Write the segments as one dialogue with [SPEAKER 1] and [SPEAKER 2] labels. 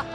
[SPEAKER 1] No.
[SPEAKER 2] Come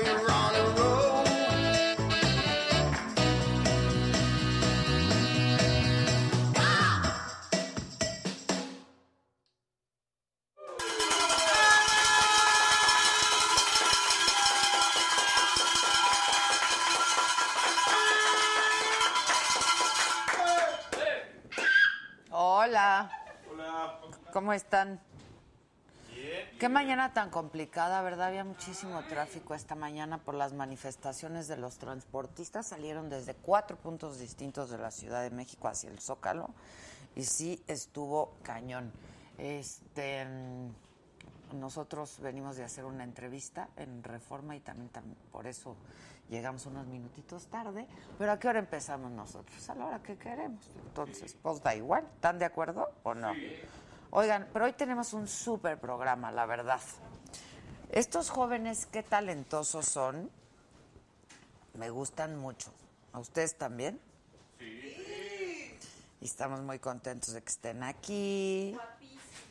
[SPEAKER 2] you're on a roll.
[SPEAKER 3] Hola. ¿Cómo están? Qué mañana tan complicada, ¿verdad? Había muchísimo tráfico esta mañana por las manifestaciones de los transportistas. Salieron desde cuatro puntos distintos de la Ciudad de México hacia el Zócalo y sí estuvo cañón. Este, mm, nosotros venimos de hacer una entrevista en Reforma y también, tam- por eso llegamos unos minutitos tarde. Pero ¿a qué hora empezamos nosotros? A la hora que queremos. Entonces, pues da igual. ¿Están de acuerdo o no? Oigan, pero hoy tenemos un súper programa, la verdad. Estos jóvenes, qué talentosos son. Me gustan mucho. ¿A ustedes también? Sí. Y estamos muy contentos de que estén aquí.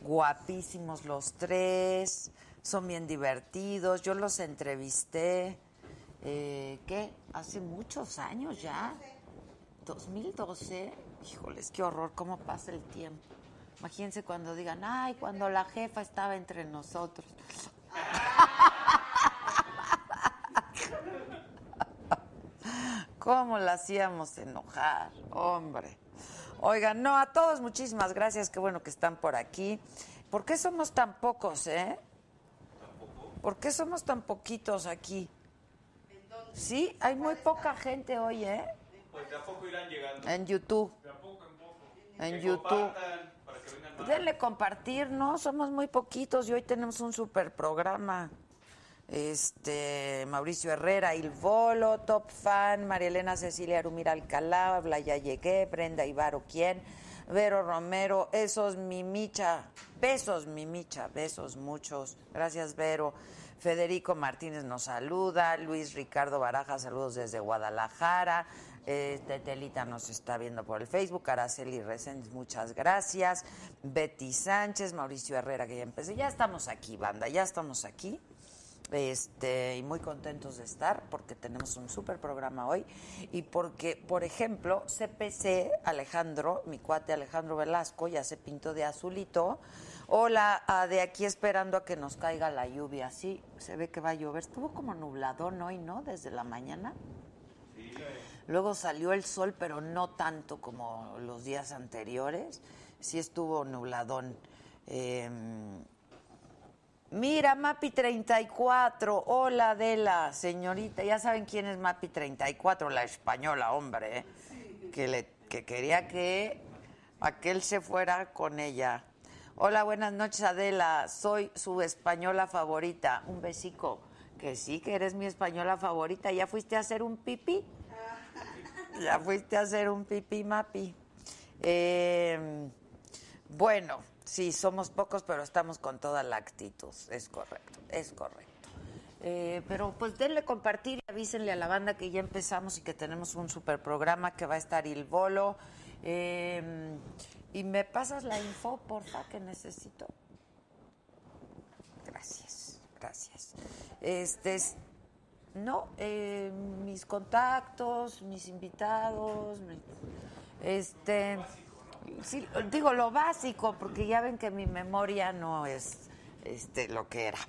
[SPEAKER 3] Guapísimos los tres. Son bien divertidos. Yo los entrevisté, eh, ¿qué? Hace muchos años ya. 2012, híjoles, qué horror, cómo pasa el tiempo. Imagínense cuando digan, ay, cuando la jefa estaba entre nosotros. ¿Cómo la hacíamos enojar? Hombre. Oigan, no, a todos muchísimas gracias, qué bueno que están por aquí. ¿Por qué somos tan pocos, eh? ¿Por qué somos tan poquitos aquí? Sí, hay muy poca gente hoy, ¿eh?
[SPEAKER 4] Pues de a poco irán llegando.
[SPEAKER 3] En YouTube.
[SPEAKER 4] De a poco en poco.
[SPEAKER 3] En
[SPEAKER 4] Que
[SPEAKER 3] YouTube.
[SPEAKER 4] compartan, Para que vengan más.
[SPEAKER 3] Pues Denle compartir, ¿no? Somos muy poquitos y hoy tenemos un super programa. Este, Mauricio Herrera, Il Volo, Top Fan, María Elena Cecilia Arumira Alcalá, Bla Ya Llegué, Brenda Ibaro, ¿quién? Vero Romero, esos Mimicha, besos Mimicha, besos muchos. Gracias, Vero. Federico Martínez nos saluda, Luis Ricardo Baraja, saludos desde Guadalajara, eh, Tetelita nos está viendo por el Facebook, Araceli Reséndiz, muchas gracias, Betty Sánchez, Mauricio Herrera, que ya empecé, ya estamos aquí, banda, ya estamos aquí. Este, y muy contentos de estar porque tenemos un súper programa hoy y porque, por ejemplo, CPC, Alejandro, mi cuate Alejandro Velasco, ya se pintó de azulito. Hola, ah, de aquí esperando a que nos caiga la lluvia. Sí, se ve que va a llover. Estuvo como nubladón hoy, ¿no? Desde la mañana. Luego salió el sol, pero no tanto como los días anteriores. Sí estuvo nubladón. Em, Mira, Mapi 34. Hola, Adela, señorita. Ya saben quién es Mapi 34, la española, hombre, ¿eh? que, le, que quería que aquel se fuera con ella. Hola, buenas noches, Adela. Soy su española favorita. Un besico. Que sí, que eres mi española favorita. ¿Ya fuiste a hacer un pipí? Ya fuiste a hacer un pipí, Mapi. Eh, bueno, sí, somos pocos, pero estamos con toda la actitud. Es correcto, es correcto. Eh, pero pues denle compartir y avísenle a la banda que ya empezamos y que tenemos un super programa que va a estar Il Bolo. Eh, y me pasas la info, porfa, que necesito. Gracias, gracias. Este es- no, eh, mis contactos, mis invitados, mi- este, sí, digo lo básico, porque ya ven que mi memoria no es este lo que era.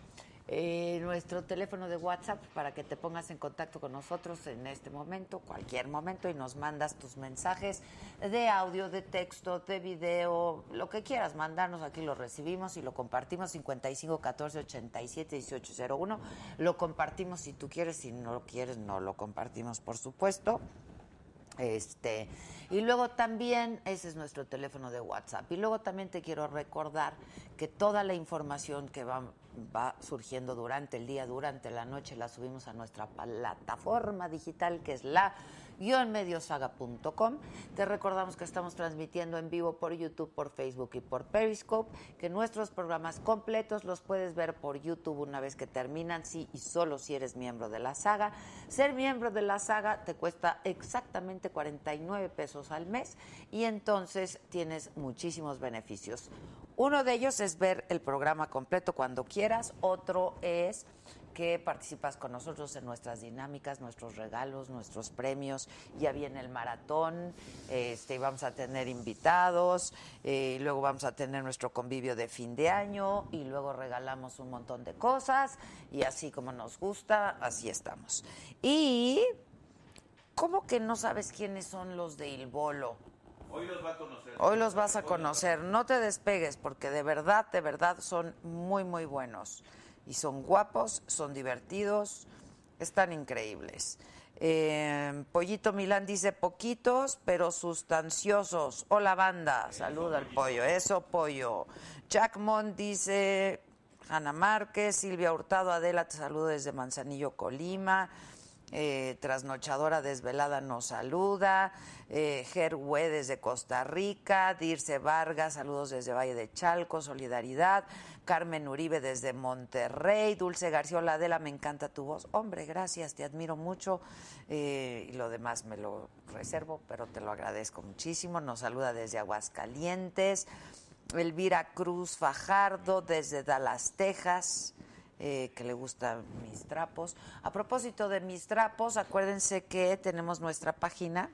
[SPEAKER 3] Eh, nuestro teléfono de WhatsApp para que te pongas en contacto con nosotros en este momento, cualquier momento, y nos mandas tus mensajes de audio, de texto, de video, lo que quieras mandarnos, aquí lo recibimos y lo compartimos 55 14 87 18 01. Lo compartimos si tú quieres, si no lo quieres, no lo compartimos, por supuesto. Este, y luego también, ese es nuestro teléfono de WhatsApp. Y luego también te quiero recordar que toda la información que va- va surgiendo durante el día, durante la noche, la subimos a nuestra plataforma digital que es la guionmediosaga.com. Te recordamos que estamos transmitiendo en vivo por YouTube, por Facebook y por Periscope, que nuestros programas completos los puedes ver por YouTube una vez que terminan, sí y solo si eres miembro de la saga. Ser miembro de la saga te cuesta exactamente 49 pesos al mes y entonces tienes muchísimos beneficios. Uno de ellos es ver el programa completo cuando quieras. Otro es que participas con nosotros en nuestras dinámicas, nuestros regalos, nuestros premios. Ya viene el maratón, este, y vamos a tener invitados, eh, y luego vamos a tener nuestro convivio de fin de año y luego regalamos un montón de cosas y así como nos gusta, así estamos. Y ¿cómo que no sabes quiénes son los de Il Bolo?
[SPEAKER 4] Hoy los va a conocer.
[SPEAKER 3] Hoy los vas a conocer, no te despegues porque de verdad, de verdad son muy, muy buenos. Y son guapos, son divertidos, están increíbles. Eh, Pollito Milán dice poquitos, pero sustanciosos. Hola banda, saluda al pollo, eso pollo. Jack Mond dice, Ana Márquez, Silvia Hurtado, Adela, te saludo desde Manzanillo, Colima. Eh, Trasnochadora Desvelada nos saluda, eh, Gerhue desde Costa Rica, Dirce Vargas, saludos desde Valle de Chalco, Solidaridad, Carmen Uribe desde Monterrey, Dulce Garciola Adela, me encanta tu voz, hombre, gracias, te admiro mucho eh, y lo demás me lo reservo, pero te lo agradezco muchísimo, nos saluda desde Aguascalientes, Elvira Cruz Fajardo desde Dallas, Texas eh, que le gustan mis trapos. A propósito de mis trapos, acuérdense que tenemos nuestra página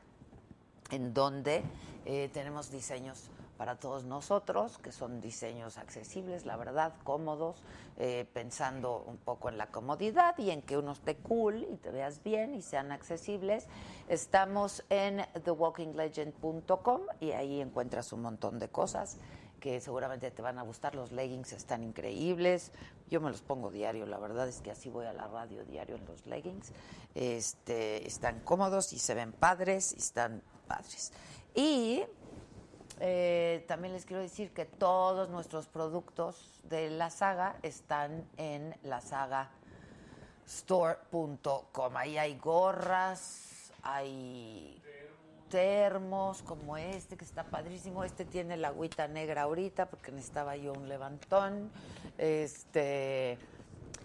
[SPEAKER 3] en donde eh, tenemos diseños para todos nosotros, que son diseños accesibles, la verdad, cómodos, eh, pensando un poco en la comodidad y en que uno esté cool y te veas bien y sean accesibles. Estamos en thewalkinglegend.com y ahí encuentras un montón de cosas que seguramente te van a gustar. Los leggings están increíbles. Yo me los pongo diario, la verdad es que así voy a la radio diario en los leggings. Este, están cómodos y se ven padres, y están padres. Y eh, también les quiero decir que todos nuestros productos de la saga están en la saga store.com. Ahí hay gorras, hay termos como este que está padrísimo. Este tiene la agüita negra ahorita porque necesitaba yo un levantón. Este,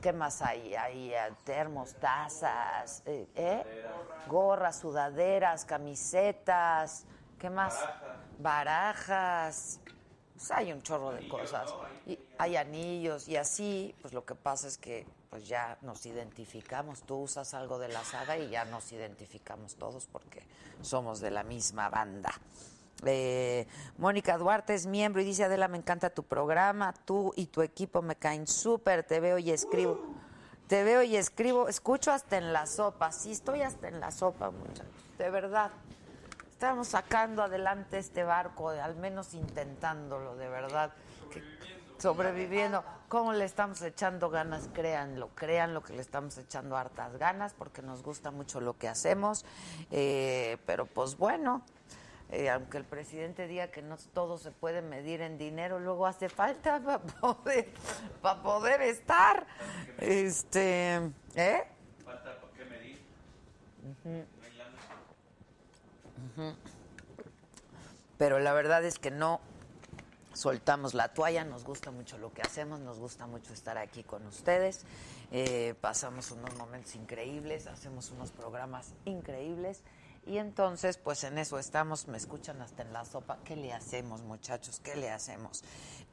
[SPEAKER 3] ¿qué más hay? Hay eh, termos, tazas, eh, ¿eh? gorras, sudaderas, camisetas, ¿qué más? Barajas. Pues hay un chorro de cosas. Y hay anillos y así, pues lo que pasa es que pues ya nos identificamos. Tú usas algo de la saga y ya nos identificamos todos porque somos de la misma banda. Eh, Mónica Duarte es miembro y dice, Adela, me encanta tu programa, tú y tu equipo me caen súper, te veo y escribo. Te veo y escribo, escucho hasta en la sopa, sí, estoy hasta en la sopa, muchachos, de verdad. Estamos sacando adelante este barco, al menos intentándolo, de verdad. Que- sobreviviendo. ¿Cómo le estamos echando ganas? Créanlo, créanlo que le estamos echando hartas ganas porque nos gusta mucho lo que hacemos. Eh, pero pues bueno, eh, aunque el presidente diga que no todo se puede medir en dinero, luego hace falta para poder, para poder estar. Este, ¿eh?
[SPEAKER 4] Falta por qué medir. No hay lana.
[SPEAKER 3] pero la verdad es que no soltamos la toalla, nos gusta mucho lo que hacemos, nos gusta mucho estar aquí con ustedes, eh, pasamos unos momentos increíbles, hacemos unos programas increíbles y entonces pues en eso estamos, me escuchan hasta en la sopa, ¿qué le hacemos muchachos? ¿Qué le hacemos?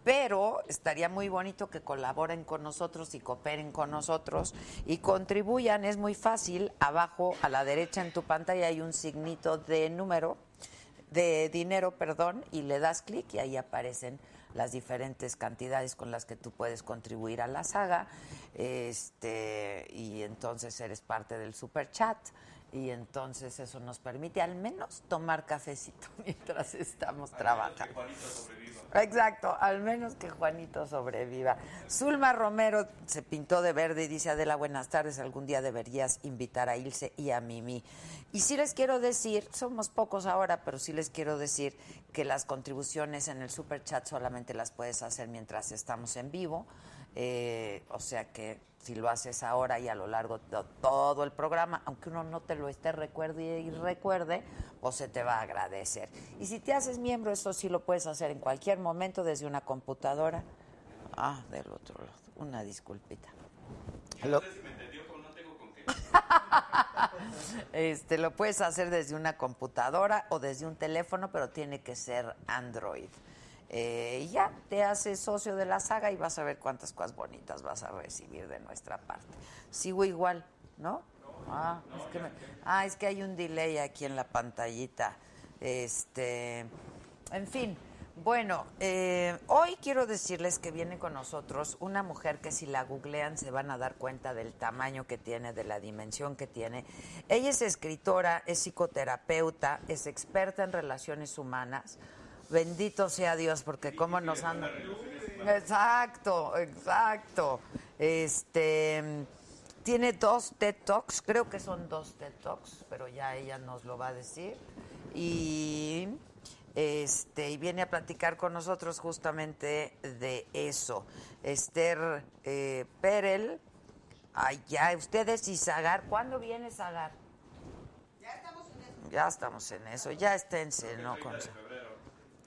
[SPEAKER 3] Pero estaría muy bonito que colaboren con nosotros y cooperen con nosotros y contribuyan, es muy fácil, abajo a la derecha en tu pantalla hay un signito de número de dinero, perdón, y le das clic y ahí aparecen las diferentes cantidades con las que tú puedes contribuir a la saga. Este, y entonces eres parte del super chat. Y entonces eso nos permite al menos tomar cafecito mientras estamos trabajando.
[SPEAKER 4] Juanito sobreviva.
[SPEAKER 3] Exacto, al menos que Juanito sobreviva. Zulma Romero se pintó de verde y dice, Adela, buenas tardes, algún día deberías invitar a Ilse y a Mimi. Y sí les quiero decir, somos pocos ahora, pero sí les quiero decir que las contribuciones en el Super Chat solamente las puedes hacer mientras estamos en vivo. Eh, o sea que si lo haces ahora y a lo largo de todo el programa, aunque uno no te lo esté recuerde y recuerde, pues se te va a agradecer. Y si te haces miembro, eso sí lo puedes hacer en cualquier momento desde una computadora. Ah, del otro lado. Una disculpita. Lo- Este, lo puedes hacer desde una computadora o desde un teléfono, pero tiene que ser Android. Eh, y ya te haces socio de la saga y vas a ver cuántas cosas bonitas vas a recibir de nuestra parte. Sigo igual, ¿no? ah, es que me- ah, es que hay un delay aquí en la pantallita. Este, en fin, bueno, eh, hoy quiero decirles que viene con nosotros una mujer que si la googlean se van a dar cuenta del tamaño que tiene, de la dimensión que tiene. Ella es escritora, es psicoterapeuta, es experta en relaciones humanas. Bendito sea Dios, porque cómo nos han... Exacto, exacto. Este... Tiene dos TED Talks, creo que son dos TED Talks, pero ya ella nos lo va a decir. Y, este, y viene a platicar con nosotros justamente de eso. Esther eh, Perel, allá, ustedes y Zagar, ¿cuándo viene Zagar? Ya estamos en eso. Ya estamos en eso, ya esténse, ¿no? Con...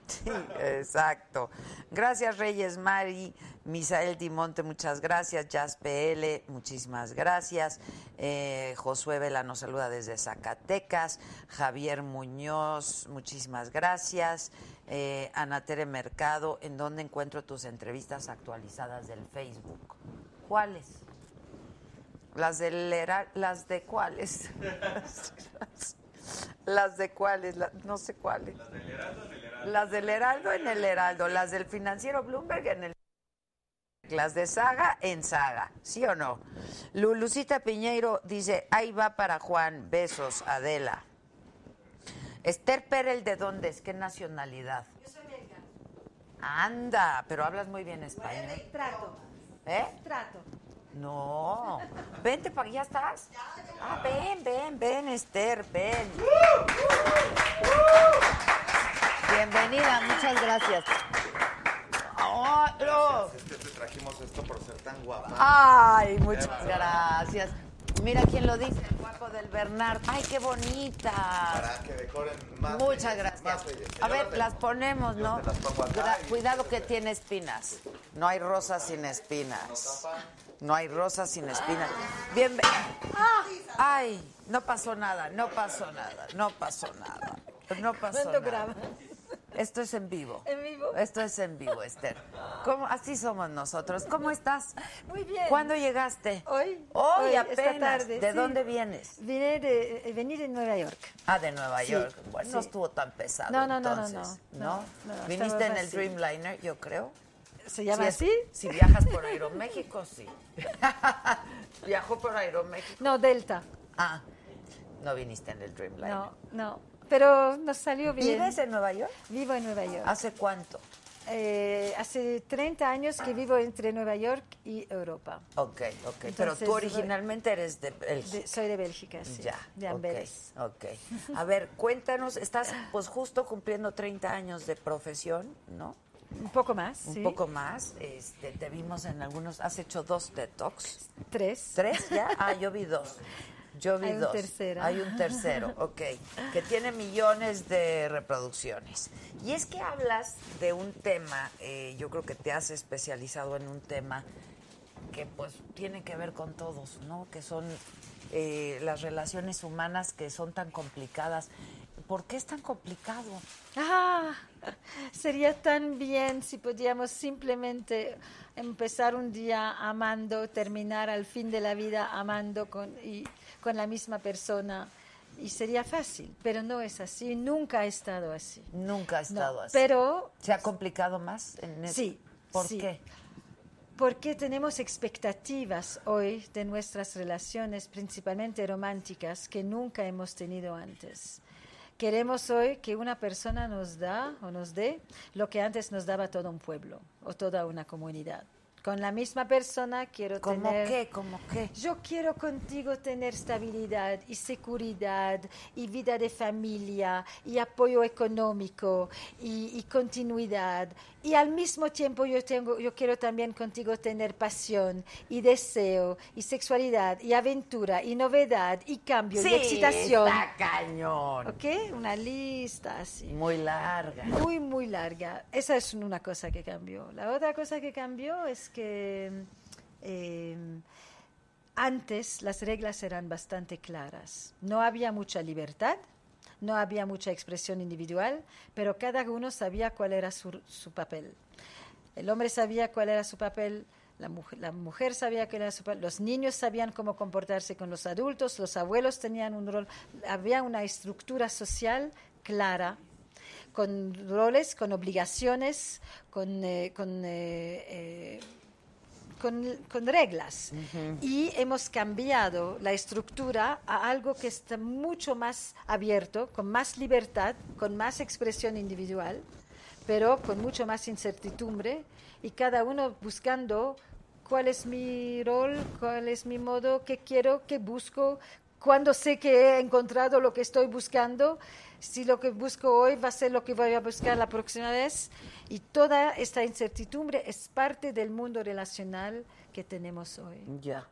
[SPEAKER 3] Sí, exacto. Gracias Reyes Mari, Misael Dimonte, muchas gracias, Jazz PL, muchísimas gracias. Eh, Josué Vela nos saluda desde Zacatecas, Javier Muñoz, muchísimas gracias. Eh, Ana Tere Mercado, ¿en dónde encuentro tus entrevistas actualizadas del Facebook? ¿Cuáles? Las del Hera- las de cuáles? las de cuáles, La- no sé cuáles. Las del Heraldo en el Heraldo, las del financiero Bloomberg en el... Las de Saga en Saga, ¿sí o no? Lulucita Piñeiro dice, ahí va para Juan, besos, Adela. Esther Perel, ¿de dónde es? ¿Qué nacionalidad? Yo soy belga. Anda, pero hablas muy bien español.
[SPEAKER 5] Trato,
[SPEAKER 3] ¿Eh?
[SPEAKER 5] trato.
[SPEAKER 3] No. Vente para ya estás. Ah, ven, ven, ven, Esther, ven. Bienvenida, muchas gracias. ¡Otro!
[SPEAKER 6] Es que te trajimos esto por ser tan guapa.
[SPEAKER 3] Ay, muchas gracias. Mira quién lo dice, el guapo del Bernard. Ay, qué bonita.
[SPEAKER 6] Para que decoren más.
[SPEAKER 3] Muchas
[SPEAKER 6] belleza,
[SPEAKER 3] gracias.
[SPEAKER 6] más belleza.
[SPEAKER 3] A
[SPEAKER 6] Yo
[SPEAKER 3] ver,
[SPEAKER 6] la
[SPEAKER 3] las
[SPEAKER 6] tengo.
[SPEAKER 3] ponemos,
[SPEAKER 6] Yo
[SPEAKER 3] ¿no?
[SPEAKER 6] te las pongo acá
[SPEAKER 3] Cuida-
[SPEAKER 6] y-
[SPEAKER 3] Cuidado que tiene espinas. No hay rosa sin espinas. No hay rosa sin espinas. Bien. Ay, no pasó nada, no pasó nada, no pasó nada. No pasó nada.
[SPEAKER 5] ¿Cuánto grabas?
[SPEAKER 3] Esto es en vivo.
[SPEAKER 5] ¿En vivo?
[SPEAKER 3] Esto es en vivo, Esther. ¿Cómo? Así somos nosotros. ¿Cómo estás?
[SPEAKER 5] Muy bien.
[SPEAKER 3] ¿Cuándo llegaste?
[SPEAKER 5] Hoy.
[SPEAKER 3] Hoy,
[SPEAKER 5] Hoy,
[SPEAKER 3] apenas.
[SPEAKER 5] esta tarde,
[SPEAKER 3] ¿De
[SPEAKER 5] sí.
[SPEAKER 3] dónde vienes?
[SPEAKER 5] Vine de, eh, venir de Nueva York.
[SPEAKER 3] Ah, de Nueva
[SPEAKER 5] Sí,
[SPEAKER 3] York. Bueno, no
[SPEAKER 5] sí.
[SPEAKER 3] estuvo tan pesado.
[SPEAKER 5] No, no, no, no,
[SPEAKER 3] entonces,
[SPEAKER 5] no, no, no,
[SPEAKER 3] Viniste
[SPEAKER 5] estaba
[SPEAKER 3] en el
[SPEAKER 5] fácil.
[SPEAKER 3] Dreamliner, yo creo.
[SPEAKER 5] ¿Se
[SPEAKER 3] Si
[SPEAKER 5] llama
[SPEAKER 3] es-
[SPEAKER 5] así?
[SPEAKER 3] Si viajas por Aeroméxico, sí. Viajó por Aeroméxico.
[SPEAKER 5] No, Delta.
[SPEAKER 3] Ah, no viniste en el Dreamliner.
[SPEAKER 5] No, no. Pero nos salió bien.
[SPEAKER 3] ¿Vives en Nueva York?
[SPEAKER 5] Vivo en Nueva York.
[SPEAKER 3] ¿Hace cuánto?
[SPEAKER 5] Eh, hace 30 años que vivo entre Nueva York y Europa.
[SPEAKER 3] Ok, ok. Pero
[SPEAKER 5] Entonces,
[SPEAKER 3] tú originalmente eres de Bélgica.
[SPEAKER 5] De- soy de Bélgica, sí.
[SPEAKER 3] Ya,
[SPEAKER 5] De
[SPEAKER 3] ok,
[SPEAKER 5] Amberes.
[SPEAKER 3] ok. A ver, cuéntanos, estás pues justo cumpliendo 30 años de profesión, ¿no?
[SPEAKER 5] Un poco más,
[SPEAKER 3] un
[SPEAKER 5] sí.
[SPEAKER 3] poco más. Este, te vimos en algunos. Has hecho dos TED Talks.
[SPEAKER 5] Tres.
[SPEAKER 3] ¿Tres ya? Ah, yo vi dos. Yo vi
[SPEAKER 5] Hay un
[SPEAKER 3] dos.
[SPEAKER 5] tercero.
[SPEAKER 3] Hay un tercero, ok. Que tiene millones de reproducciones. Y es que hablas de un tema, eh, yo creo que te has especializado en un tema que pues tiene que ver con todos, ¿no? Que son eh, las relaciones humanas que son tan complicadas. ¿Por qué es tan complicado?
[SPEAKER 5] Ah, sería tan bien si podíamos simplemente empezar un día amando, terminar al fin de la vida amando con, y, con la misma persona. Y sería fácil, pero no es así, nunca ha estado así.
[SPEAKER 3] Nunca ha
[SPEAKER 5] No,
[SPEAKER 3] estado así.
[SPEAKER 5] Pero
[SPEAKER 3] ¿Se ha complicado más? En este-
[SPEAKER 5] Sí,
[SPEAKER 3] ¿Por
[SPEAKER 5] sí.
[SPEAKER 3] qué?
[SPEAKER 5] porque tenemos expectativas hoy de nuestras relaciones, principalmente románticas, que nunca hemos tenido antes. Queremos hoy que una persona nos da o nos dé lo que antes nos daba todo un pueblo o toda una comunidad. Con la misma persona quiero
[SPEAKER 3] ¿Cómo
[SPEAKER 5] tener...
[SPEAKER 3] qué? ¿Cómo qué?
[SPEAKER 5] Yo quiero contigo tener estabilidad y seguridad y vida de familia y apoyo económico y, y continuidad Y al mismo tiempo yo, tengo, yo quiero también contigo tener pasión y deseo y sexualidad y aventura y novedad y cambio y excitación.
[SPEAKER 3] está cañón.
[SPEAKER 5] ¿Ok? Una lista así.
[SPEAKER 3] Muy larga.
[SPEAKER 5] Muy, muy larga. Esa es una cosa que cambió. La otra cosa que cambió es que eh, antes las reglas eran bastante claras. No había mucha libertad, no había mucha expresión individual, pero cada uno sabía cuál era su, su papel. El hombre sabía cuál era su papel, la mujer, la mujer sabía cuál era su papel, los niños sabían cómo comportarse con los adultos, los abuelos tenían un rol, había una estructura social clara con roles, con obligaciones, con, eh, con, eh, eh, con- con reglas. Y hemos cambiado la estructura a algo que está mucho más abierto, con más libertad, con más expresión individual, pero con mucho más incertidumbre y cada uno buscando cuál es mi rol, cuál es mi modo, qué quiero, qué busco, cuándo sé que he encontrado lo que estoy buscando, si lo que busco hoy va a ser lo que voy a buscar la próxima vez. Y toda esta incertidumbre es parte del mundo relacional que tenemos hoy.
[SPEAKER 3] Ya.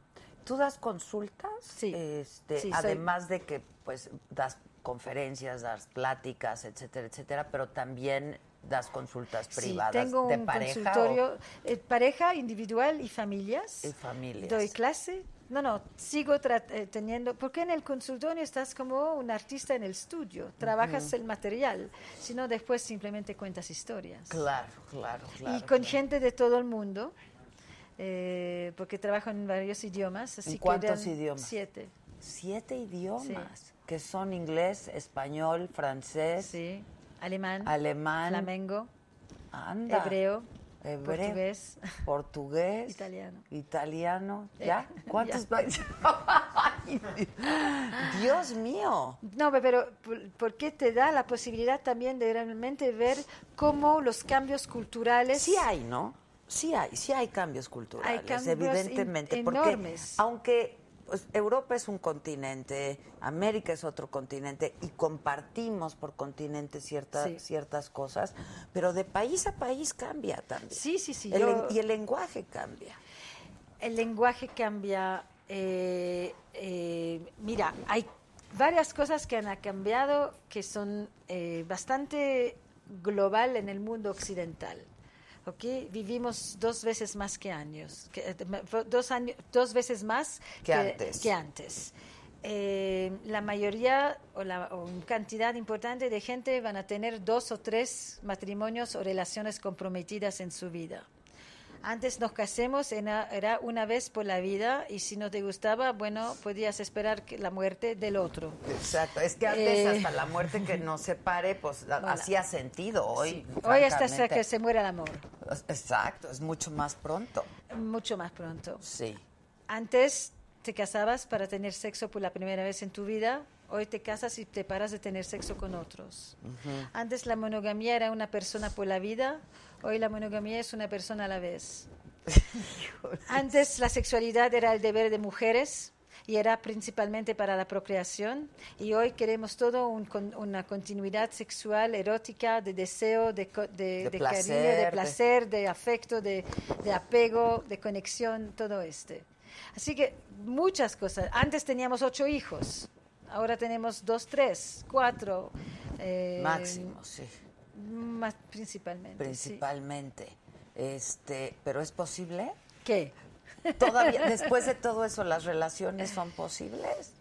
[SPEAKER 3] ¿Tú das consultas?
[SPEAKER 5] Sí.
[SPEAKER 3] Este,
[SPEAKER 5] Sí, soy-
[SPEAKER 3] además de que pues das conferencias, das pláticas, etcétera, etcétera, pero también das consultas privadas
[SPEAKER 5] sí, tengo
[SPEAKER 3] de
[SPEAKER 5] un
[SPEAKER 3] pareja. o-
[SPEAKER 5] consultorio, eh, pareja, individual y familias.
[SPEAKER 3] Y familias.
[SPEAKER 5] Doy clase. No, no, sigo tra- eh, teniendo, porque en el consultorio estás como un artista en el estudio, trabajas el material, sino después simplemente cuentas historias.
[SPEAKER 3] Claro, claro, claro.
[SPEAKER 5] y con
[SPEAKER 3] claro.
[SPEAKER 5] gente de todo el mundo, eh, porque trabajo en varios idiomas. Así que
[SPEAKER 3] cuántos
[SPEAKER 5] eran
[SPEAKER 3] idiomas?
[SPEAKER 5] Siete.
[SPEAKER 3] Siete idiomas, que son inglés, español, francés,
[SPEAKER 5] Sí. Alemán,
[SPEAKER 3] alemán,
[SPEAKER 5] flamengo,
[SPEAKER 3] anda,
[SPEAKER 5] hebreo,
[SPEAKER 3] hebreo,
[SPEAKER 5] portugués.
[SPEAKER 3] portugués,
[SPEAKER 5] Italiano.
[SPEAKER 3] italiano,
[SPEAKER 5] Eh,
[SPEAKER 3] ¿ya? ¿Cuántos? Ay, Dios mío.
[SPEAKER 5] No, pero por- porque te da la posibilidad también de realmente ver cómo los cambios culturales...
[SPEAKER 3] Sí hay, ¿no? Sí hay, sí hay cambios culturales,
[SPEAKER 5] Pues Hay cambios
[SPEAKER 3] evidentemente,
[SPEAKER 5] en-
[SPEAKER 3] porque
[SPEAKER 5] enormes.
[SPEAKER 3] aunque pues, Europa es un continente, América es otro continente y compartimos por continente ciertas
[SPEAKER 5] Sí.
[SPEAKER 3] ciertas cosas, pero de país a país cambia también.
[SPEAKER 5] Sí, sí, sí,
[SPEAKER 3] El
[SPEAKER 5] yo-
[SPEAKER 3] len- Y el lenguaje cambia.
[SPEAKER 5] El lenguaje cambia. eh, eh, mira, hay varias cosas que han cambiado que son eh, bastante global en el mundo occidental. ¿ok? Vivimos dos veces más que años, que, eh, dos, años, dos veces más
[SPEAKER 3] Que antes.
[SPEAKER 5] que antes. Eh, la mayoría o la o una cantidad importante de gente van a tener dos o tres matrimonios o relaciones comprometidas en su vida. Antes nos casemos era, era una vez por la vida y si no te gustaba, bueno, podías esperar que la muerte del otro.
[SPEAKER 3] Exacto, es que
[SPEAKER 5] antes Eh. hasta
[SPEAKER 3] la muerte que nos separe, pues hacía sentido
[SPEAKER 5] Sí. Hoy hasta sea que se muera el amor,
[SPEAKER 3] Exacto, es mucho más pronto.
[SPEAKER 5] mucho más pronto.
[SPEAKER 3] Sí.
[SPEAKER 5] Antes te casabas para tener sexo por la primera vez en tu vida. Hoy te casas y te paras de tener sexo con otros. Antes la monogamia era una persona por la vida. Hoy la monogamia es una persona a la vez. Antes la sexualidad era el deber de mujeres y era principalmente para la procreación y hoy queremos todo un con- una continuidad sexual erótica de deseo de, co- de-
[SPEAKER 3] De
[SPEAKER 5] de
[SPEAKER 3] placer,
[SPEAKER 5] cariño de
[SPEAKER 3] de-
[SPEAKER 5] placer de afecto de, de apego de conexión todo este así que muchas cosas antes teníamos ocho hijos ahora tenemos dos tres cuatro eh,
[SPEAKER 3] Máximo, sí.
[SPEAKER 5] más principalmente sí.
[SPEAKER 3] principalmente. Este, pero es posible.
[SPEAKER 5] qué
[SPEAKER 3] Todavía después de todo eso, las relaciones son posibles.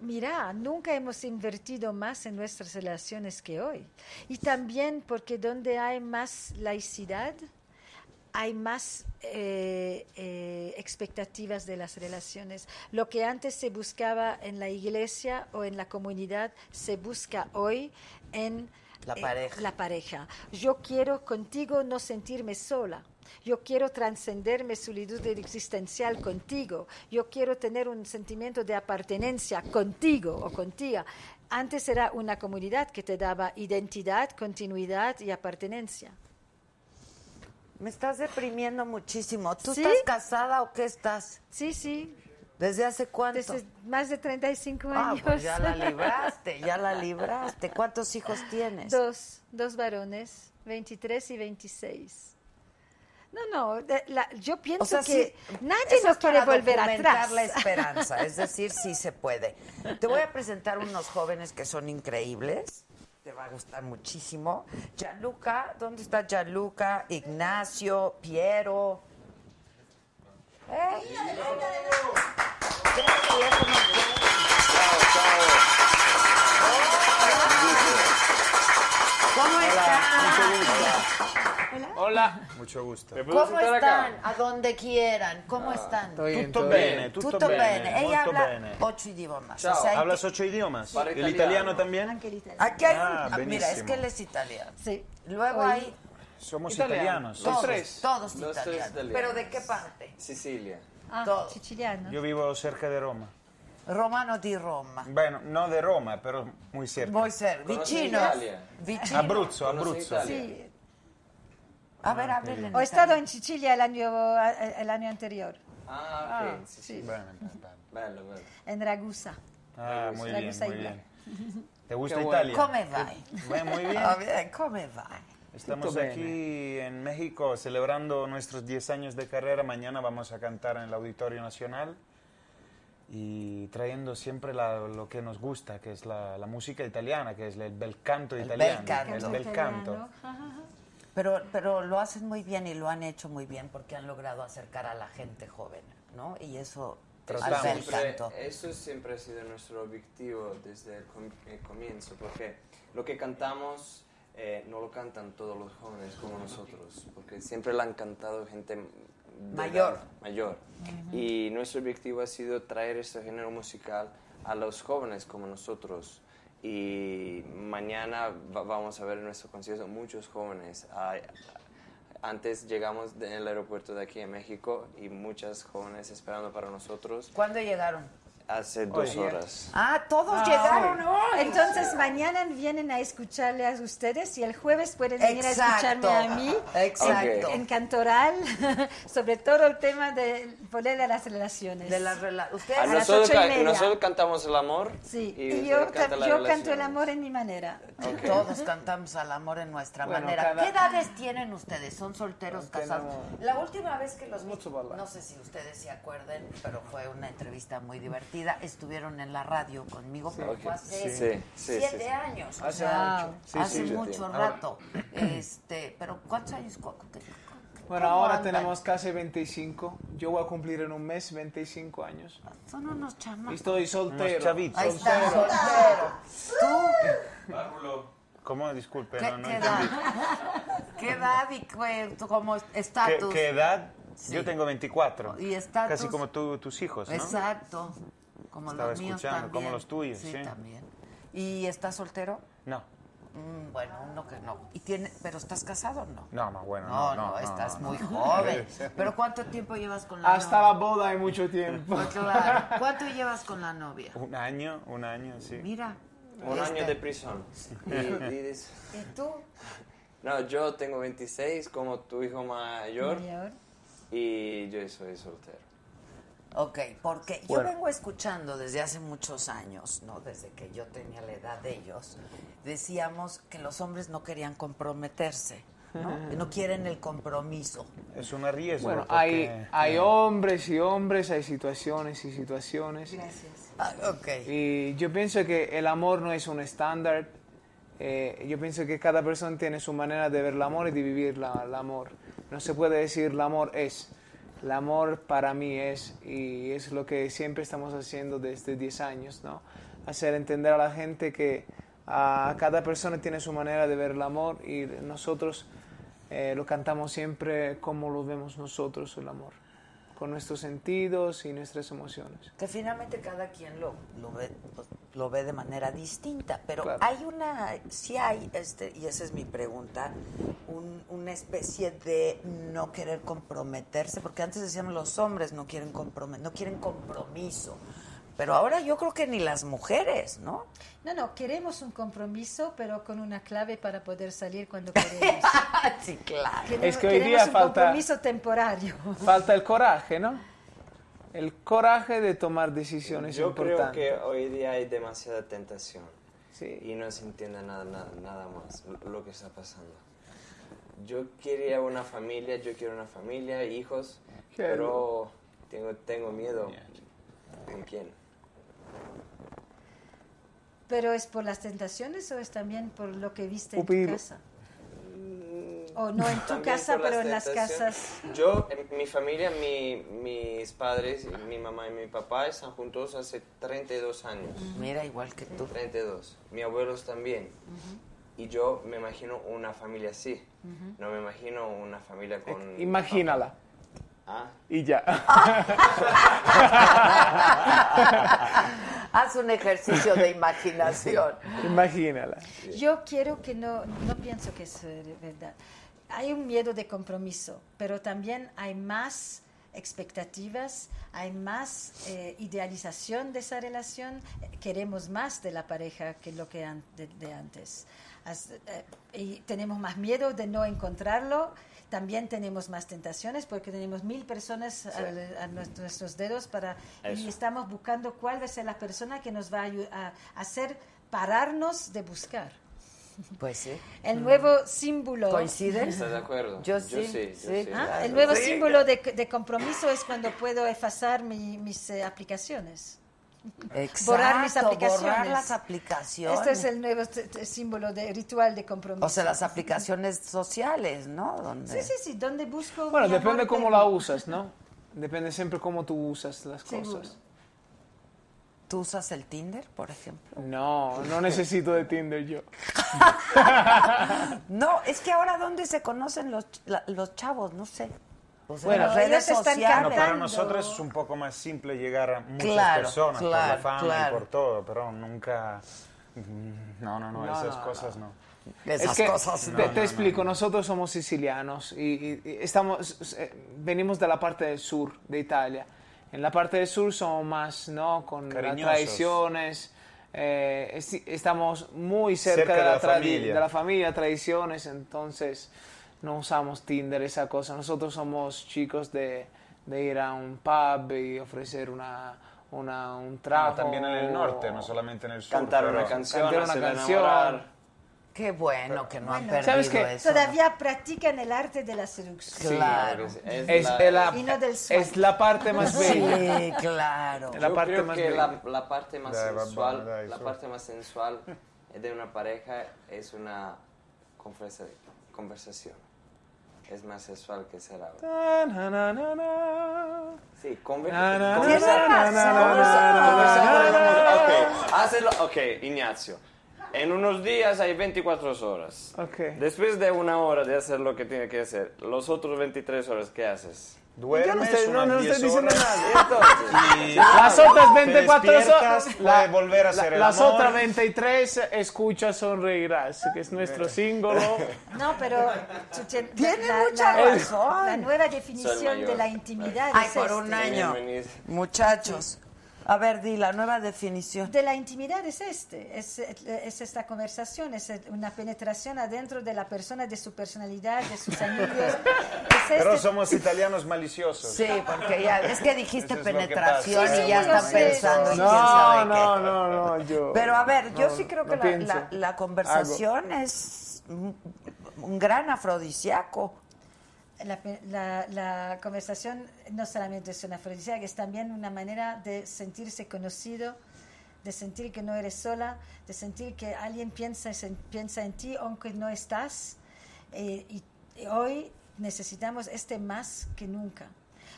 [SPEAKER 5] Mira, nunca hemos invertido más en nuestras relaciones que hoy. Y también porque donde hay más laicidad, hay más eh, eh, expectativas de las relaciones. Lo que antes se buscaba en la iglesia o en la comunidad, se busca hoy en eh,
[SPEAKER 3] La pareja.
[SPEAKER 5] la pareja. Yo quiero contigo no sentirme sola. Yo quiero trascender mi solitud existencial contigo. Yo quiero tener un sentimiento de pertenencia contigo o contigo. Antes era una comunidad que te daba identidad, continuidad y pertenencia.
[SPEAKER 3] Me estás deprimiendo muchísimo. ¿Tú
[SPEAKER 5] ¿Sí?
[SPEAKER 3] estás casada o qué estás?
[SPEAKER 5] Sí, sí,
[SPEAKER 3] ¿Desde hace cuánto?
[SPEAKER 5] desde más de 35
[SPEAKER 3] ah,
[SPEAKER 5] años.
[SPEAKER 3] pues ya la libraste, ya la libraste. ¿Cuántos hijos tienes?
[SPEAKER 5] dos, dos varones. 23 y 26. No, no, de- la- yo pienso
[SPEAKER 3] O sea,
[SPEAKER 5] que
[SPEAKER 3] sí,
[SPEAKER 5] nadie
[SPEAKER 3] eso
[SPEAKER 5] nos
[SPEAKER 3] es
[SPEAKER 5] quiere
[SPEAKER 3] para
[SPEAKER 5] volver
[SPEAKER 3] documentar
[SPEAKER 5] atrás.
[SPEAKER 3] la esperanza, es decir, sí se puede. Te voy a presentar unos jóvenes que son increíbles. Te va a gustar muchísimo. Yaluca, ¿dónde está Yaluca? Ignacio, Piero. ¿Eh? Creo que ya conozco. ¿Cómo están?
[SPEAKER 7] Hola,
[SPEAKER 6] Mucho gusto.
[SPEAKER 7] ¿me puedo
[SPEAKER 3] ¿Cómo
[SPEAKER 7] sentar acá? Ah,
[SPEAKER 3] están? A donde quieran. ¿Cómo están?
[SPEAKER 7] Tutto bene, tutto,
[SPEAKER 3] Tutto
[SPEAKER 7] bene,
[SPEAKER 3] bene. Ella
[SPEAKER 7] molto
[SPEAKER 3] habla
[SPEAKER 7] bene.
[SPEAKER 3] ocho idiomas. O
[SPEAKER 7] Ciao,
[SPEAKER 3] sea, hay
[SPEAKER 7] hablas
[SPEAKER 3] que-
[SPEAKER 7] ocho idiomas.
[SPEAKER 6] Para
[SPEAKER 7] ¿El
[SPEAKER 6] italiano.
[SPEAKER 7] italiano también?
[SPEAKER 5] Angelita.
[SPEAKER 3] Aquí hay
[SPEAKER 7] Ah,
[SPEAKER 3] un- ah, Mira, es
[SPEAKER 7] buenísimo.
[SPEAKER 3] que él es italiano.
[SPEAKER 5] Sí.
[SPEAKER 3] Luego
[SPEAKER 5] Oye,
[SPEAKER 3] hay
[SPEAKER 7] Somos
[SPEAKER 8] Italiano.
[SPEAKER 7] italianos.
[SPEAKER 3] todos,
[SPEAKER 8] tres.
[SPEAKER 3] todos
[SPEAKER 8] Los tres
[SPEAKER 3] italianos.
[SPEAKER 8] italianos.
[SPEAKER 3] ¿Pero de qué parte?
[SPEAKER 8] Sicilia.
[SPEAKER 5] Ah,
[SPEAKER 3] todo.
[SPEAKER 5] chichiliano.
[SPEAKER 7] Yo vivo cerca de Roma.
[SPEAKER 3] Romano di Roma.
[SPEAKER 7] Bueno, no de Roma, pero muy cerca.
[SPEAKER 3] Voy a ser
[SPEAKER 8] Conocí
[SPEAKER 3] vicino.
[SPEAKER 8] Italia.
[SPEAKER 7] Ah,
[SPEAKER 3] Vicino.
[SPEAKER 7] Abruzzo,
[SPEAKER 8] Conocí
[SPEAKER 7] Abruzzo.
[SPEAKER 8] Italia.
[SPEAKER 5] Sí.
[SPEAKER 3] A ver, háblenle.
[SPEAKER 5] Ho estado en Sicilia el año, el año anterior,
[SPEAKER 8] Ah, ok.
[SPEAKER 5] Ah, sì.
[SPEAKER 8] sí, sì.
[SPEAKER 7] Bene, bene, bene.
[SPEAKER 8] Bello, bello.
[SPEAKER 5] en Ragusa.
[SPEAKER 7] Ah, muy
[SPEAKER 5] La
[SPEAKER 7] bien,
[SPEAKER 5] gusta
[SPEAKER 7] muy
[SPEAKER 5] Italia.
[SPEAKER 7] bien. ¿Te gusta
[SPEAKER 8] Qué bueno.
[SPEAKER 7] Italia?
[SPEAKER 3] ¿Cómo va?
[SPEAKER 7] Va muy bien.
[SPEAKER 3] A ver, ¿cómo va?
[SPEAKER 7] Estamos aquí en México celebrando nuestros 10 años de carrera. Mañana vamos a cantar en el Auditorio Nacional y trayendo siempre la- lo que nos gusta, que es la, la música italiana, que es el bel canto italiano.
[SPEAKER 3] bel canto.
[SPEAKER 7] El bel canto.
[SPEAKER 3] Pero, pero lo hacen muy bien y lo han hecho muy bien porque han logrado acercar a la gente joven, ¿no? Y eso al
[SPEAKER 7] Tratamos.
[SPEAKER 3] bel
[SPEAKER 8] Siempre-
[SPEAKER 3] canto.
[SPEAKER 8] eso siempre ha sido nuestro objetivo desde el, com- el comienzo, porque lo que cantamos eh, no lo cantan todos los jóvenes como nosotros, porque siempre lo han cantado gente de
[SPEAKER 3] Mayor.
[SPEAKER 8] edad mayor. Y nuestro objetivo ha sido traer este género musical a los jóvenes como nosotros. Y mañana va- vamos a ver en nuestro concierto muchos jóvenes. Hay- antes llegamos del aeropuerto de aquí en México y muchas jóvenes esperando para nosotros
[SPEAKER 3] ¿Cuándo llegaron?
[SPEAKER 8] hace dos
[SPEAKER 7] Oye.
[SPEAKER 8] horas.
[SPEAKER 3] Ah, todos llegaron hoy.
[SPEAKER 5] Entonces mañana vienen a escucharle a ustedes y el jueves pueden venir a
[SPEAKER 3] Exacto.
[SPEAKER 5] escucharme a mí
[SPEAKER 3] Exacto.
[SPEAKER 5] en, en Cantoral, sobre todo el tema del poder de las relaciones.
[SPEAKER 3] De las rela- ustedes
[SPEAKER 8] Ah,
[SPEAKER 5] A las
[SPEAKER 8] nosotros,
[SPEAKER 5] ocho y
[SPEAKER 8] ca-
[SPEAKER 5] media.
[SPEAKER 8] nosotros cantamos el amor.
[SPEAKER 5] Sí, y,
[SPEAKER 8] usted
[SPEAKER 5] yo,
[SPEAKER 8] canta
[SPEAKER 5] ca-
[SPEAKER 8] las
[SPEAKER 5] yo canto el
[SPEAKER 8] relaciones.
[SPEAKER 5] amor en mi manera.
[SPEAKER 8] Ok.
[SPEAKER 3] Todos cantamos al amor en nuestra
[SPEAKER 8] Bueno,
[SPEAKER 3] manera.
[SPEAKER 8] cada-
[SPEAKER 3] ¿Qué edades tienen ustedes? ¿Son solteros, casados? La última vez que los vi, no sé si ustedes se acuerden, pero fue una entrevista muy divertida. Estuvieron en la radio conmigo, pero
[SPEAKER 8] Ok.
[SPEAKER 3] fue hace
[SPEAKER 8] Sí, sí, sí,
[SPEAKER 3] siete
[SPEAKER 8] sí.
[SPEAKER 3] años.
[SPEAKER 7] Hace
[SPEAKER 3] Wow.
[SPEAKER 7] mucho. Sí,
[SPEAKER 3] Hace
[SPEAKER 7] sí, sí.
[SPEAKER 3] mucho
[SPEAKER 8] Ahora-
[SPEAKER 3] rato. Este, pero ¿cuántos años? cu- cu- cu-
[SPEAKER 9] Bueno,
[SPEAKER 3] cómo
[SPEAKER 9] ahora
[SPEAKER 3] andan?
[SPEAKER 9] tenemos casi 25. Yo voy a cumplir en un mes 25 años.
[SPEAKER 3] Son unos
[SPEAKER 9] Y
[SPEAKER 3] chamacos.
[SPEAKER 9] estoy soltero.
[SPEAKER 7] Unos chavitos.
[SPEAKER 3] Ahí está,
[SPEAKER 9] Soltero.
[SPEAKER 3] soltero. ¿Tú
[SPEAKER 4] Párvulo.
[SPEAKER 7] ¿Cómo? Disculpe,
[SPEAKER 3] qué,
[SPEAKER 7] no, no
[SPEAKER 3] qué edad?
[SPEAKER 7] entendí.
[SPEAKER 3] ¿Qué edad y qué- cómo
[SPEAKER 7] ¿Qué,
[SPEAKER 3] estatus?
[SPEAKER 7] qué edad?
[SPEAKER 3] Sí.
[SPEAKER 7] Yo tengo 24.
[SPEAKER 3] Y estatus.
[SPEAKER 7] Casi como tú- tus hijos, ¿no?
[SPEAKER 3] Exacto. Como
[SPEAKER 7] Estaba
[SPEAKER 3] los míos
[SPEAKER 7] escuchando,
[SPEAKER 3] también.
[SPEAKER 7] como los tuyos, sí.
[SPEAKER 3] también. ¿Y estás soltero?
[SPEAKER 7] No,
[SPEAKER 3] Mm, bueno, uno que no. ¿Y tiene, pero estás casado o no?
[SPEAKER 7] no, no, bueno,
[SPEAKER 3] No,
[SPEAKER 7] no.
[SPEAKER 3] no, estás
[SPEAKER 7] no, no.
[SPEAKER 3] muy joven. ¿Pero cuánto tiempo llevas con la
[SPEAKER 9] Hasta la
[SPEAKER 3] novia?
[SPEAKER 9] boda hay mucho tiempo.
[SPEAKER 3] Pues claro. ¿Cuánto llevas con la novia?
[SPEAKER 7] Un año, un año, sí.
[SPEAKER 3] Mira.
[SPEAKER 8] Un
[SPEAKER 3] este,
[SPEAKER 8] año de prisión. Y, y dices-
[SPEAKER 3] ¿Y tú?
[SPEAKER 8] no, yo tengo 26 como tu hijo mayor
[SPEAKER 5] Mayor.
[SPEAKER 8] y yo soy soltero.
[SPEAKER 3] Ok, porque yo vengo escuchando desde hace muchos años, ¿no? Desde que yo tenía la edad de ellos, decíamos que los hombres no querían comprometerse, ¿no? Que no quieren el compromiso.
[SPEAKER 7] Es un riesgo.
[SPEAKER 9] Bueno,
[SPEAKER 7] porque-
[SPEAKER 9] hay, hay hombres y hombres, hay situaciones y situaciones.
[SPEAKER 3] Ah, ok.
[SPEAKER 9] Y yo pienso que el amor no es un estándar. Eh, yo pienso que cada persona tiene su manera de ver el amor y de vivir la- el amor. No se puede decir el amor es. El amor para mí es, y es lo que siempre estamos haciendo desde 10 años, ¿no? Hacer entender a la gente que ah, cada persona tiene su manera de ver el amor y nosotros eh, lo cantamos siempre como lo vemos nosotros el amor, con nuestros sentidos y nuestras emociones.
[SPEAKER 3] Que finalmente cada quien lo, lo ve pues, lo ve de manera distinta, pero
[SPEAKER 9] Claro.
[SPEAKER 3] hay una, sí hay, este, y esa es mi pregunta, un- una especie de no querer comprometerse, porque antes decíamos los hombres no quieren compromet- no quieren compromiso, pero ahora yo creo que ni las mujeres, ¿no?
[SPEAKER 5] No, no, queremos un compromiso, pero con una clave para poder salir cuando queremos.
[SPEAKER 3] sí, claro.
[SPEAKER 5] Queremos-
[SPEAKER 9] Es que hoy
[SPEAKER 5] queremos
[SPEAKER 9] día
[SPEAKER 5] un
[SPEAKER 9] falta-
[SPEAKER 5] compromiso temporario.
[SPEAKER 9] Falta el coraje, ¿no? El coraje de tomar decisiones
[SPEAKER 8] Yo creo
[SPEAKER 9] importantes.
[SPEAKER 8] que hoy día hay demasiada tentación
[SPEAKER 9] Sí.
[SPEAKER 8] y no se entiende nada, nada, nada más lo que está pasando. yo quería una familia, yo quiero una familia, hijos,
[SPEAKER 9] Qué
[SPEAKER 8] pero tengo, tengo miedo. ¿Con quién?
[SPEAKER 5] ¿Pero es por las tentaciones o es también por lo que viste en
[SPEAKER 9] Upi.
[SPEAKER 5] tu casa? O no en tu
[SPEAKER 8] También
[SPEAKER 5] casa,
[SPEAKER 8] por
[SPEAKER 5] pero en las
[SPEAKER 8] tentaciones.
[SPEAKER 5] casas.
[SPEAKER 8] Yo, en mi familia, mi- mis padres, mi mamá y mi papá están juntos hace 32 años.
[SPEAKER 3] Mira, igual que tú.
[SPEAKER 8] 32. Mi abuelos también. Y yo me imagino una familia así. No me imagino una familia con...
[SPEAKER 9] Imagínala.
[SPEAKER 8] Ah,
[SPEAKER 9] Y ya.
[SPEAKER 3] Haz un ejercicio de imaginación.
[SPEAKER 9] Imagínala.
[SPEAKER 5] Yo quiero que no, no pienso que es eh, verdad. Hay un miedo de compromiso, pero también hay más expectativas, hay más eh, idealización de esa relación, eh, queremos más de la pareja que lo que an- de, de antes. As- eh, y tenemos más miedo de no encontrarlo, también tenemos más tentaciones porque tenemos mil personas al- a nues- nuestros dedos para y
[SPEAKER 8] Eso.
[SPEAKER 5] estamos buscando cuál va a ser la persona que nos va a, ayu- a hacer pararnos de buscar.
[SPEAKER 3] Pues sí.
[SPEAKER 5] El nuevo símbolo.
[SPEAKER 3] ¿Coincides?
[SPEAKER 8] ¿estás de acuerdo?
[SPEAKER 3] Yo sí,
[SPEAKER 8] sí, yo
[SPEAKER 3] sí.
[SPEAKER 8] sí.
[SPEAKER 5] Ah, El nuevo símbolo de, de compromiso es cuando puedo efazar mi- mis eh, aplicaciones.
[SPEAKER 3] Exacto,
[SPEAKER 5] Borrar mis aplicaciones.
[SPEAKER 3] Borrar las aplicaciones.
[SPEAKER 5] Este es el nuevo t- t- símbolo de ritual de compromiso.
[SPEAKER 3] O sea, las eh. aplicaciones sociales, ¿no? Donde-
[SPEAKER 5] Sí, sí, sí. ¿Dónde busco?
[SPEAKER 9] Bueno,
[SPEAKER 5] mi amor
[SPEAKER 9] depende cómo
[SPEAKER 5] eterno?
[SPEAKER 9] la usas, ¿no? Depende siempre cómo tú usas las
[SPEAKER 5] Seguro.
[SPEAKER 9] cosas.
[SPEAKER 3] ¿Tú usas el Tinder, por ejemplo?
[SPEAKER 9] No, no necesito de Tinder yo.
[SPEAKER 3] No, es que ahora ¿dónde se conocen los, ch- la- los chavos? No sé. Pues en
[SPEAKER 9] Bueno,
[SPEAKER 3] las
[SPEAKER 5] ellos
[SPEAKER 3] redes
[SPEAKER 5] están
[SPEAKER 7] Bueno,
[SPEAKER 3] sociales.
[SPEAKER 5] cantando.
[SPEAKER 7] para nosotros es un poco más simple llegar a muchas
[SPEAKER 3] Claro,
[SPEAKER 7] personas por la
[SPEAKER 3] claro,
[SPEAKER 7] fama
[SPEAKER 3] claro.
[SPEAKER 7] y por todo, pero nunca... mm, No, no, no,
[SPEAKER 9] No,
[SPEAKER 7] esas
[SPEAKER 9] no,
[SPEAKER 7] cosas no.
[SPEAKER 3] Esas
[SPEAKER 9] es que
[SPEAKER 3] cosas.
[SPEAKER 9] te,
[SPEAKER 3] ¿no?
[SPEAKER 9] te explico, nosotros somos sicilianos y, y- y estamos, eh, venimos de la parte del sur de Italia. En la parte del sur somos más, ¿no? Con las
[SPEAKER 7] Cariñosos.
[SPEAKER 9] tradiciones, eh, es- estamos muy cerca,
[SPEAKER 7] Cerca
[SPEAKER 9] de,
[SPEAKER 7] de
[SPEAKER 9] la
[SPEAKER 7] la
[SPEAKER 9] tradi-
[SPEAKER 7] familia.
[SPEAKER 9] de la familia, tradiciones, entonces no usamos Tinder, esa cosa. Nosotros somos chicos de, de ir a un pub y ofrecer una, una- un trago.
[SPEAKER 7] Ah, también en el norte, no solamente en el sur.
[SPEAKER 8] Cantar
[SPEAKER 7] pero-
[SPEAKER 8] una canción,
[SPEAKER 9] Cantar una
[SPEAKER 8] hacer
[SPEAKER 9] canción.
[SPEAKER 8] enamorar.
[SPEAKER 3] Qué bueno que no han
[SPEAKER 5] Bueno,
[SPEAKER 3] perdido
[SPEAKER 9] ¿sabes qué?
[SPEAKER 3] eso.
[SPEAKER 5] Todavía practican el arte de la seducción.
[SPEAKER 3] Claro.
[SPEAKER 8] Es,
[SPEAKER 9] Es,
[SPEAKER 8] la-
[SPEAKER 9] es la,
[SPEAKER 5] Y no del
[SPEAKER 9] es la parte más bella.
[SPEAKER 3] Sí, claro.
[SPEAKER 9] La
[SPEAKER 8] Yo
[SPEAKER 9] parte
[SPEAKER 8] creo
[SPEAKER 9] más
[SPEAKER 8] que
[SPEAKER 9] bella.
[SPEAKER 8] la, la parte más
[SPEAKER 7] La- la-
[SPEAKER 8] sensual,
[SPEAKER 7] la-
[SPEAKER 8] la,
[SPEAKER 7] eso.
[SPEAKER 8] parte más sensual de una pareja es una conversa- conversación. Es más sensual que ser ahora. Sí,
[SPEAKER 9] Na, na,
[SPEAKER 8] conversación.
[SPEAKER 9] na, na, na, na, na, na, na, na.
[SPEAKER 8] Ok, hazlo. Ok, Ignacio. En unos días hay 24 horas.
[SPEAKER 9] Ok.
[SPEAKER 8] Después de una hora de hacer lo que tiene que hacer, los otros 23 horas, ¿qué haces?
[SPEAKER 7] Duermes
[SPEAKER 9] Yo no estoy- no,
[SPEAKER 7] unas
[SPEAKER 9] no estoy
[SPEAKER 7] 10
[SPEAKER 9] diciendo
[SPEAKER 7] horas
[SPEAKER 9] nada.
[SPEAKER 8] Ah,
[SPEAKER 9] Este
[SPEAKER 8] Entonces,
[SPEAKER 9] Las otras 24
[SPEAKER 7] te
[SPEAKER 9] horas.
[SPEAKER 7] despiertas, puedes volver a hacer el
[SPEAKER 9] Las
[SPEAKER 7] amor.
[SPEAKER 9] otras 23 escucha Sonreirás, que es nuestro símbolo.
[SPEAKER 5] No, pero su-
[SPEAKER 3] Tiene mucha razón.
[SPEAKER 5] La nueva
[SPEAKER 8] Soy
[SPEAKER 5] definición
[SPEAKER 8] mayor.
[SPEAKER 5] de la intimidad
[SPEAKER 3] Ay,
[SPEAKER 5] es
[SPEAKER 3] por
[SPEAKER 5] este.
[SPEAKER 3] un año.
[SPEAKER 8] Bienvenido.
[SPEAKER 3] Muchachos. A ver, di la nueva definición.
[SPEAKER 5] de la intimidad es este, es, es esta conversación, es una penetración adentro de la persona, de su personalidad, de sus anillos. Es
[SPEAKER 7] Pero
[SPEAKER 5] este-
[SPEAKER 7] somos italianos maliciosos.
[SPEAKER 3] Sí, porque ya, es que dijiste
[SPEAKER 7] Eso es lo que
[SPEAKER 3] penetración
[SPEAKER 5] pasa.
[SPEAKER 3] y ya
[SPEAKER 5] Sí, sí,
[SPEAKER 3] están
[SPEAKER 5] yo sé.
[SPEAKER 3] pensando en quién
[SPEAKER 9] No,
[SPEAKER 3] sabe
[SPEAKER 9] no,
[SPEAKER 3] qué.
[SPEAKER 9] no, no, yo.
[SPEAKER 3] Pero a ver, yo
[SPEAKER 9] no,
[SPEAKER 3] sí creo
[SPEAKER 9] no
[SPEAKER 3] que la-
[SPEAKER 9] pienso.
[SPEAKER 3] la, la conversación es un, un gran afrodisíaco.
[SPEAKER 5] la, pe- la- la conversación no solamente es una felicidad, es también una manera de sentirse conocido, de sentir que no eres sola, de sentir que alguien piensa, en- piensa en ti aunque no estás. Eh, y, y hoy necesitamos este más que nunca,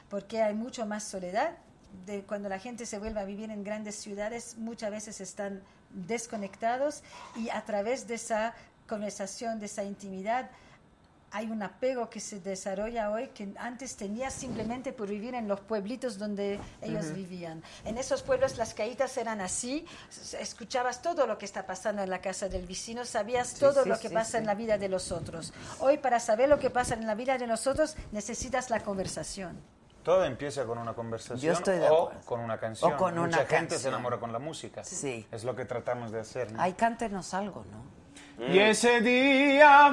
[SPEAKER 5] porque hay mucho más soledad. De cuando la gente se vuelve a vivir en grandes ciudades, muchas veces están desconectados y a través de esa conversación, de esa intimidad, hay un apego que se desarrolla hoy que antes tenía simplemente por vivir en los pueblitos donde ellos vivían. En esos pueblos las caídas eran así, s- escuchabas todo lo que está pasando en la casa del vecino, sabías todo
[SPEAKER 3] sí,
[SPEAKER 5] lo que
[SPEAKER 3] sí,
[SPEAKER 5] pasa en la vida de los otros. Hoy para saber lo que pasa en la vida de los otros necesitas la conversación.
[SPEAKER 7] Todo empieza con una conversación
[SPEAKER 3] Yo estoy de
[SPEAKER 7] o
[SPEAKER 3] acuerdo.
[SPEAKER 7] con una canción.
[SPEAKER 3] O con
[SPEAKER 7] Mucha
[SPEAKER 3] una
[SPEAKER 7] gente
[SPEAKER 3] canción.
[SPEAKER 7] se enamora con la música.
[SPEAKER 3] Sí.
[SPEAKER 7] Es lo que tratamos de hacer. ¿no?
[SPEAKER 3] Ay, cántenos algo, ¿no?
[SPEAKER 9] Y ese Este día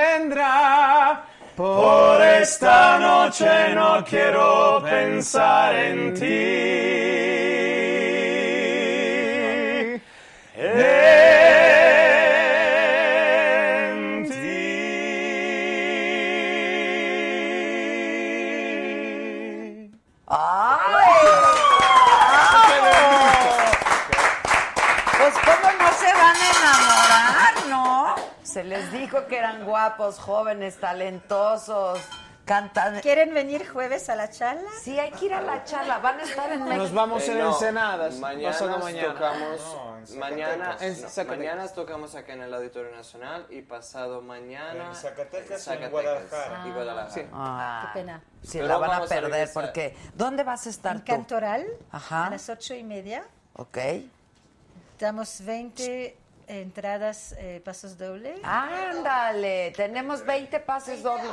[SPEAKER 9] vendrá. Por esta noche no quiero pensar en ti. En ti.
[SPEAKER 3] Pues cómo no se van a enamorar, ¿no? Se les dijo que eran guapos, jóvenes, talentosos, cantan.
[SPEAKER 5] ¿Quieren venir jueves a la charla?
[SPEAKER 3] Sí, hay que ir a la charla. Van a estar en
[SPEAKER 9] Nos
[SPEAKER 3] México.
[SPEAKER 9] vamos
[SPEAKER 8] Eh,
[SPEAKER 9] en
[SPEAKER 8] no,
[SPEAKER 9] Ensenadas. Pasado
[SPEAKER 8] Mañana
[SPEAKER 9] mañana.
[SPEAKER 8] tocamos.
[SPEAKER 7] No, en Zacatecas.
[SPEAKER 8] mañana,
[SPEAKER 9] En
[SPEAKER 8] no,
[SPEAKER 9] Zacatecas.
[SPEAKER 8] mañana tocamos acá en el Auditorio Nacional y pasado mañana.
[SPEAKER 7] En Zacatecas y en
[SPEAKER 8] Zacatecas
[SPEAKER 7] Guadalajara.
[SPEAKER 8] y Guadalajara.
[SPEAKER 9] Sí.
[SPEAKER 3] Ah,
[SPEAKER 5] Qué pena.
[SPEAKER 3] Se
[SPEAKER 8] Pero
[SPEAKER 3] la van a
[SPEAKER 8] vamos a
[SPEAKER 3] perder
[SPEAKER 8] regresar.
[SPEAKER 3] porque ¿dónde vas a estar
[SPEAKER 5] En
[SPEAKER 3] tú?
[SPEAKER 5] Cantoral,
[SPEAKER 3] Ajá.
[SPEAKER 5] a las ocho y media,
[SPEAKER 3] Ok.
[SPEAKER 5] damos 20 entradas, eh, pasos doble.
[SPEAKER 3] Ándale, tenemos 20 pases dobles.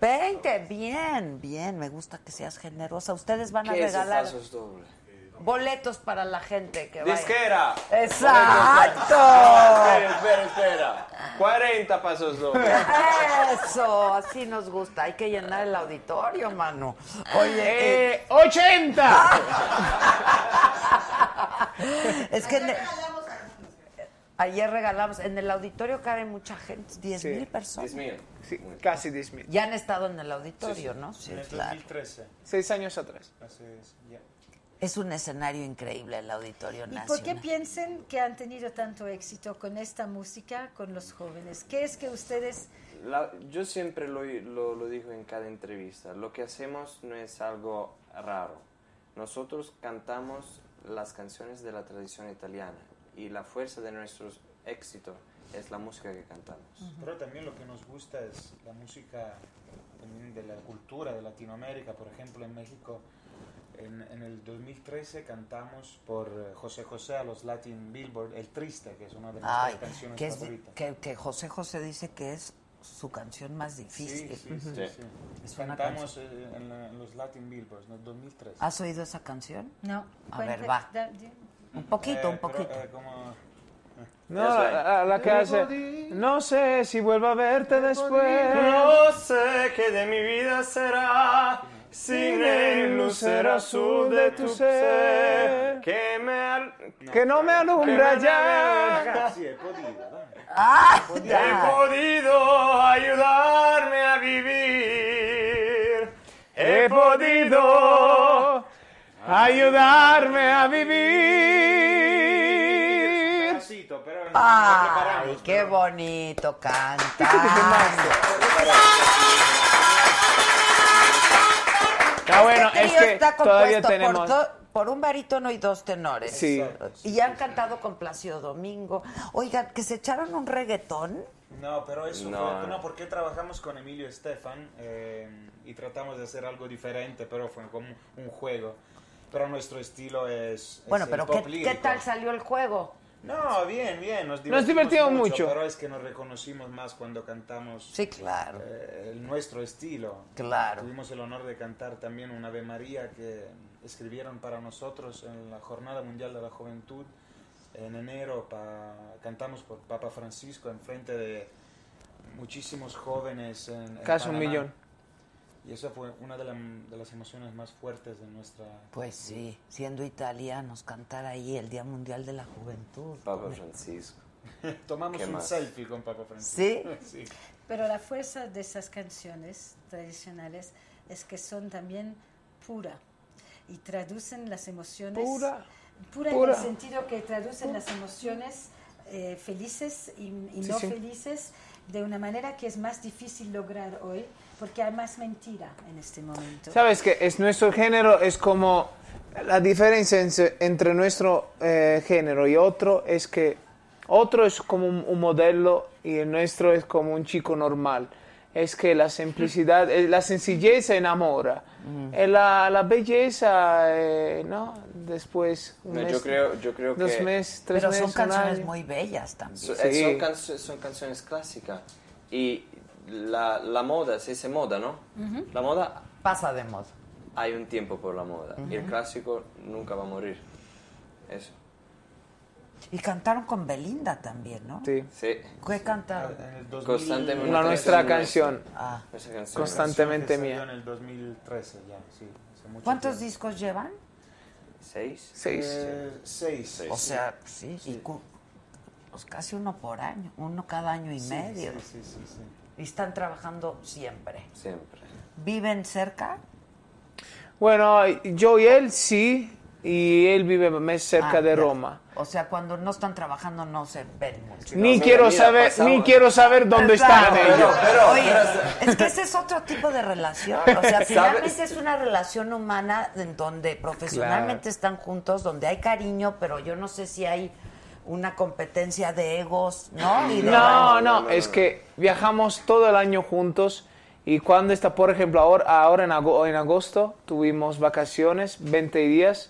[SPEAKER 3] 20, bien, bien, me gusta que seas generosa. Ustedes van a
[SPEAKER 8] ¿Qué es el
[SPEAKER 3] Ah, regalar
[SPEAKER 8] paso es doble?
[SPEAKER 3] boletos para la gente que va.
[SPEAKER 8] ¡Disquera!
[SPEAKER 3] Exacto.
[SPEAKER 8] Espera, espera, espera. 40 pasos dobles.
[SPEAKER 3] Eso, así nos gusta. Hay que llenar el auditorio, mano. Oye, eh,
[SPEAKER 9] Eh, ¡80!
[SPEAKER 3] es que en el- ayer regalamos en el auditorio cabe mucha gente, 10
[SPEAKER 9] Sí,
[SPEAKER 3] mil personas.
[SPEAKER 8] 10.000.
[SPEAKER 9] Sí, casi 10.000.
[SPEAKER 3] Ya han estado en el auditorio, ¿no? Sí,
[SPEAKER 7] En el
[SPEAKER 3] claro.
[SPEAKER 7] 2013.
[SPEAKER 9] Seis años atrás.
[SPEAKER 7] Así es, ya.
[SPEAKER 3] Es un escenario increíble el auditorio
[SPEAKER 5] ¿Y
[SPEAKER 3] nacional.
[SPEAKER 5] por qué piensen que han tenido tanto éxito con esta música, con los jóvenes? ¿Qué es que ustedes...
[SPEAKER 8] La- yo siempre lo, lo, lo digo en cada entrevista, lo que hacemos no es algo raro. Nosotros cantamos las canciones de la tradición italiana y la fuerza de nuestro éxito es la música que cantamos.
[SPEAKER 7] Pero también lo que nos gusta es la música también de la cultura de Latinoamérica. Por ejemplo, en México, en, en el 2013 cantamos por eh, José José a los Latin Billboard, El Triste, que es una de nuestras
[SPEAKER 3] Ay,
[SPEAKER 7] canciones
[SPEAKER 3] que, es-
[SPEAKER 7] favoritas.
[SPEAKER 3] que- que José José dice que es su canción más
[SPEAKER 7] Sí,
[SPEAKER 3] difícil.
[SPEAKER 7] sí, sí,
[SPEAKER 3] Ujú.
[SPEAKER 7] sí.
[SPEAKER 3] Es una
[SPEAKER 7] Cantamos eh, en, la- en los Latin Billboards, en el 2013.
[SPEAKER 3] ¿Has oído esa canción?
[SPEAKER 5] No.
[SPEAKER 3] A
[SPEAKER 5] cuenta-
[SPEAKER 3] ver, va.
[SPEAKER 5] da- di-
[SPEAKER 3] Un
[SPEAKER 7] Eh,
[SPEAKER 3] poquito, un
[SPEAKER 7] pero,
[SPEAKER 3] poquito.
[SPEAKER 7] eh, como-
[SPEAKER 9] No,
[SPEAKER 8] That's
[SPEAKER 9] la,
[SPEAKER 8] right.
[SPEAKER 9] la- la que hace. No sé si vuelvo a verte después.
[SPEAKER 8] No sé qué de mi vida será sin el lucero azul de tu ser que me al-
[SPEAKER 9] Que no me alumbra ya.
[SPEAKER 7] Casi he podido, ¿no?
[SPEAKER 3] ¡Ah!
[SPEAKER 8] he podido ayudarme a vivir.
[SPEAKER 9] He podido ayudarme a vivir.
[SPEAKER 7] Despacito, pero nos
[SPEAKER 3] ¡Ay,
[SPEAKER 7] preparamos,
[SPEAKER 3] qué
[SPEAKER 7] pero-
[SPEAKER 3] bonito canta!
[SPEAKER 9] Está bueno,
[SPEAKER 3] Este
[SPEAKER 9] es
[SPEAKER 3] trío
[SPEAKER 9] que
[SPEAKER 3] está
[SPEAKER 9] todavía
[SPEAKER 3] compuesto por,
[SPEAKER 9] tenemos.
[SPEAKER 3] do- por un barítono y dos tenores.
[SPEAKER 9] Sí.
[SPEAKER 3] Y han cantado con Placio Domingo. Oigan, que se echaron un reggaetón.
[SPEAKER 7] No, pero eso
[SPEAKER 8] No,
[SPEAKER 7] fue-
[SPEAKER 8] no.
[SPEAKER 7] no, porque trabajamos con Emilio Estefan eh, y tratamos de hacer algo diferente, pero fue como un juego. Pero nuestro estilo es, es
[SPEAKER 3] Bueno,
[SPEAKER 7] el
[SPEAKER 3] pero ¿qué,
[SPEAKER 7] pop
[SPEAKER 3] qué
[SPEAKER 7] lírico.
[SPEAKER 3] tal salió el juego?
[SPEAKER 7] No, bien, bien, nos divertimos,
[SPEAKER 9] Nos divertimos mucho.
[SPEAKER 7] pero es que nos reconocimos más cuando cantamos
[SPEAKER 3] Sí, claro.
[SPEAKER 7] eh, el nuestro estilo.
[SPEAKER 3] Claro.
[SPEAKER 7] Tuvimos el honor de cantar también un Ave María que escribieron para nosotros en la Jornada Mundial de la Juventud en enero. pa- cantamos por Papa Francisco en frente de muchísimos jóvenes en, en
[SPEAKER 9] Casi un
[SPEAKER 7] Panamá.
[SPEAKER 9] millón.
[SPEAKER 7] Y esa fue una de, la- de las emociones más fuertes de nuestra...
[SPEAKER 3] Pues sí, siendo italianos, cantar ahí el Día Mundial de la Juventud.
[SPEAKER 8] Papa Francisco.
[SPEAKER 7] Tomamos
[SPEAKER 8] ¿Qué
[SPEAKER 7] un
[SPEAKER 8] más?
[SPEAKER 7] selfie con Papa Francisco.
[SPEAKER 3] ¿Sí?
[SPEAKER 7] Sí.
[SPEAKER 5] Pero la fuerza de esas canciones tradicionales es que son también pura y traducen las emociones.
[SPEAKER 9] Pura.
[SPEAKER 5] Pura,
[SPEAKER 9] Pura.
[SPEAKER 5] en el sentido que traducen las emociones eh, felices y, y
[SPEAKER 9] Sí,
[SPEAKER 5] no
[SPEAKER 9] sí.
[SPEAKER 5] felices de una manera que es más difícil lograr hoy porque hay más mentira en este momento.
[SPEAKER 9] Sabes que es nuestro género es como la diferencia en- entre nuestro eh, género y otro es que otro es como un, un modelo y el nuestro es como un chico normal. Es que la simplicidad, eh, la sencillez enamora,
[SPEAKER 3] Mm.
[SPEAKER 9] Eh, la, la belleza, eh, ¿no? Después un
[SPEAKER 8] No,
[SPEAKER 9] mes,
[SPEAKER 8] yo creo- yo creo
[SPEAKER 9] dos
[SPEAKER 8] que-
[SPEAKER 9] meses, tres
[SPEAKER 3] Pero
[SPEAKER 9] meses,
[SPEAKER 3] son
[SPEAKER 9] un
[SPEAKER 3] canciones
[SPEAKER 9] año.
[SPEAKER 3] muy bellas también.
[SPEAKER 8] So-
[SPEAKER 9] Sí.
[SPEAKER 8] eh, son, cancio- son canciones clásicas y la, la moda, se dice moda, ¿no? La moda,
[SPEAKER 3] Pasa de moda.
[SPEAKER 8] hay un tiempo por la moda y el clásico nunca va a morir. Eso.
[SPEAKER 3] Y cantaron con Belinda también, ¿no?
[SPEAKER 9] Sí.
[SPEAKER 8] Sí.
[SPEAKER 3] ¿Qué cantaron?
[SPEAKER 7] En el 2000
[SPEAKER 8] Constantemente.
[SPEAKER 9] Una nuestra canción
[SPEAKER 3] Ah.
[SPEAKER 8] Nuestra canción.
[SPEAKER 9] constantemente
[SPEAKER 7] salió
[SPEAKER 9] mía.
[SPEAKER 7] En el 2013 ya, sí. hace mucho
[SPEAKER 3] ¿Cuántos
[SPEAKER 7] tiempo.
[SPEAKER 3] discos llevan?
[SPEAKER 8] ¿Seis?
[SPEAKER 9] Seis.
[SPEAKER 7] Eh, seis.
[SPEAKER 3] O sea, sí, y cu- pues casi uno por año, uno cada año y medio.
[SPEAKER 7] Sí, sí, sí.
[SPEAKER 3] Y están trabajando siempre.
[SPEAKER 8] Siempre.
[SPEAKER 3] ¿Viven cerca?
[SPEAKER 9] Bueno, yo y él sí, y él vive más cerca
[SPEAKER 3] Ah,
[SPEAKER 9] de
[SPEAKER 3] ya.
[SPEAKER 9] Roma.
[SPEAKER 3] O sea, cuando no están trabajando no se ven mucho.
[SPEAKER 9] Ni
[SPEAKER 8] no,
[SPEAKER 9] quiero
[SPEAKER 8] mira,
[SPEAKER 9] saber,
[SPEAKER 8] pasamos.
[SPEAKER 9] ni quiero saber dónde
[SPEAKER 3] Claro,
[SPEAKER 9] están ellos.
[SPEAKER 3] Oye, es que ese es otro tipo de relación. O sea, finalmente es una relación humana en donde profesionalmente
[SPEAKER 9] Claro.
[SPEAKER 3] están juntos, donde hay cariño, pero yo no sé si hay una competencia de egos, ¿no? Y de-
[SPEAKER 9] No, no, es que viajamos todo el año juntos y cuando está, por ejemplo, ahora, ahora en, ago- en agosto tuvimos vacaciones, 20 días,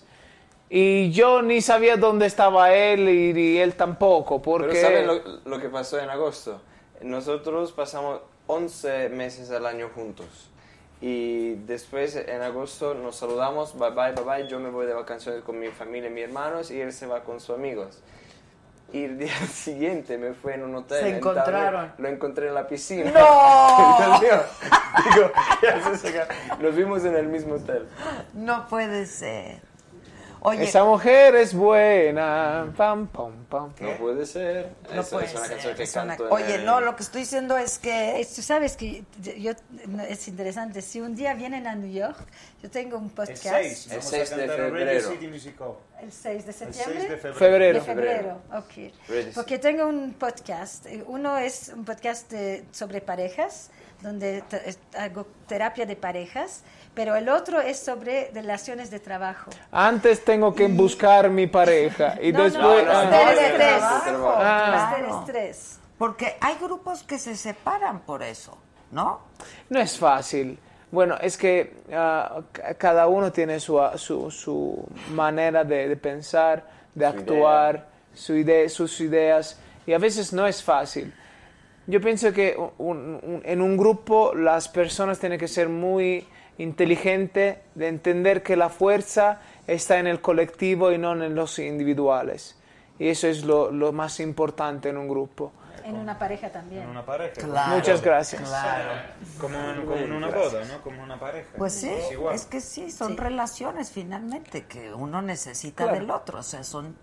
[SPEAKER 9] y yo ni sabía dónde estaba él y, y él tampoco, porque...
[SPEAKER 8] Pero ¿saben lo, lo que pasó en agosto? Nosotros pasamos 11 meses al año juntos. Y después en agosto nos saludamos, bye bye, bye bye. Yo me voy de vacaciones con mi familia y mis hermanos y él se va con sus amigos. Y el día siguiente me fue en un hotel.
[SPEAKER 3] Se
[SPEAKER 8] en
[SPEAKER 3] encontraron.
[SPEAKER 8] Lo encontré en la piscina.
[SPEAKER 3] ¡No!
[SPEAKER 8] Dios mío. Digo, ¿qué haces acá? Nos vimos en el mismo hotel.
[SPEAKER 3] No puede ser. Oye,
[SPEAKER 9] Esa mujer es buena. Pam, pam, pam.
[SPEAKER 8] No puede ser.
[SPEAKER 3] Eh, no
[SPEAKER 8] Esa
[SPEAKER 3] puede
[SPEAKER 8] es una
[SPEAKER 3] ser,
[SPEAKER 8] canción que
[SPEAKER 3] es una-
[SPEAKER 8] canto en
[SPEAKER 3] Oye,
[SPEAKER 8] el-
[SPEAKER 3] no, lo que estoy diciendo es que
[SPEAKER 5] Eh, Tú sabes que yo, yo- no, es interesante. Si un día vienen a New York, yo tengo un
[SPEAKER 7] El
[SPEAKER 5] podcast
[SPEAKER 7] 6.
[SPEAKER 8] El
[SPEAKER 7] vamos a
[SPEAKER 8] 6 de
[SPEAKER 7] cantar en Radio
[SPEAKER 8] febrero.
[SPEAKER 7] City Music Hall.
[SPEAKER 5] el 6 de
[SPEAKER 7] El
[SPEAKER 5] septiembre.
[SPEAKER 7] 6 de febrero.
[SPEAKER 9] Febrero.
[SPEAKER 5] De febrero, ok.
[SPEAKER 8] Ready.
[SPEAKER 5] Porque tengo un podcast. Eh, Uno es un podcast de- sobre parejas, donde te- eh, hago terapia de parejas, pero el otro es sobre relaciones de trabajo.
[SPEAKER 9] Antes tengo que buscar mi pareja. Y
[SPEAKER 5] No, no,
[SPEAKER 9] después.
[SPEAKER 8] no,
[SPEAKER 9] ah,
[SPEAKER 8] no,
[SPEAKER 5] ustedes
[SPEAKER 8] no,
[SPEAKER 5] tres.
[SPEAKER 8] no, no, no.
[SPEAKER 9] Ah.
[SPEAKER 5] Ustedes tres.
[SPEAKER 3] porque hay grupos que se separan por eso, ¿no?
[SPEAKER 9] no es fácil. Bueno, es que ah, ca- cada uno tiene su, ah, su, su manera de, de pensar, de actuar, su ide- sus ideas. Y a veces no es fácil. Yo pienso que un- un- en un grupo las personas tienen que ser muy inteligentes de entender que la fuerza está en el colectivo y no en los individuales. Y eso es lo, lo más importante en un grupo.
[SPEAKER 5] En una pareja también.
[SPEAKER 7] En una pareja.
[SPEAKER 3] Claro.
[SPEAKER 9] Muchas gracias.
[SPEAKER 3] Claro.
[SPEAKER 7] Como, en- como en una boda, ¿no? Como una pareja.
[SPEAKER 3] Pues sí,
[SPEAKER 7] Es igual.
[SPEAKER 3] es que sí, son relaciones finalmente que uno necesita del otro, o sea, son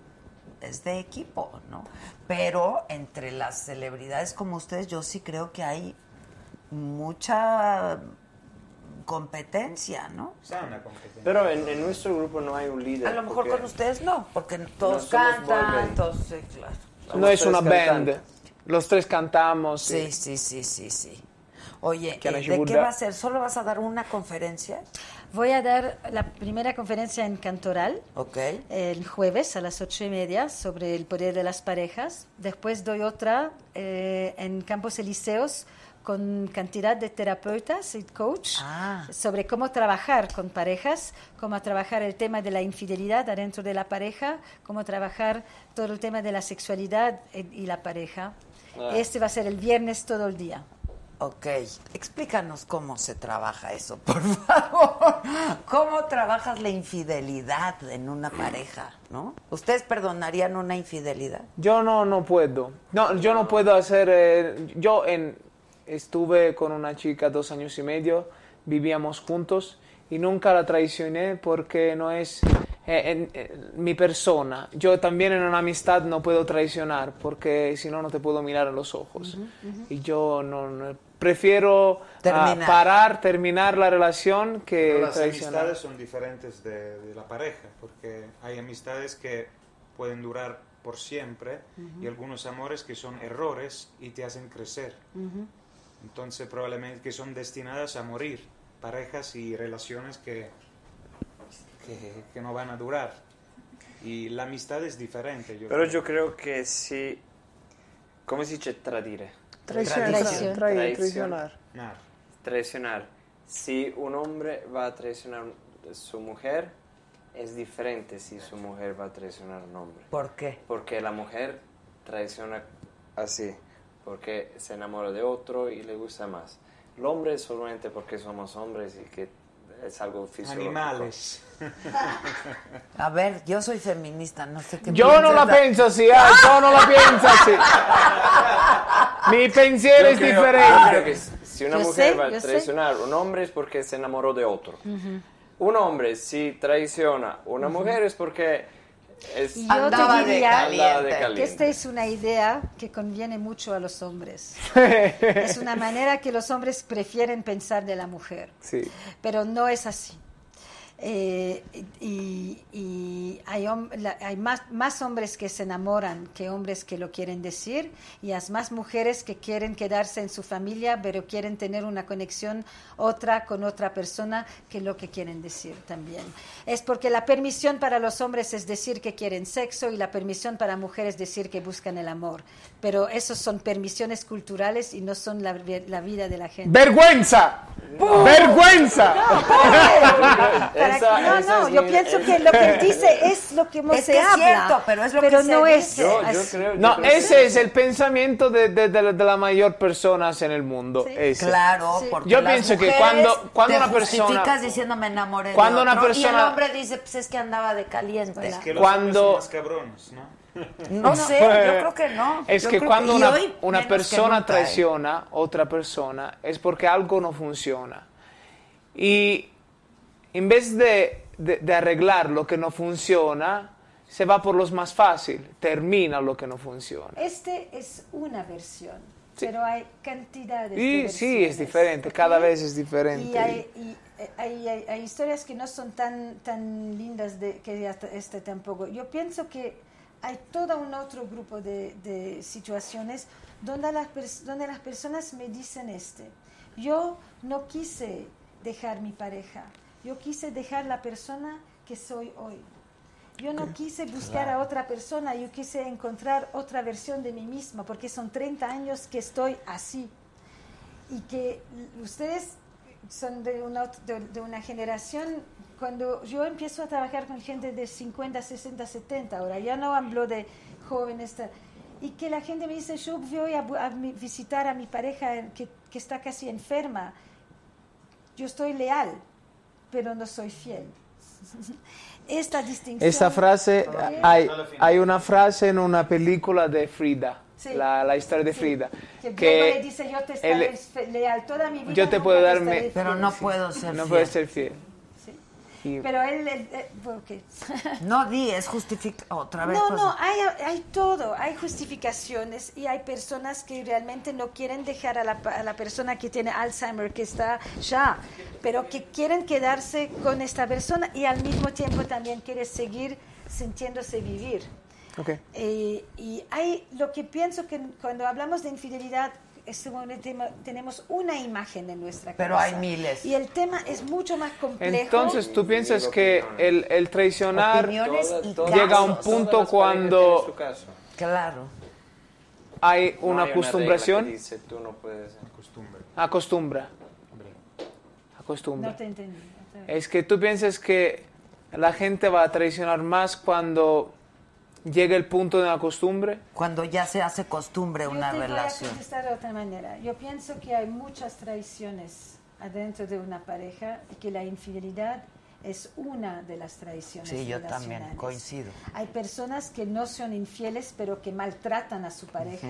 [SPEAKER 3] es de equipo, ¿no? Pero entre las celebridades como ustedes, yo sí creo que hay mucha competencia, ¿no?
[SPEAKER 7] Sana competencia.
[SPEAKER 8] Pero en, en nuestro grupo no hay un líder.
[SPEAKER 3] A lo mejor
[SPEAKER 8] porque-
[SPEAKER 3] con ustedes no, porque todos
[SPEAKER 8] somos boy
[SPEAKER 3] cantan,
[SPEAKER 8] band.
[SPEAKER 3] todos, sí, claro.
[SPEAKER 9] No
[SPEAKER 8] Los
[SPEAKER 9] es una
[SPEAKER 8] tres
[SPEAKER 9] band.
[SPEAKER 8] cantantes.
[SPEAKER 9] Los tres cantamos.
[SPEAKER 3] Sí,
[SPEAKER 9] y-
[SPEAKER 3] sí, sí, sí, sí. Oye,
[SPEAKER 9] Can I
[SPEAKER 3] eh, ¿de
[SPEAKER 9] shoot
[SPEAKER 3] qué
[SPEAKER 9] that?
[SPEAKER 3] va a ser? ¿Solo vas a dar una conferencia?
[SPEAKER 5] Voy a dar la primera conferencia en Cantoral.
[SPEAKER 3] Ok.
[SPEAKER 5] el jueves a las ocho y media sobre el poder de las parejas. Después doy otra eh, en Campos Elíseos con cantidad de terapeutas y coach
[SPEAKER 3] Ah.
[SPEAKER 5] sobre cómo trabajar con parejas, cómo trabajar el tema de la infidelidad adentro de la pareja, cómo trabajar todo el tema de la sexualidad eh, y la pareja. Este va a ser el viernes todo el día.
[SPEAKER 3] Ok, explícanos cómo se trabaja eso, por favor. ¿Cómo trabajas la infidelidad en una pareja, no? ¿Ustedes perdonarían una infidelidad?
[SPEAKER 9] Yo no, no puedo. No, yo no puedo hacer. eh, yo en, estuve con una chica dos años y medio, vivíamos juntos y nunca la traicioné porque no es eh, en- eh, mi persona. Yo también en una amistad no puedo traicionar porque si no, no te puedo mirar a los ojos. Y yo no, no- prefiero ah,
[SPEAKER 3] Terminar.
[SPEAKER 9] parar, terminar la relación que
[SPEAKER 7] Pero las
[SPEAKER 9] traicionar.
[SPEAKER 7] amistades son diferentes de, de la pareja, porque hay amistades que pueden durar por siempre y algunos amores que son errores y te hacen crecer. Entonces probablemente que son destinadas a morir, parejas y relaciones que, que, que no van a durar. Y la amistad es diferente. Yo
[SPEAKER 8] Però
[SPEAKER 7] creo.
[SPEAKER 8] io credo che si... Come si dice tradire?
[SPEAKER 9] Traicionar,
[SPEAKER 5] Traición.
[SPEAKER 9] trai-
[SPEAKER 8] Traición.
[SPEAKER 9] traicionar.
[SPEAKER 7] Nah.
[SPEAKER 8] Traicionar. Si un hombre va a traicionar su mujer, es diferente si su mujer va a traicionar un hombre.
[SPEAKER 3] ¿Por qué?
[SPEAKER 8] Porque la mujer traiciona así, porque se enamora de otro y le gusta más. El hombre es solamente porque somos hombres y que es algo fisiológico.
[SPEAKER 7] Animales.
[SPEAKER 3] A ver, yo soy feminista, no sé qué.
[SPEAKER 9] Yo no la
[SPEAKER 3] piensas.
[SPEAKER 9] penso así, ah, yo no la pienso así. Mi pensiero
[SPEAKER 8] Yo
[SPEAKER 9] es
[SPEAKER 8] creo- yo creo que
[SPEAKER 9] diferente.
[SPEAKER 8] si una
[SPEAKER 5] Yo
[SPEAKER 8] mujer
[SPEAKER 5] sé,
[SPEAKER 8] va a
[SPEAKER 5] yo sé.
[SPEAKER 8] traicionar a un hombre es porque se enamoró de otro. Un hombre si traiciona a una mujer es porque es
[SPEAKER 5] Y yo te Andaba de diría-
[SPEAKER 8] Andaba de
[SPEAKER 3] caliente.
[SPEAKER 8] caliente.
[SPEAKER 5] Que esta es una idea que conviene mucho a los hombres. es una manera que los hombres prefieren pensar de la mujer,
[SPEAKER 9] Sí.
[SPEAKER 5] pero no es así. Eh, y y hay, hom- la- hay más, más hombres que se enamoran que hombres que lo quieren decir y hay más mujeres que quieren quedarse en su familia pero quieren tener una conexión otra con otra persona que lo que quieren decir también. Es porque la permisión para los hombres es decir que quieren sexo y la permisión para mujeres es decir que buscan el amor. Pero esas son permisiones culturales y no son la, vi- la vida de la gente.
[SPEAKER 9] ¡Vergüenza! ¡Vergüenza!
[SPEAKER 5] Para-
[SPEAKER 8] Esa-
[SPEAKER 5] no,
[SPEAKER 8] esa
[SPEAKER 5] no,
[SPEAKER 8] es
[SPEAKER 5] yo
[SPEAKER 8] mi-
[SPEAKER 5] pienso que lo que él dice es lo que no
[SPEAKER 3] Es
[SPEAKER 5] se
[SPEAKER 3] que es
[SPEAKER 5] habla.
[SPEAKER 3] cierto, pero es lo que se
[SPEAKER 5] no es.
[SPEAKER 3] dice.
[SPEAKER 8] Yo, yo
[SPEAKER 5] es-
[SPEAKER 8] creo. yo
[SPEAKER 9] No,
[SPEAKER 8] creo que-
[SPEAKER 9] ese es el pensamiento de, de- de la- de la mayor personas en el mundo.
[SPEAKER 5] Sí.
[SPEAKER 9] ese.
[SPEAKER 3] Claro,
[SPEAKER 5] Sí.
[SPEAKER 3] porque
[SPEAKER 9] Yo
[SPEAKER 3] las
[SPEAKER 9] pienso que
[SPEAKER 3] mujeres
[SPEAKER 9] cuando- cuando
[SPEAKER 3] te
[SPEAKER 9] una persona-
[SPEAKER 3] justificas diciendo me enamoré de
[SPEAKER 9] Cuando una
[SPEAKER 3] otro", y el
[SPEAKER 9] persona-
[SPEAKER 3] hombre dice pues es que andaba de caliente.
[SPEAKER 7] Que los
[SPEAKER 9] Cuando-
[SPEAKER 7] hombres son más cabrones, ¿no?
[SPEAKER 3] No sé, yo creo que no.
[SPEAKER 9] pues, Es
[SPEAKER 3] Yo
[SPEAKER 9] que
[SPEAKER 3] creo
[SPEAKER 9] cuando
[SPEAKER 3] y
[SPEAKER 9] una,
[SPEAKER 3] hoy
[SPEAKER 9] una
[SPEAKER 3] menos que
[SPEAKER 9] persona
[SPEAKER 3] nunca, ¿eh?
[SPEAKER 9] traiciona a otra persona es porque algo no funciona. Y en vez de, de- de arreglar lo que no funciona, se va por los más fácil, termina lo que no funciona.
[SPEAKER 5] Este es una versión,
[SPEAKER 9] Sí.
[SPEAKER 5] pero hay cantidades de
[SPEAKER 9] Y sí,
[SPEAKER 5] versiones,
[SPEAKER 9] es diferente,
[SPEAKER 5] ¿ok?
[SPEAKER 9] cada vez es diferente.
[SPEAKER 5] Y hay, y, eh, hay- hay- hay historias que no son tan, tan lindas de, que hasta este tampoco. Yo pienso que hay todo un otro grupo de, de situaciones donde las, pers- donde las personas me dicen este, yo no quise dejar mi pareja, yo quise dejar la persona que soy hoy. Yo no quise buscar a otra persona, yo quise encontrar otra versión de mí misma, porque son 30 años que estoy así y que l- ustedes son de una, ot- de, de una generación, cuando yo empiezo a trabajar con gente de 50, 60, 70, ahora ya no hablo de jóvenes, ta- y que la gente me dice, yo voy a, bu- a mi- visitar a mi pareja en- que, que está casi enferma, yo estoy leal, pero no soy fiel. Esta distinción...
[SPEAKER 9] Esta frase, ah,
[SPEAKER 5] Ok.
[SPEAKER 9] hay, hay una frase en una película de Frida,
[SPEAKER 5] Sí.
[SPEAKER 9] la, la historia de Frida,
[SPEAKER 5] Que, Dios no le
[SPEAKER 9] que
[SPEAKER 5] dice, yo te
[SPEAKER 9] él-
[SPEAKER 5] estaré fe- leal toda mi vida.
[SPEAKER 9] yo te
[SPEAKER 5] nunca
[SPEAKER 9] puedo
[SPEAKER 5] te
[SPEAKER 9] dar
[SPEAKER 5] estaré
[SPEAKER 9] me-
[SPEAKER 5] fiel".
[SPEAKER 3] Pero no puedo ser
[SPEAKER 9] no
[SPEAKER 3] fiel.
[SPEAKER 9] puede ser fiel.
[SPEAKER 5] Sí.
[SPEAKER 9] Y-
[SPEAKER 5] Pero él, él- eh, él- porque-
[SPEAKER 3] No di, es justifica otra vez.
[SPEAKER 5] No,
[SPEAKER 3] pues,
[SPEAKER 5] no, hay, hay todo, hay justificaciones y hay personas que realmente no quieren dejar a la, pa- a la persona que tiene Alzheimer, que está ya, pero que quieren quedarse con esta persona y al mismo tiempo también quiere seguir sintiéndose vivir.
[SPEAKER 9] Ok.
[SPEAKER 5] Eh, y hay lo que pienso que cuando hablamos de infidelidad, es un tema- tenemos una imagen en nuestra cabeza.
[SPEAKER 3] Pero hay miles.
[SPEAKER 5] Y el tema es mucho más complejo.
[SPEAKER 9] Entonces, ¿tú piensas
[SPEAKER 8] Mil
[SPEAKER 9] que
[SPEAKER 8] opiniones.
[SPEAKER 9] el, el traicionar
[SPEAKER 3] Opiniones y
[SPEAKER 8] Todas-
[SPEAKER 9] llega a un
[SPEAKER 3] casos.
[SPEAKER 8] todas las
[SPEAKER 9] punto
[SPEAKER 8] parejas
[SPEAKER 9] cuando-
[SPEAKER 8] tienen su caso.
[SPEAKER 3] Claro.
[SPEAKER 9] hay
[SPEAKER 8] No
[SPEAKER 9] una
[SPEAKER 8] hay regla que
[SPEAKER 9] acostumbración?
[SPEAKER 8] dice, tú no puedes.
[SPEAKER 7] Costumbre.
[SPEAKER 9] Acostumbra.
[SPEAKER 5] No
[SPEAKER 9] Acostumbra.
[SPEAKER 5] te entendí. otra vez.
[SPEAKER 9] Es que tú piensas que la gente va a traicionar más cuando llega el punto de la costumbre.
[SPEAKER 3] Cuando ya se hace costumbre una
[SPEAKER 5] Yo te
[SPEAKER 3] relación.
[SPEAKER 5] voy a contestar de otra manera. Yo pienso que hay muchas traiciones adentro de una pareja y que la infidelidad es una de las traiciones.
[SPEAKER 3] Sí, yo también
[SPEAKER 5] relacionales.
[SPEAKER 3] coincido.
[SPEAKER 5] Hay personas que no son infieles pero que maltratan a su pareja.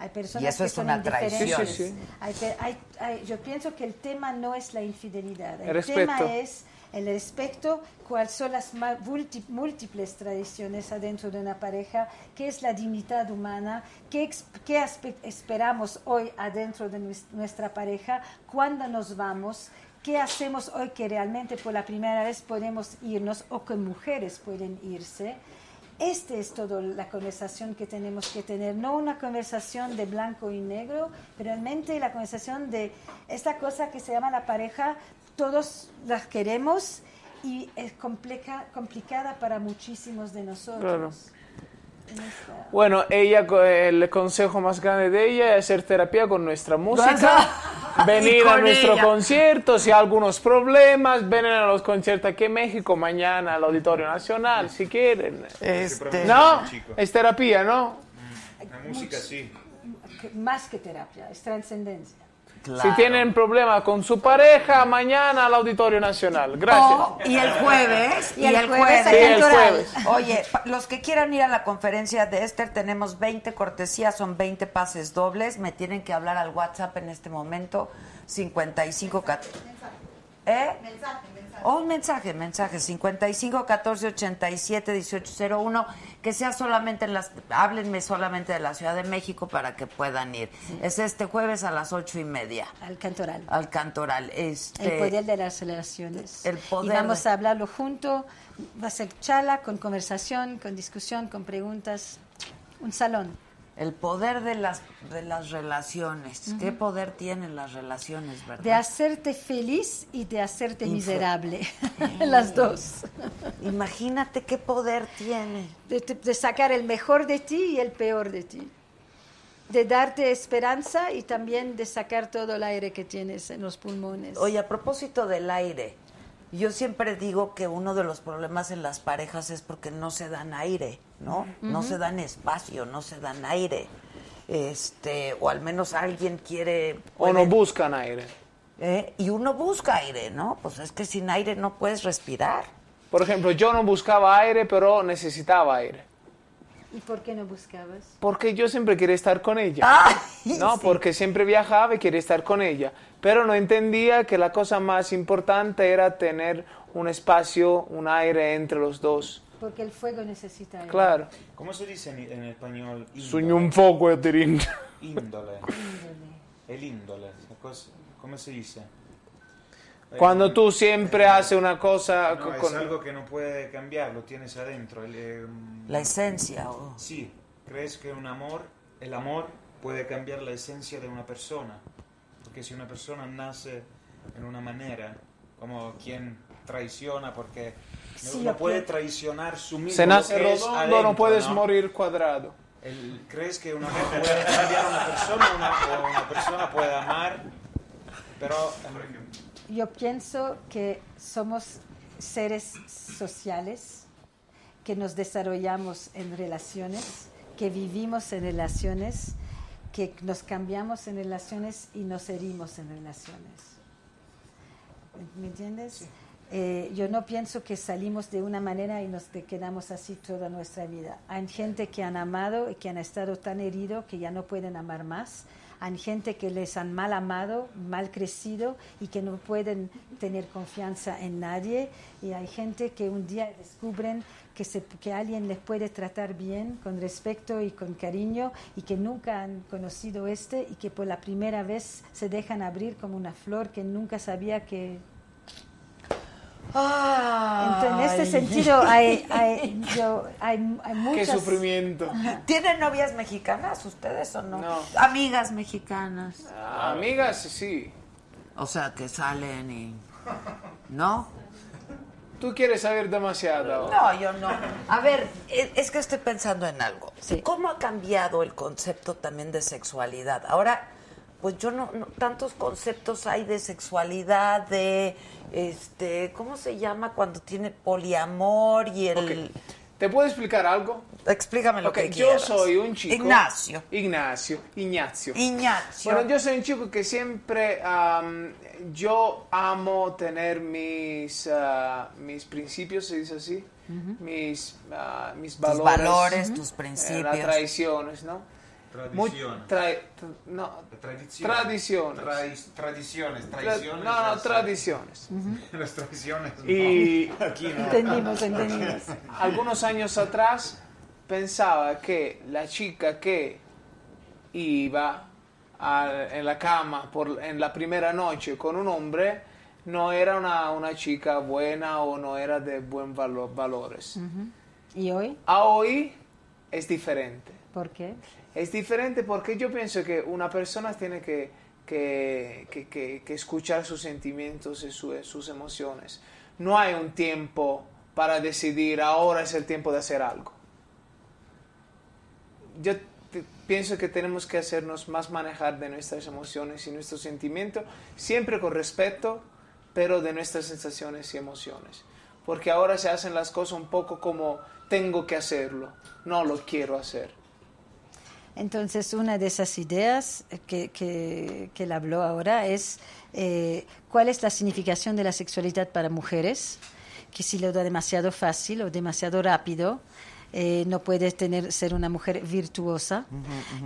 [SPEAKER 5] Hay personas
[SPEAKER 3] Y eso
[SPEAKER 5] que
[SPEAKER 3] es
[SPEAKER 5] son
[SPEAKER 3] una
[SPEAKER 5] indiferentes.
[SPEAKER 3] traición.
[SPEAKER 9] Sí, sí, sí.
[SPEAKER 5] Hay pe- hay- hay- yo pienso que el tema no es la infidelidad. El,
[SPEAKER 9] El respeto.
[SPEAKER 5] tema es el respeto, cuáles son las ma- multi- múltiples tradiciones adentro de una pareja, qué es la dignidad humana, qué, ex- qué aspe- esperamos hoy adentro de nues- nuestra pareja, cuándo nos vamos. ¿Qué hacemos hoy que realmente por la primera vez podemos irnos o que mujeres pueden irse? Esta Este es toda la conversación que tenemos que tener, no una conversación de blanco y negro, pero realmente la conversación de esta cosa que se llama la pareja, todos las queremos y es compleja, complicada para muchísimos de nosotros. En esta-
[SPEAKER 9] Bueno, ella, co- el consejo más grande de ella es hacer terapia con nuestra música.
[SPEAKER 3] Y
[SPEAKER 9] Venir
[SPEAKER 3] con
[SPEAKER 9] a nuestro
[SPEAKER 3] ella.
[SPEAKER 9] concierto, si hay algunos problemas, venir a los conciertos aquí en México, mañana al Auditorio Nacional, si quieren.
[SPEAKER 7] Este-
[SPEAKER 9] No,
[SPEAKER 7] Chico.
[SPEAKER 9] es terapia, ¿no?
[SPEAKER 7] La música sí.
[SPEAKER 5] que- Más que terapia, es trascendencia.
[SPEAKER 9] Si tienen problema con su pareja, mañana al Auditorio Nacional. Gracias.
[SPEAKER 3] Oh, y el jueves, y, el jueves,
[SPEAKER 9] Sí, el jueves.
[SPEAKER 3] Oye, pa- los que quieran ir a la conferencia de Esther, tenemos 20 cortesías, son 20 pases dobles. Me tienen que hablar al WhatsApp en este momento, 55... cat- ¿Eh? Mensaje, mensaje. un mensaje, mensaje. 55 14 87 18 01. Que sea solamente en las. Háblenme solamente de la Ciudad de México para que puedan ir. Es este jueves a las ocho y media
[SPEAKER 5] al cantoral.
[SPEAKER 3] al Cantoral. Este,
[SPEAKER 5] El poder de las relaciones.
[SPEAKER 3] El poder
[SPEAKER 5] Y vamos
[SPEAKER 3] de-
[SPEAKER 5] a hablarlo junto. Va a ser charla con conversación, con discusión, con preguntas. Un salón.
[SPEAKER 3] el poder de las, de las relaciones. ¿Qué poder tienen las relaciones, verdad?
[SPEAKER 5] De hacerte feliz y de hacerte
[SPEAKER 3] Info.
[SPEAKER 5] miserable. Las dos.
[SPEAKER 3] Imagínate qué poder tiene.
[SPEAKER 5] De, te- de sacar el mejor de ti y el peor de ti. De darte esperanza y también de sacar todo el aire que tienes en los pulmones.
[SPEAKER 3] Oye, a propósito del aire, yo siempre digo que uno de los problemas en las parejas es porque no se dan aire, ¿no? No se dan espacio, no se dan aire. Este, o al menos alguien quiere
[SPEAKER 9] O no
[SPEAKER 3] puede-
[SPEAKER 9] buscan aire.
[SPEAKER 3] ¿eh? y uno busca aire, ¿no? Pues es que sin aire no puedes respirar.
[SPEAKER 9] Por ejemplo, yo no buscaba aire, pero necesitaba aire.
[SPEAKER 5] ¿Y por qué no buscabas?
[SPEAKER 9] Porque yo siempre quería estar con ella.
[SPEAKER 3] Ay,
[SPEAKER 9] No,
[SPEAKER 3] Ah, sí.
[SPEAKER 9] porque siempre viajaba y quería estar con ella. Pero no entendía que la cosa más importante era tener un espacio, un aire entre los dos.
[SPEAKER 5] Porque el fuego necesita aire.
[SPEAKER 9] Claro.
[SPEAKER 7] ¿Cómo se dice en, en español?
[SPEAKER 9] Soy un foco de
[SPEAKER 7] Índole. El índole. la cosa- ¿Cómo se dice?
[SPEAKER 9] Cuando
[SPEAKER 7] Eh,
[SPEAKER 9] tú siempre haces una cosa
[SPEAKER 7] no,
[SPEAKER 9] co-
[SPEAKER 7] es
[SPEAKER 9] con-
[SPEAKER 7] algo que no puede cambiar, lo tienes adentro. el, eh,
[SPEAKER 3] La esencia. oh. o-
[SPEAKER 7] Sí, crees que un amor, el amor puede cambiar la esencia de una persona. Porque si una persona nace en una manera, como quien traiciona, porque
[SPEAKER 5] Sí,
[SPEAKER 7] no,
[SPEAKER 5] lo
[SPEAKER 7] puede
[SPEAKER 5] creo.
[SPEAKER 7] traicionar su mismo.
[SPEAKER 9] se nace
[SPEAKER 7] que es
[SPEAKER 9] redondo,
[SPEAKER 7] adentro,
[SPEAKER 9] no puedes
[SPEAKER 7] ¿no?
[SPEAKER 9] morir cuadrado.
[SPEAKER 7] El- ¿Crees que un amor puede cambiar a una persona una, o una persona puede amar? Pero em,
[SPEAKER 5] Yo pienso que somos seres sociales, que nos desarrollamos en relaciones, que vivimos en relaciones, que nos cambiamos en relaciones y nos herimos en relaciones. ¿Me entiendes? Eh, yo no pienso que salimos de una manera y nos te- quedamos así toda nuestra vida. Hay gente que han amado y que han estado tan heridos que ya no pueden amar más. Hay gente que les han mal amado, mal crecido y que no pueden tener confianza en nadie. Y hay gente que un día descubren que, se- que alguien les puede tratar bien, con respeto y con cariño, y que nunca han conocido este y que por la primera vez se dejan abrir como una flor que nunca sabía que entonces, en
[SPEAKER 3] Ah,
[SPEAKER 5] este
[SPEAKER 3] Ay.
[SPEAKER 5] sentido, hay, hay, yo- hay, hay
[SPEAKER 9] Qué
[SPEAKER 5] muchas...
[SPEAKER 9] sufrimiento.
[SPEAKER 3] ¿Tienen novias mexicanas ustedes o no?
[SPEAKER 9] No.
[SPEAKER 3] Amigas mexicanas.
[SPEAKER 9] Amigas, sí.
[SPEAKER 3] O sea, que salen y... ¿No?
[SPEAKER 9] Tú quieres saber demasiado.
[SPEAKER 3] No, yo no. A ver, e- es que estoy pensando en algo.
[SPEAKER 5] Sí.
[SPEAKER 3] ¿Cómo ha cambiado el concepto también de sexualidad? Ahora, pues yo no, no- tantos conceptos hay de sexualidad, de este, ¿cómo se llama cuando tiene poliamor y el?
[SPEAKER 9] Ok. ¿Te puedo explicar algo?
[SPEAKER 3] Explícame lo
[SPEAKER 9] Ok,
[SPEAKER 3] que
[SPEAKER 9] yo
[SPEAKER 3] quieras.
[SPEAKER 9] soy un chico.
[SPEAKER 3] Ignacio.
[SPEAKER 9] Ignacio. Ignacio.
[SPEAKER 3] Ignacio.
[SPEAKER 9] Bueno, yo soy un chico que siempre am, yo amo tener mis ah, mis principios, se dice así, mis ah, mis
[SPEAKER 3] tus
[SPEAKER 9] valores,
[SPEAKER 3] valores, tus
[SPEAKER 9] eh,
[SPEAKER 3] principios.
[SPEAKER 9] las tradiciones, ¿no? Mu-
[SPEAKER 7] tradiciones.
[SPEAKER 9] trai- t- no, tradiciones.
[SPEAKER 7] Tradiciones. Tradiciones.
[SPEAKER 9] Tra-
[SPEAKER 7] Traiciones.
[SPEAKER 9] no, no,
[SPEAKER 7] las-
[SPEAKER 9] tradiciones.
[SPEAKER 7] Las tradiciones.
[SPEAKER 9] Y
[SPEAKER 7] Aquí no.
[SPEAKER 5] Entendimos, entendimos.
[SPEAKER 9] algunos años atrás pensaba que la chica que iba a- en la cama por, en la primera noche con un hombre no era una, una chica buena o no era de buen valo- valores.
[SPEAKER 5] ¿Y hoy?
[SPEAKER 9] A hoy es diferente.
[SPEAKER 5] ¿Por qué?
[SPEAKER 9] Es diferente porque yo pienso que una persona tiene que, que- que- que- que escuchar sus sentimientos y su- sus emociones. No hay un tiempo para decidir ahora es el tiempo de hacer algo. Yo te- pienso que tenemos que hacernos más manejar de nuestras emociones y nuestros sentimientos, siempre con respeto, pero de nuestras sensaciones y emociones. Porque ahora se hacen las cosas un poco como tengo que hacerlo, no lo quiero hacer.
[SPEAKER 5] Entonces, una de esas ideas que, que, que él habló ahora es eh, cuál es la significación de la sexualidad para mujeres, que si lo da demasiado fácil o demasiado rápido, eh, no puede tener, ser una mujer virtuosa.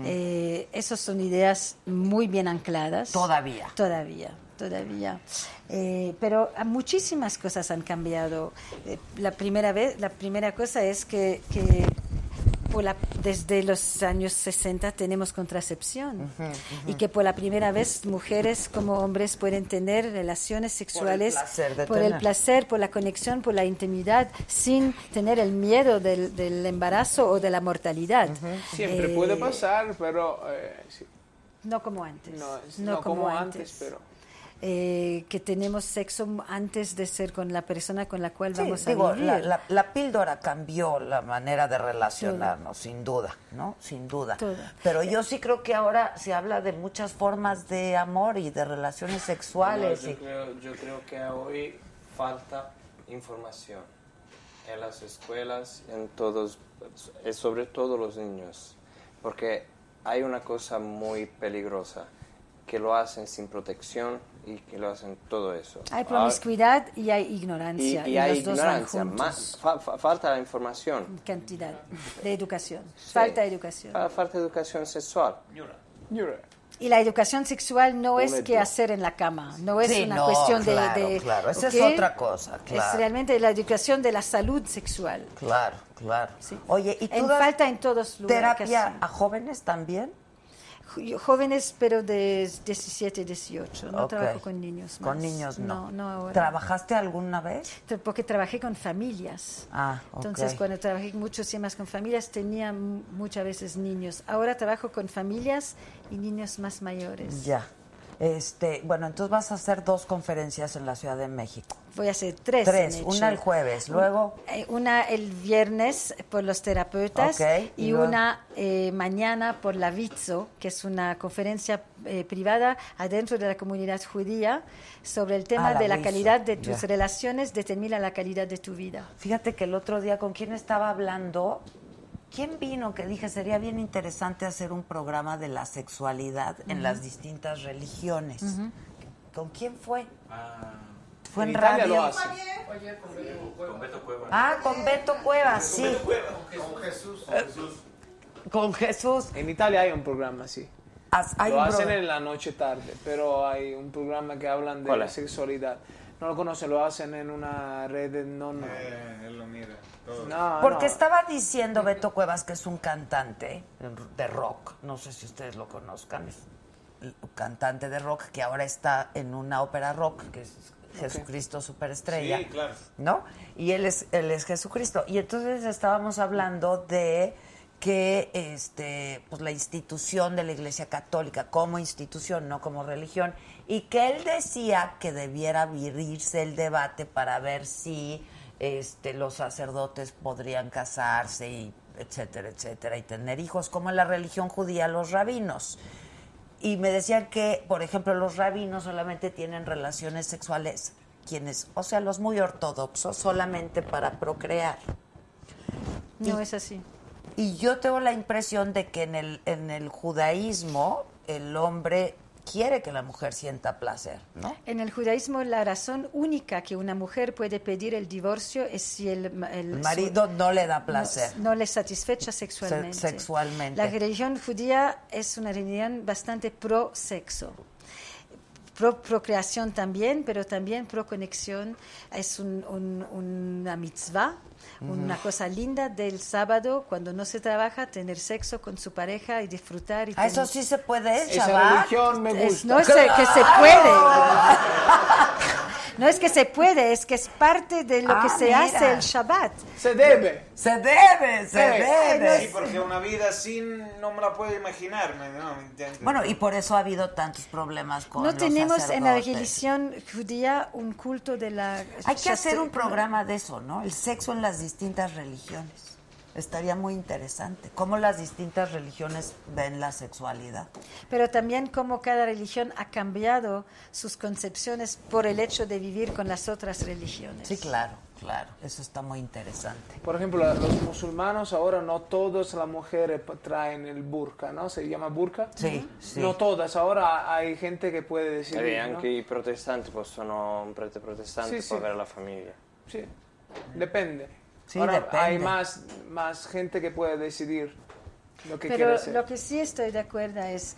[SPEAKER 5] Eh, esas son ideas muy bien ancladas.
[SPEAKER 3] Todavía.
[SPEAKER 5] Todavía, todavía. Eh, pero ah, muchísimas cosas han cambiado. Eh, la, primera vez, la primera cosa es que, que por la- desde los años 60 tenemos contracepción y que por la primera vez mujeres como hombres pueden tener relaciones sexuales
[SPEAKER 3] placer de
[SPEAKER 5] por el
[SPEAKER 3] tener.
[SPEAKER 5] placer, por la conexión, por la intimidad, sin tener el miedo del, del embarazo o de la mortalidad.
[SPEAKER 9] Siempre
[SPEAKER 5] Eh,
[SPEAKER 9] puede pasar, pero eh, sí,
[SPEAKER 5] No como antes.
[SPEAKER 9] no, es- no como, antes, pero...
[SPEAKER 5] Eh, que tenemos sexo antes de ser con la persona con la cual
[SPEAKER 3] Sí,
[SPEAKER 5] vamos a
[SPEAKER 3] digo,
[SPEAKER 5] vivir.
[SPEAKER 3] la, la- la píldora cambió la manera de relacionarnos, sin duda, ¿no? Sin duda.
[SPEAKER 5] Todo.
[SPEAKER 3] Pero yo sí creo que ahora se habla de muchas formas de amor y de relaciones sexuales.
[SPEAKER 8] No,
[SPEAKER 3] y-
[SPEAKER 8] yo, creo, yo creo que hoy falta información en las escuelas, en todos, eh, sobre todo los niños, porque hay una cosa muy peligrosa que lo hacen sin protección y que lo hacen todo eso.
[SPEAKER 5] Hay
[SPEAKER 8] Ah,
[SPEAKER 5] promiscuidad y hay
[SPEAKER 8] y,
[SPEAKER 5] ignorancia.
[SPEAKER 8] y hay
[SPEAKER 5] los dos van
[SPEAKER 8] ignorancia,
[SPEAKER 5] juntos.
[SPEAKER 8] más- fa- fa- falta la información.
[SPEAKER 5] Cantidad de educación.
[SPEAKER 8] Sí. Ah.
[SPEAKER 5] Falta de educación.
[SPEAKER 8] Fa- Falta educación sexual.
[SPEAKER 9] You're-
[SPEAKER 5] Y la educación sexual no es
[SPEAKER 8] Correcto.
[SPEAKER 5] que hacer en la cama, no es
[SPEAKER 3] Sí,
[SPEAKER 5] una
[SPEAKER 3] no,
[SPEAKER 5] cuestión de...
[SPEAKER 3] claro,
[SPEAKER 5] de-
[SPEAKER 3] claro, esa es
[SPEAKER 5] ¿ok?
[SPEAKER 3] otra cosa, claro.
[SPEAKER 5] Es realmente la educación de la salud sexual.
[SPEAKER 3] Claro, claro.
[SPEAKER 5] Sí.
[SPEAKER 3] Oye, ¿y tú
[SPEAKER 5] En
[SPEAKER 3] das
[SPEAKER 5] falta en todos lugares,
[SPEAKER 3] terapia
[SPEAKER 5] casi.
[SPEAKER 3] a jóvenes también?
[SPEAKER 5] Ju- Jóvenes, pero de 17, 18. No
[SPEAKER 3] Ok.
[SPEAKER 5] trabajo con niños.
[SPEAKER 3] Con
[SPEAKER 5] más.
[SPEAKER 3] niños no.
[SPEAKER 5] No, ahora.
[SPEAKER 3] ¿Trabajaste alguna vez?
[SPEAKER 5] Tra- Porque trabajé con familias.
[SPEAKER 3] Ah, ok.
[SPEAKER 5] Entonces, cuando trabajé muchos temas con familias, tenía m- muchas veces niños. Ahora trabajo con familias y niños más mayores.
[SPEAKER 3] Ya. Este, bueno, entonces vas a hacer dos conferencias en la Ciudad de México.
[SPEAKER 5] Voy a hacer tres.
[SPEAKER 3] Tres,
[SPEAKER 5] en hecho.
[SPEAKER 3] una el jueves, luego
[SPEAKER 5] Eh, Una el viernes por los terapeutas
[SPEAKER 3] Ok, y
[SPEAKER 5] y
[SPEAKER 3] luego-
[SPEAKER 5] una eh, mañana por la VITSO, que es una conferencia eh, privada adentro de la comunidad judía sobre el tema
[SPEAKER 3] Ah, la
[SPEAKER 5] de la
[SPEAKER 3] Vitzo,
[SPEAKER 5] calidad de tus
[SPEAKER 3] ya.
[SPEAKER 5] relaciones determina la calidad de tu vida.
[SPEAKER 3] Fíjate que el otro día con quién estaba hablando, quién vino que dije sería bien interesante hacer un programa de la sexualidad en las distintas religiones. ¿Con quién fue? Fue en,
[SPEAKER 9] Ah, Italia
[SPEAKER 3] radio.
[SPEAKER 9] lo hace.
[SPEAKER 4] Con Beto Cueva.
[SPEAKER 3] Ah, con Beto Cuevas, sí. Con Jesús.
[SPEAKER 9] En Italia hay un programa así.
[SPEAKER 3] Haz- hay
[SPEAKER 9] lo
[SPEAKER 3] un
[SPEAKER 9] hacen
[SPEAKER 3] programa.
[SPEAKER 9] en la noche tarde, pero hay un programa que hablan de
[SPEAKER 8] ¿Cuál
[SPEAKER 9] la
[SPEAKER 8] es?
[SPEAKER 9] sexualidad. No lo conocen, lo hacen en una red de- no, no.
[SPEAKER 8] Eh.
[SPEAKER 7] Eh, él lo mira. todo.
[SPEAKER 9] No,
[SPEAKER 3] Porque
[SPEAKER 9] no.
[SPEAKER 3] estaba diciendo Beto Cuevas que es un cantante de rock, no sé si ustedes lo conozcan, es un cantante de rock que ahora está en una ópera rock que es Jesucristo Superestrella.
[SPEAKER 7] Sí, claro.
[SPEAKER 3] ¿No? Y él es, él es Jesucristo. Y entonces estábamos hablando de que este, pues, la institución de la Iglesia Católica como institución, no como religión, y que él decía que debiera abrirse el debate para ver si este, los sacerdotes podrían casarse, y etcétera, etcétera, y tener hijos, como en la religión judía los rabinos. Y me decían que, por ejemplo, los rabinos solamente tienen relaciones sexuales, quienes, o sea, los muy ortodoxos, solamente para procrear.
[SPEAKER 5] No es así.
[SPEAKER 3] Y yo tengo la impresión de que en el, en el judaísmo el hombre quiere que la mujer sienta placer, ¿no?
[SPEAKER 5] En el judaísmo la razón única que una mujer puede pedir el divorcio es si el, ma- el-
[SPEAKER 3] El
[SPEAKER 5] su-
[SPEAKER 3] marido no le da placer.
[SPEAKER 5] No, no le satisfecha sexualmente.
[SPEAKER 3] Se- sexualmente.
[SPEAKER 5] La religión judía es una religión bastante pro sexo. Pro procreación también, pero también pro conexión. Es un- un- una mitzvah, una cosa linda del sábado, cuando no se trabaja, tener sexo con su pareja y disfrutar. Y
[SPEAKER 3] Ah, eso
[SPEAKER 5] tener-
[SPEAKER 3] sí se puede,
[SPEAKER 9] Esa
[SPEAKER 3] chaval.
[SPEAKER 9] religión me
[SPEAKER 5] es-
[SPEAKER 9] gusta.
[SPEAKER 5] no es el que se puede. No es que se puede, es que es parte de lo
[SPEAKER 3] Ah,
[SPEAKER 5] que se
[SPEAKER 3] mira.
[SPEAKER 5] hace el Shabbat.
[SPEAKER 9] Se debe.
[SPEAKER 3] Se debe, se
[SPEAKER 9] Ay,
[SPEAKER 3] debe.
[SPEAKER 7] Sí, porque una vida así no me la puedo imaginar. ¿me- no? ¿Me entiendes?
[SPEAKER 3] Bueno, y por eso ha habido tantos problemas con
[SPEAKER 5] No
[SPEAKER 3] los
[SPEAKER 5] tenemos en la
[SPEAKER 3] sacerdotes.
[SPEAKER 5] religión judía un culto de la...
[SPEAKER 3] Hay que hacer un
[SPEAKER 5] no.
[SPEAKER 3] programa de eso, ¿no? El sexo en las distintas religiones. Estaría muy interesante. Cómo las distintas religiones ven la sexualidad.
[SPEAKER 5] Pero también cómo cada religión ha cambiado sus concepciones por el hecho de vivir con las otras religiones.
[SPEAKER 3] Sí, claro, claro. Eso está muy interesante.
[SPEAKER 9] Por ejemplo, la- los musulmanos ahora no todas las mujeres pa- traen el burka, ¿no? Se llama burka.
[SPEAKER 3] Sí, sí.
[SPEAKER 9] No todas, ahora hay gente que puede
[SPEAKER 8] E
[SPEAKER 9] decir.
[SPEAKER 8] anche i protestanti possono, un prete protestante
[SPEAKER 9] Sì,
[SPEAKER 8] può
[SPEAKER 9] sì.
[SPEAKER 8] avere la famiglia.
[SPEAKER 9] Sí, depende.
[SPEAKER 3] Sí,
[SPEAKER 9] Ahora
[SPEAKER 3] depende.
[SPEAKER 9] hay más, más gente que puede decidir lo que quiere
[SPEAKER 5] Pero
[SPEAKER 9] hacer.
[SPEAKER 5] lo que sí estoy de acuerdo es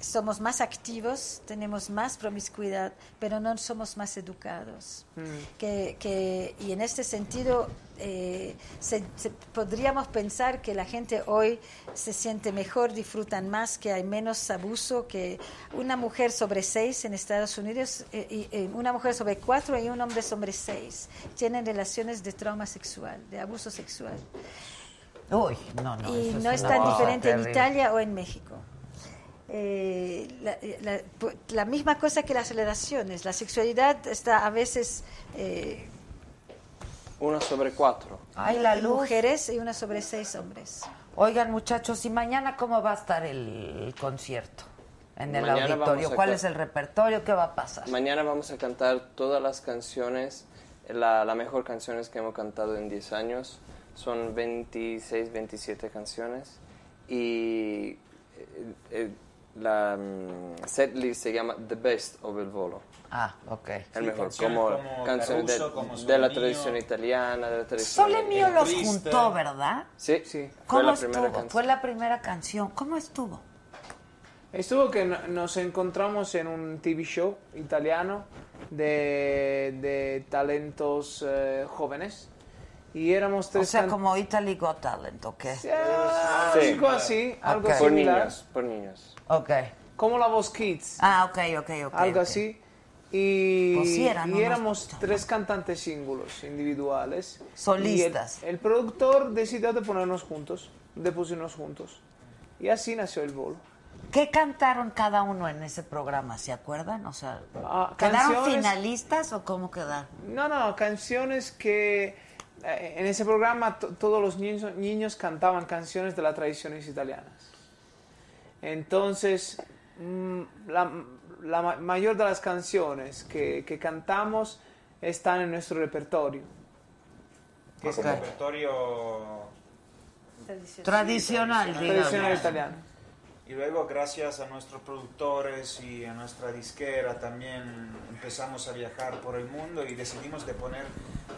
[SPEAKER 5] somos más activos, tenemos más promiscuidad, pero no somos más educados.
[SPEAKER 9] Mm.
[SPEAKER 5] Que, que- y en este sentido, eh, se- se- podríamos pensar que la gente hoy se siente mejor, disfrutan más, que hay menos abuso, que una mujer sobre seis en Estados Unidos, eh, y, eh, una mujer sobre cuatro y un hombre sobre seis, tienen relaciones de trauma sexual, de abuso sexual.
[SPEAKER 3] Uy, no, no.
[SPEAKER 5] y
[SPEAKER 3] eso
[SPEAKER 5] no es
[SPEAKER 3] una
[SPEAKER 5] tan
[SPEAKER 3] cosa
[SPEAKER 5] diferente en
[SPEAKER 3] terrible.
[SPEAKER 5] Italia o en México. Eh, la, la- pu- la misma cosa que las relaciones. La sexualidad está a veces eh,
[SPEAKER 8] Uno sobre cuatro.
[SPEAKER 3] Ay, la
[SPEAKER 5] en
[SPEAKER 3] luz.
[SPEAKER 5] mujeres y una sobre seis hombres.
[SPEAKER 3] Oigan, muchachos, ¿y mañana cómo va a estar el concierto? En el
[SPEAKER 8] Mañana
[SPEAKER 3] auditorio.
[SPEAKER 8] vamos a
[SPEAKER 3] ¿Cuál
[SPEAKER 8] ca-
[SPEAKER 3] es el repertorio? ¿Qué va a pasar?
[SPEAKER 8] Mañana vamos a cantar todas las canciones, la, la mejor canciones que hemos cantado en 10 años. Son 26, 27 canciones. Y eh, eh, la mm, setlist se llama The Best of El Volo.
[SPEAKER 3] Ah, ok.
[SPEAKER 8] El mejor,
[SPEAKER 7] canciones
[SPEAKER 8] como,
[SPEAKER 7] como
[SPEAKER 8] canciones de,
[SPEAKER 7] Caruso, como
[SPEAKER 8] de la
[SPEAKER 7] Sole Mio.
[SPEAKER 8] tradición italiana, de la tradición.
[SPEAKER 3] Sole Mío
[SPEAKER 7] El
[SPEAKER 3] los
[SPEAKER 7] triste.
[SPEAKER 3] juntó, ¿verdad?
[SPEAKER 8] Sí,
[SPEAKER 9] Sí.
[SPEAKER 8] Fue
[SPEAKER 3] ¿Cómo
[SPEAKER 8] la primera
[SPEAKER 3] estuvo?
[SPEAKER 8] canción.
[SPEAKER 3] Fue la primera canción. ¿Cómo estuvo?
[SPEAKER 9] Estuvo que no- nos encontramos en un TV show italiano de, de talentos eh, jóvenes y éramos
[SPEAKER 3] O
[SPEAKER 9] tres
[SPEAKER 3] sea,
[SPEAKER 9] can-
[SPEAKER 3] como Italy Got Talent, ¿o qué?
[SPEAKER 9] Ah,
[SPEAKER 8] Sí.
[SPEAKER 9] algo así, algo
[SPEAKER 3] Ok.
[SPEAKER 8] Por
[SPEAKER 9] similar.
[SPEAKER 8] niños, por niños.
[SPEAKER 3] Ok.
[SPEAKER 9] Como la voz Kids,
[SPEAKER 3] Ah, ok, ok, ok.
[SPEAKER 9] algo
[SPEAKER 3] ok.
[SPEAKER 9] así. Y,
[SPEAKER 3] Pues sí, eran
[SPEAKER 9] y
[SPEAKER 3] unos-
[SPEAKER 9] éramos tres cantantes símbolos individuales.
[SPEAKER 3] Solistas.
[SPEAKER 9] Y el, el productor decidió de ponernos juntos, de ponernos juntos. Y así nació el bolo.
[SPEAKER 3] ¿Qué cantaron cada uno en ese programa? ¿Se acuerdan? O sea,
[SPEAKER 9] Ah,
[SPEAKER 3] ¿quedaron
[SPEAKER 9] canciones.
[SPEAKER 3] finalistas o cómo quedaron?
[SPEAKER 9] No, no, canciones que eh, en ese programa to- todos los niños, niños cantaban canciones de las tradiciones italianas. Entonces, mm, la, la ma- mayor de las canciones que, que cantamos están en nuestro repertorio.
[SPEAKER 7] Que es el
[SPEAKER 3] Ok.
[SPEAKER 7] repertorio
[SPEAKER 3] Tradicional,
[SPEAKER 9] Tradicional
[SPEAKER 3] digamos.
[SPEAKER 9] italiano.
[SPEAKER 7] Y luego, gracias a nuestros productores y a nuestra disquera, también empezamos a viajar por el mundo y decidimos de poner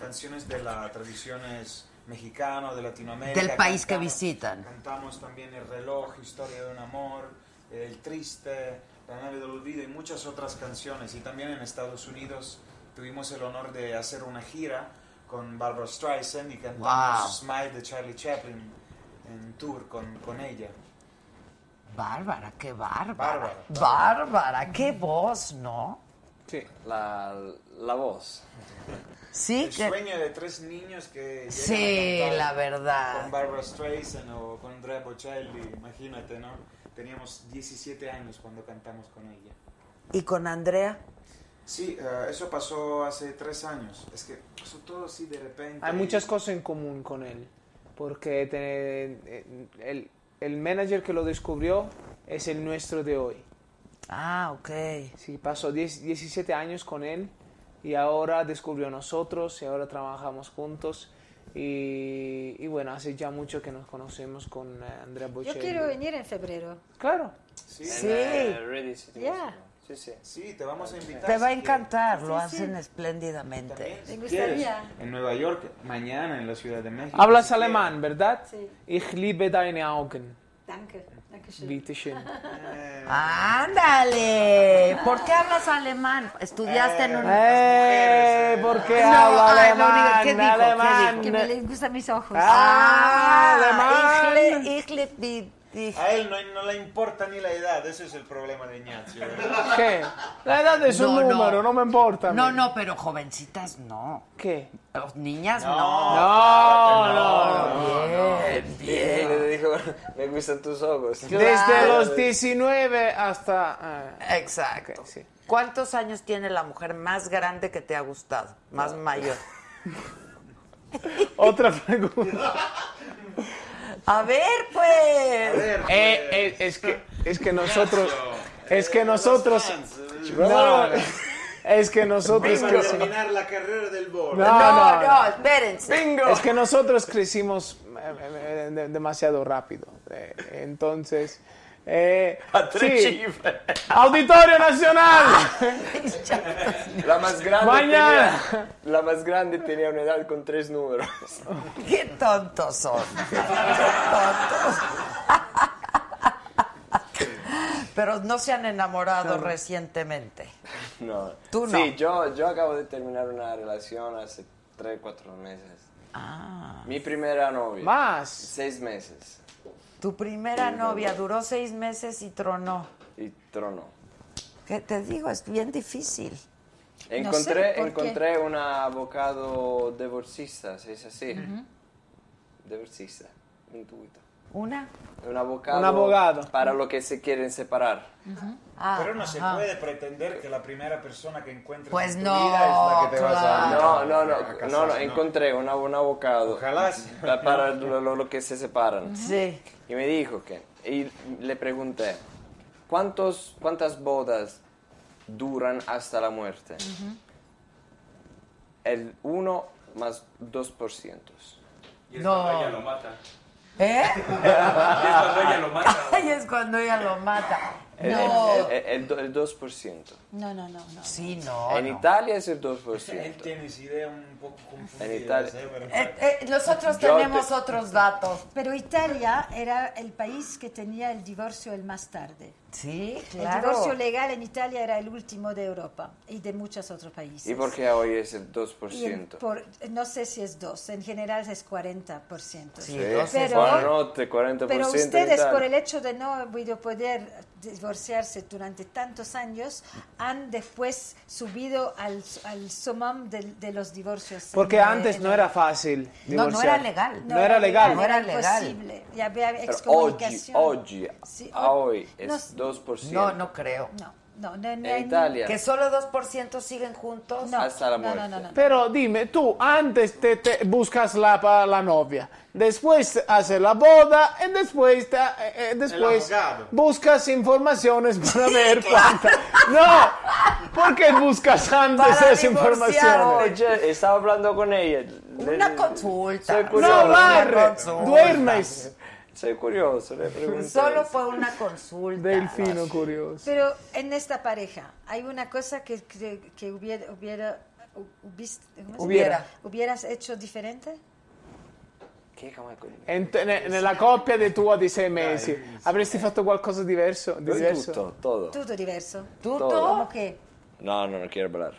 [SPEAKER 7] canciones de las tradiciones mexicanas, de Latinoamérica.
[SPEAKER 3] Del país que visitan.
[SPEAKER 7] Cantamos también El reloj, Historia de un amor, El triste, La nave del olvido y muchas otras canciones. Y también en Estados Unidos tuvimos el honor de hacer una gira con Barbara Streisand y cantamos Smile de Charlie Chaplin en tour con, con ella.
[SPEAKER 3] Bárbara, qué bárbara.
[SPEAKER 7] Bárbara.
[SPEAKER 3] Bárbara, qué voz, ¿no?
[SPEAKER 9] Sí.
[SPEAKER 8] La, la voz.
[SPEAKER 3] Sí,
[SPEAKER 7] El
[SPEAKER 3] que...
[SPEAKER 7] sueño de tres niños que llegan
[SPEAKER 3] Sí,
[SPEAKER 7] a cantar
[SPEAKER 3] la verdad.
[SPEAKER 7] Con Barbara Streisand o con Andrea Bocelli, imagínate, ¿no? Teníamos 17 años cuando cantamos con ella.
[SPEAKER 3] ¿Y con Andrea?
[SPEAKER 7] Sí, eh, eso pasó hace tres años. Es que pasó todo así de repente.
[SPEAKER 9] Hay
[SPEAKER 7] y-
[SPEAKER 9] muchas cosas en común con él, porque te- eh, el, el manager que lo descubrió es el nuestro de hoy.
[SPEAKER 3] Ah, ok.
[SPEAKER 9] Sí, pasó 10 17 años con él y ahora descubrió a nosotros y ahora trabajamos juntos. Y, y bueno, hace ya mucho que nos conocemos con eh, Andrea
[SPEAKER 5] Yo
[SPEAKER 9] Bocelli.
[SPEAKER 5] quiero venir en febrero.
[SPEAKER 9] Claro.
[SPEAKER 7] Sí,
[SPEAKER 8] En,
[SPEAKER 3] Sí.
[SPEAKER 8] eh, Ready City
[SPEAKER 5] Yeah.
[SPEAKER 8] Music. Sí, sí.
[SPEAKER 7] sí, te vamos a invitar.
[SPEAKER 3] Te va a
[SPEAKER 7] si
[SPEAKER 3] encantar, lo
[SPEAKER 5] Sí, sí.
[SPEAKER 3] hacen
[SPEAKER 7] quieres.
[SPEAKER 3] espléndidamente.
[SPEAKER 7] También,
[SPEAKER 5] Me
[SPEAKER 7] si
[SPEAKER 5] gustaría.
[SPEAKER 7] quieres, En Nueva York, mañana en la Ciudad de México.
[SPEAKER 3] pues,
[SPEAKER 9] Hablas
[SPEAKER 7] si
[SPEAKER 9] alemán, ¿verdad?
[SPEAKER 5] Sí.
[SPEAKER 9] Ich liebe deine Augen.
[SPEAKER 5] Danke. Dankeschön.
[SPEAKER 9] Bitte schön.
[SPEAKER 3] ¡Ándale! ¿Por qué hablas alemán? ¿Estudiaste en un...
[SPEAKER 9] ¡Eh! ¿Por qué
[SPEAKER 3] No,
[SPEAKER 9] hablo
[SPEAKER 3] ay, no,
[SPEAKER 9] alemán?
[SPEAKER 3] diga, ¿qué dijo? ¿Qué
[SPEAKER 9] alemán.
[SPEAKER 3] dijo?
[SPEAKER 5] Que me les gustan mis ojos.
[SPEAKER 9] ¡Ah! ¡Alemán!
[SPEAKER 3] Ich le- ich le- di- di-
[SPEAKER 7] A él no, no le importa ni la edad, ese es el problema de Ignacio.
[SPEAKER 9] ¿Qué? La edad es un
[SPEAKER 3] No, no.
[SPEAKER 9] número, no. me importa. a
[SPEAKER 3] No,
[SPEAKER 9] mí.
[SPEAKER 3] no, pero jovencitas no.
[SPEAKER 9] ¿Qué?
[SPEAKER 3] Los niñas
[SPEAKER 9] No,
[SPEAKER 3] no.
[SPEAKER 9] no, no.
[SPEAKER 3] Bien, bien.
[SPEAKER 9] Ah.
[SPEAKER 8] Le dijo, me gustan tus ojos.
[SPEAKER 9] Desde
[SPEAKER 3] Claro.
[SPEAKER 9] los 19 hasta... ah,
[SPEAKER 3] Exacto.
[SPEAKER 9] Ok, sí.
[SPEAKER 3] ¿Cuántos años tiene la mujer más grande que te ha gustado? Más mayor.
[SPEAKER 9] Otra pregunta.
[SPEAKER 3] A ver, pues.
[SPEAKER 9] Eh, eh, es que es que nosotros es que nosotros no, es que nosotros
[SPEAKER 7] Vamos a
[SPEAKER 9] crecimos.
[SPEAKER 7] terminar la carrera del bol.
[SPEAKER 9] No,
[SPEAKER 3] No,
[SPEAKER 9] no,
[SPEAKER 3] no,
[SPEAKER 9] no.
[SPEAKER 3] espérense.
[SPEAKER 9] Es que nosotros crecimos eh, eh, de- demasiado rápido. Eh, entonces eh, sí. Auditorio Nacional.
[SPEAKER 8] La más grande.
[SPEAKER 9] Mañana.
[SPEAKER 8] tenía- la más grande tenía una edad con tres números.
[SPEAKER 3] Qué tontos son. Qué tontos.
[SPEAKER 1] Pero no se han enamorado recientemente.
[SPEAKER 8] No.
[SPEAKER 1] Tú no.
[SPEAKER 8] Sí, yo, yo acabo de terminar una relación hace 3, 4 meses. Ah. Mi primera novia.
[SPEAKER 9] Más.
[SPEAKER 8] Seis meses.
[SPEAKER 1] Tu primera novia duró seis meses y tronó.
[SPEAKER 8] Y trono.
[SPEAKER 1] ¿Qué te digo? Es bien difícil.
[SPEAKER 8] Encontré,
[SPEAKER 5] por qué.
[SPEAKER 8] encontré una abogado divorcista, se dice así. Divorcista. Un tuito.
[SPEAKER 1] ¿Una?
[SPEAKER 8] Un abogado.
[SPEAKER 9] Un abogado.
[SPEAKER 8] Para lo que se quieren separar.
[SPEAKER 1] Ah,
[SPEAKER 7] Pero no se
[SPEAKER 1] ajá.
[SPEAKER 7] puede pretender que la primera persona que encuentres
[SPEAKER 1] Pues
[SPEAKER 7] en tu
[SPEAKER 1] no,
[SPEAKER 7] vida es la que te vas a...
[SPEAKER 2] Ah,
[SPEAKER 8] No, no, no,
[SPEAKER 7] a casar,
[SPEAKER 8] no, no, encontré una- un abogado
[SPEAKER 7] Ojalá sí.
[SPEAKER 8] pa- para lo, lo- lo que se separan.
[SPEAKER 1] Sí.
[SPEAKER 8] Y me dijo que, y le pregunté, ¿cuántos, ¿cuántas bodas duran hasta la muerte? El 1 más 2%.
[SPEAKER 4] Y es
[SPEAKER 1] No.
[SPEAKER 4] cuando ella lo mata.
[SPEAKER 1] ¿Eh?
[SPEAKER 4] Y es cuando ella lo mata.
[SPEAKER 1] Ay, es cuando ella lo mata.
[SPEAKER 7] Eh,
[SPEAKER 8] El,
[SPEAKER 1] No.
[SPEAKER 8] el- el- el do- el 2%.
[SPEAKER 5] No, no, no, no.
[SPEAKER 1] Sí, no.
[SPEAKER 8] en
[SPEAKER 1] no.
[SPEAKER 8] Italia es el
[SPEAKER 7] Él
[SPEAKER 8] 2%.
[SPEAKER 7] tiene ideas un poco confundidas.
[SPEAKER 8] En Italia.
[SPEAKER 7] ¿eh? Pero-
[SPEAKER 1] Eh, eh, nosotros
[SPEAKER 8] Yo
[SPEAKER 1] tenemos
[SPEAKER 8] te-
[SPEAKER 1] otros datos.
[SPEAKER 5] Pero Italia era el país que tenía el divorcio el más tarde.
[SPEAKER 1] Sí,
[SPEAKER 5] El
[SPEAKER 1] claro.
[SPEAKER 5] divorcio legal en Italia era el último de Europa y de muchos otros países.
[SPEAKER 8] ¿Y por qué hoy es el
[SPEAKER 5] Y en-
[SPEAKER 8] 2%?
[SPEAKER 5] por- no sé si es dos, en general es 40%.
[SPEAKER 1] Sí,
[SPEAKER 8] Sí.
[SPEAKER 1] entonces,
[SPEAKER 5] Pero-
[SPEAKER 8] Buenas noches, 40%.
[SPEAKER 5] Pero
[SPEAKER 8] en
[SPEAKER 5] ustedes, por
[SPEAKER 8] Italia.
[SPEAKER 5] el hecho de no haber poder divorciarse durante tantos años, han después subido al, al sumum del- de, los divorcios.
[SPEAKER 9] Porque
[SPEAKER 5] en-
[SPEAKER 9] antes
[SPEAKER 5] en-
[SPEAKER 9] no era fácil
[SPEAKER 1] No, no
[SPEAKER 9] divorciar.
[SPEAKER 1] era legal.
[SPEAKER 9] No, era legal.
[SPEAKER 1] No era legal.
[SPEAKER 5] imposible. Y había
[SPEAKER 8] Pero oggi,
[SPEAKER 5] excomunicación.
[SPEAKER 8] oggi,
[SPEAKER 5] Sí,
[SPEAKER 8] a
[SPEAKER 5] o-
[SPEAKER 8] hoy es
[SPEAKER 5] no,
[SPEAKER 8] 2%.
[SPEAKER 1] no, no creo.
[SPEAKER 5] No, no, no, no hay-
[SPEAKER 8] En Italia.
[SPEAKER 1] Que solo 2% siguen juntos.
[SPEAKER 5] no,
[SPEAKER 8] hasta la
[SPEAKER 5] no, no,
[SPEAKER 8] muerte.
[SPEAKER 5] no, no, no.
[SPEAKER 9] Pero dime, tú antes te, te buscas la, pa- la novia, después haces la boda y después, te- eh, eh, después
[SPEAKER 7] abogado.
[SPEAKER 9] buscas informaciones para ver cuánta... No, porque buscas antes
[SPEAKER 1] Para
[SPEAKER 9] esas informaciones?
[SPEAKER 8] Oye, estaba hablando con ella. Le-
[SPEAKER 1] Una consulta.
[SPEAKER 8] Soy
[SPEAKER 9] No,
[SPEAKER 8] curioso.
[SPEAKER 9] barre,
[SPEAKER 1] consulta.
[SPEAKER 9] duermes.
[SPEAKER 8] soy curioso, le pregunté.
[SPEAKER 1] Solo fue una consulta.
[SPEAKER 9] Delfino curioso.
[SPEAKER 5] Pero en esta pareja hay una cosa que, que, que hubiera, hubiera, hubis- ¿cómo se dice?
[SPEAKER 9] Hubiera.
[SPEAKER 5] hubieras hecho diferente.
[SPEAKER 8] ¿Qué cama
[SPEAKER 1] Eh,
[SPEAKER 8] con
[SPEAKER 9] En- ne- nella coppia di tua di sei mesi avresti fatto qualcosa di diverso? Di diverso?
[SPEAKER 8] Todo, todo.
[SPEAKER 5] Todo diverso.
[SPEAKER 1] ¿Tú,
[SPEAKER 8] Todo.
[SPEAKER 5] ¿Cómo
[SPEAKER 1] tú?
[SPEAKER 5] que?
[SPEAKER 8] No, no, no quiero hablar.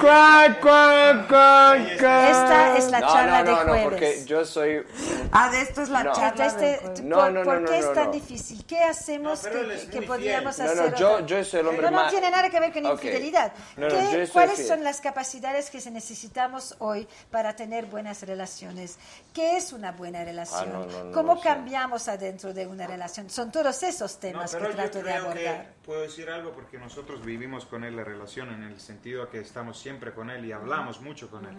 [SPEAKER 9] Qua, qua, qua, qua.
[SPEAKER 5] Esta es la
[SPEAKER 8] no,
[SPEAKER 5] charla
[SPEAKER 8] no, no,
[SPEAKER 5] de
[SPEAKER 8] no,
[SPEAKER 5] jueves.
[SPEAKER 8] porque yo soy.
[SPEAKER 1] Ah, de esto es la
[SPEAKER 8] No.
[SPEAKER 1] charla.
[SPEAKER 5] Este-
[SPEAKER 1] del jueves.
[SPEAKER 8] No,
[SPEAKER 5] ¿por,
[SPEAKER 8] no, no,
[SPEAKER 5] por
[SPEAKER 8] no,
[SPEAKER 5] qué es
[SPEAKER 8] no,
[SPEAKER 5] tan
[SPEAKER 8] no.
[SPEAKER 5] difícil? ¿Qué hacemos
[SPEAKER 7] No, pero él
[SPEAKER 5] que,
[SPEAKER 7] es
[SPEAKER 5] que
[SPEAKER 7] muy
[SPEAKER 5] podríamos
[SPEAKER 8] No, no,
[SPEAKER 5] hacer?
[SPEAKER 8] yo,
[SPEAKER 5] otra-
[SPEAKER 8] yo soy el hombre
[SPEAKER 5] no, no
[SPEAKER 8] más.
[SPEAKER 5] tiene nada que ver con
[SPEAKER 8] Ok.
[SPEAKER 5] infidelidad.
[SPEAKER 8] No, no,
[SPEAKER 5] ¿Qué-
[SPEAKER 8] yo soy
[SPEAKER 5] ¿Cuáles
[SPEAKER 8] fiel.
[SPEAKER 5] son las capacidades que se necesitamos hoy para tener buenas relaciones? ¿Qué es una buena relación?
[SPEAKER 8] Ah, no, no, no
[SPEAKER 5] ¿Cómo
[SPEAKER 8] lo sé.
[SPEAKER 5] cambiamos adentro de una relación? Son todos esos
[SPEAKER 7] No,
[SPEAKER 5] temas
[SPEAKER 7] pero
[SPEAKER 5] que trato
[SPEAKER 7] yo
[SPEAKER 5] de
[SPEAKER 7] creo
[SPEAKER 5] abordar.
[SPEAKER 7] que puedo decir algo porque nosotros vivimos con él la relación en el sentido que estamos siempre con él y hablamos mucho con él.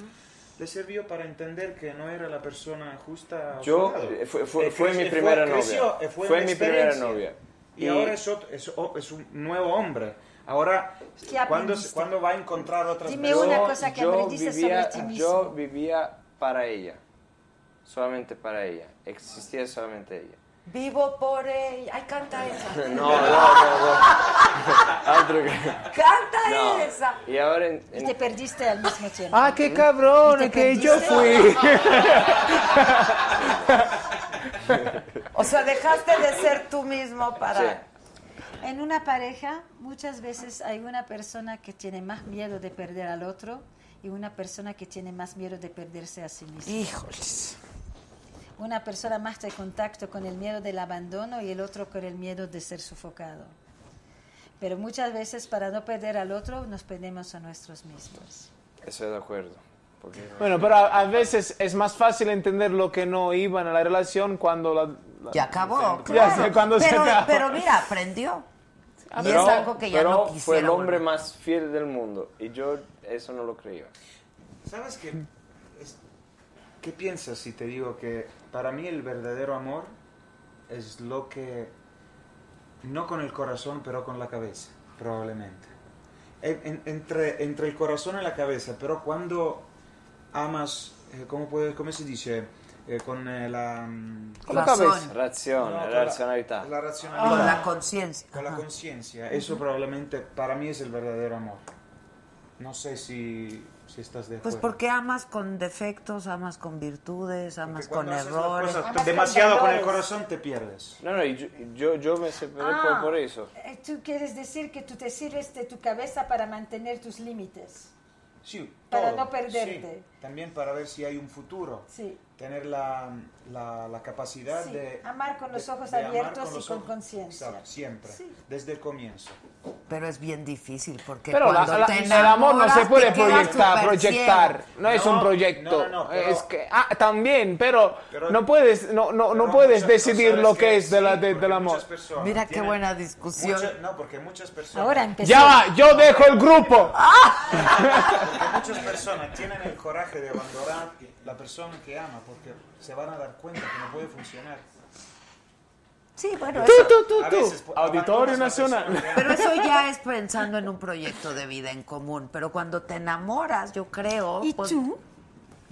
[SPEAKER 7] Le sirvió para entender que no era la persona justa. a su
[SPEAKER 8] Yo-
[SPEAKER 7] lado.
[SPEAKER 8] eh, fue- fue-
[SPEAKER 7] Eh,
[SPEAKER 8] fue
[SPEAKER 7] cre-
[SPEAKER 8] mi
[SPEAKER 7] eh,
[SPEAKER 8] primera
[SPEAKER 7] creció,
[SPEAKER 8] novia.
[SPEAKER 7] eh, fue
[SPEAKER 8] Fue
[SPEAKER 7] una
[SPEAKER 8] mi primera
[SPEAKER 7] experiencia.
[SPEAKER 8] novia.
[SPEAKER 7] Y,
[SPEAKER 8] Y-
[SPEAKER 7] ahora es, ot- es o- es un nuevo hombre. Ahora,
[SPEAKER 5] ¿Qué
[SPEAKER 7] ¿cuándo,
[SPEAKER 5] aprendiste?
[SPEAKER 7] cuándo va a encontrar otras
[SPEAKER 5] Dime
[SPEAKER 7] personas?
[SPEAKER 5] una cosa que aprendiste sobre
[SPEAKER 8] vivía,
[SPEAKER 5] ti mismo.
[SPEAKER 8] Yo vivía para ella. Solamente para ella. Existía solamente ella.
[SPEAKER 1] Vivo por él. Ay, canta esa.
[SPEAKER 8] No, no, no, no. Altro che-
[SPEAKER 1] Canta
[SPEAKER 8] No.
[SPEAKER 1] esa.
[SPEAKER 8] Y ahora en-
[SPEAKER 5] Y
[SPEAKER 8] en-
[SPEAKER 5] te perdiste al mismo tiempo.
[SPEAKER 9] Ah, che cabrone che io fui.
[SPEAKER 1] O sea, dejaste de ser tú mismo para.
[SPEAKER 8] Sí.
[SPEAKER 5] En una pareja muchas veces hay una persona que tiene más miedo de perder al otro y una persona que tiene más miedo de perderse a sí mismo.
[SPEAKER 1] Híjoles.
[SPEAKER 5] Una persona más de contacto con el miedo del abandono y el otro con el miedo de ser sufocado. Pero muchas veces para no perder al otro nos perdemos a nosotros mismos.
[SPEAKER 8] Estoy de acuerdo. Porque
[SPEAKER 1] Pues,
[SPEAKER 8] no-
[SPEAKER 9] Bueno, pero a, a veces es más fácil entender lo que no iba en la relación cuando la... la-
[SPEAKER 1] Ya acabó.
[SPEAKER 9] Ya
[SPEAKER 1] claro.
[SPEAKER 9] sé cuándo se
[SPEAKER 1] pero,
[SPEAKER 9] acaba.
[SPEAKER 1] pero mira, aprendió. Y es
[SPEAKER 8] Pero-
[SPEAKER 1] algo que ya
[SPEAKER 8] pero
[SPEAKER 1] no
[SPEAKER 8] fue
[SPEAKER 1] quisiera.
[SPEAKER 8] el hombre
[SPEAKER 1] volver.
[SPEAKER 8] más fiel del mundo. Y yo eso no lo creía.
[SPEAKER 7] ¿Sabes qué? Es- ¿Qué piensas si te digo que para mí el verdadero amor es lo que, no con el corazón, pero con la cabeza, probablemente? En- en- entre, entre el corazón y la cabeza, pero cuando amas, eh, ¿cómo, puede- cómo se dice? Eh, con eh, la... mm,
[SPEAKER 9] Con la
[SPEAKER 1] Razón.
[SPEAKER 9] cabeza.
[SPEAKER 8] Ración,
[SPEAKER 7] no, con la-
[SPEAKER 8] racionalidad.
[SPEAKER 7] La racionalidad. Ah,
[SPEAKER 1] Con la conciencia.
[SPEAKER 7] con la
[SPEAKER 1] Ajá.
[SPEAKER 7] conciencia. Eso probablemente para mí es el verdadero amor. No sé si si estás de
[SPEAKER 1] Pues
[SPEAKER 7] acuerdo.
[SPEAKER 1] porque amas con defectos, amas con virtudes, amas
[SPEAKER 7] Porque
[SPEAKER 1] con
[SPEAKER 7] cuando haces las
[SPEAKER 1] errores.
[SPEAKER 7] cosas
[SPEAKER 1] Amas con
[SPEAKER 7] demasiado con el
[SPEAKER 1] valores.
[SPEAKER 7] corazón te pierdes.
[SPEAKER 8] No, no, y yo, yo, yo me separé
[SPEAKER 1] Ah.
[SPEAKER 8] por, por eso.
[SPEAKER 5] Eh, Tú quieres decir que tú te sirves de tu cabeza para mantener tus límites.
[SPEAKER 7] Sí,
[SPEAKER 5] Para
[SPEAKER 7] todo,
[SPEAKER 5] no perderte.
[SPEAKER 7] sí. También para ver si hay un futuro.
[SPEAKER 5] Sí.
[SPEAKER 7] Tener la, la- la capacidad
[SPEAKER 5] Sí,
[SPEAKER 7] de...
[SPEAKER 5] amar con los ojos
[SPEAKER 7] amar
[SPEAKER 5] abiertos y
[SPEAKER 7] los
[SPEAKER 5] con
[SPEAKER 7] ojos-
[SPEAKER 5] conciencia.
[SPEAKER 7] Exacto, siempre,
[SPEAKER 5] Sí.
[SPEAKER 7] desde el comienzo.
[SPEAKER 1] Pero es bien difícil porque
[SPEAKER 9] Pero la-
[SPEAKER 1] cuando
[SPEAKER 9] la-
[SPEAKER 1] te
[SPEAKER 9] el amor no se
[SPEAKER 1] enamoras,
[SPEAKER 9] puede
[SPEAKER 1] te quedas
[SPEAKER 9] proyectar,
[SPEAKER 1] súper
[SPEAKER 9] proyectar.
[SPEAKER 1] ciego.
[SPEAKER 9] No, es
[SPEAKER 7] No,
[SPEAKER 9] un proyecto.
[SPEAKER 7] no, no, no, pero-
[SPEAKER 9] es que ah, también, pero,
[SPEAKER 7] Pero-
[SPEAKER 9] no puedes no, no, no
[SPEAKER 7] Pero
[SPEAKER 9] puedes
[SPEAKER 7] muchas-
[SPEAKER 9] decidir
[SPEAKER 7] no
[SPEAKER 9] lo
[SPEAKER 7] sabes
[SPEAKER 9] que es de la,
[SPEAKER 7] sí,
[SPEAKER 9] de-
[SPEAKER 7] porque
[SPEAKER 9] del amor.
[SPEAKER 7] muchas personas
[SPEAKER 1] Mira qué
[SPEAKER 7] tienen-
[SPEAKER 1] buena discusión.
[SPEAKER 7] muchas- no, porque muchas personas...
[SPEAKER 5] Ahora empezó.
[SPEAKER 9] Ya va, yo dejo el grupo.
[SPEAKER 7] Ah. Porque muchas personas tienen el coraje de abandonar la persona que ama porque se van a dar cuenta que no puede funcionar.
[SPEAKER 1] Sí, bueno,
[SPEAKER 9] Tú,
[SPEAKER 1] eso-
[SPEAKER 9] tú, tú,
[SPEAKER 7] A
[SPEAKER 9] tú.
[SPEAKER 7] veces, pues,
[SPEAKER 9] Auditorio
[SPEAKER 7] abandonas a la
[SPEAKER 9] Nacional.
[SPEAKER 7] persona que
[SPEAKER 1] pero eso ya es pensando en un proyecto de vida en común. Pero cuando te enamoras, yo creo.
[SPEAKER 5] ¿Y
[SPEAKER 1] pues,
[SPEAKER 5] tú?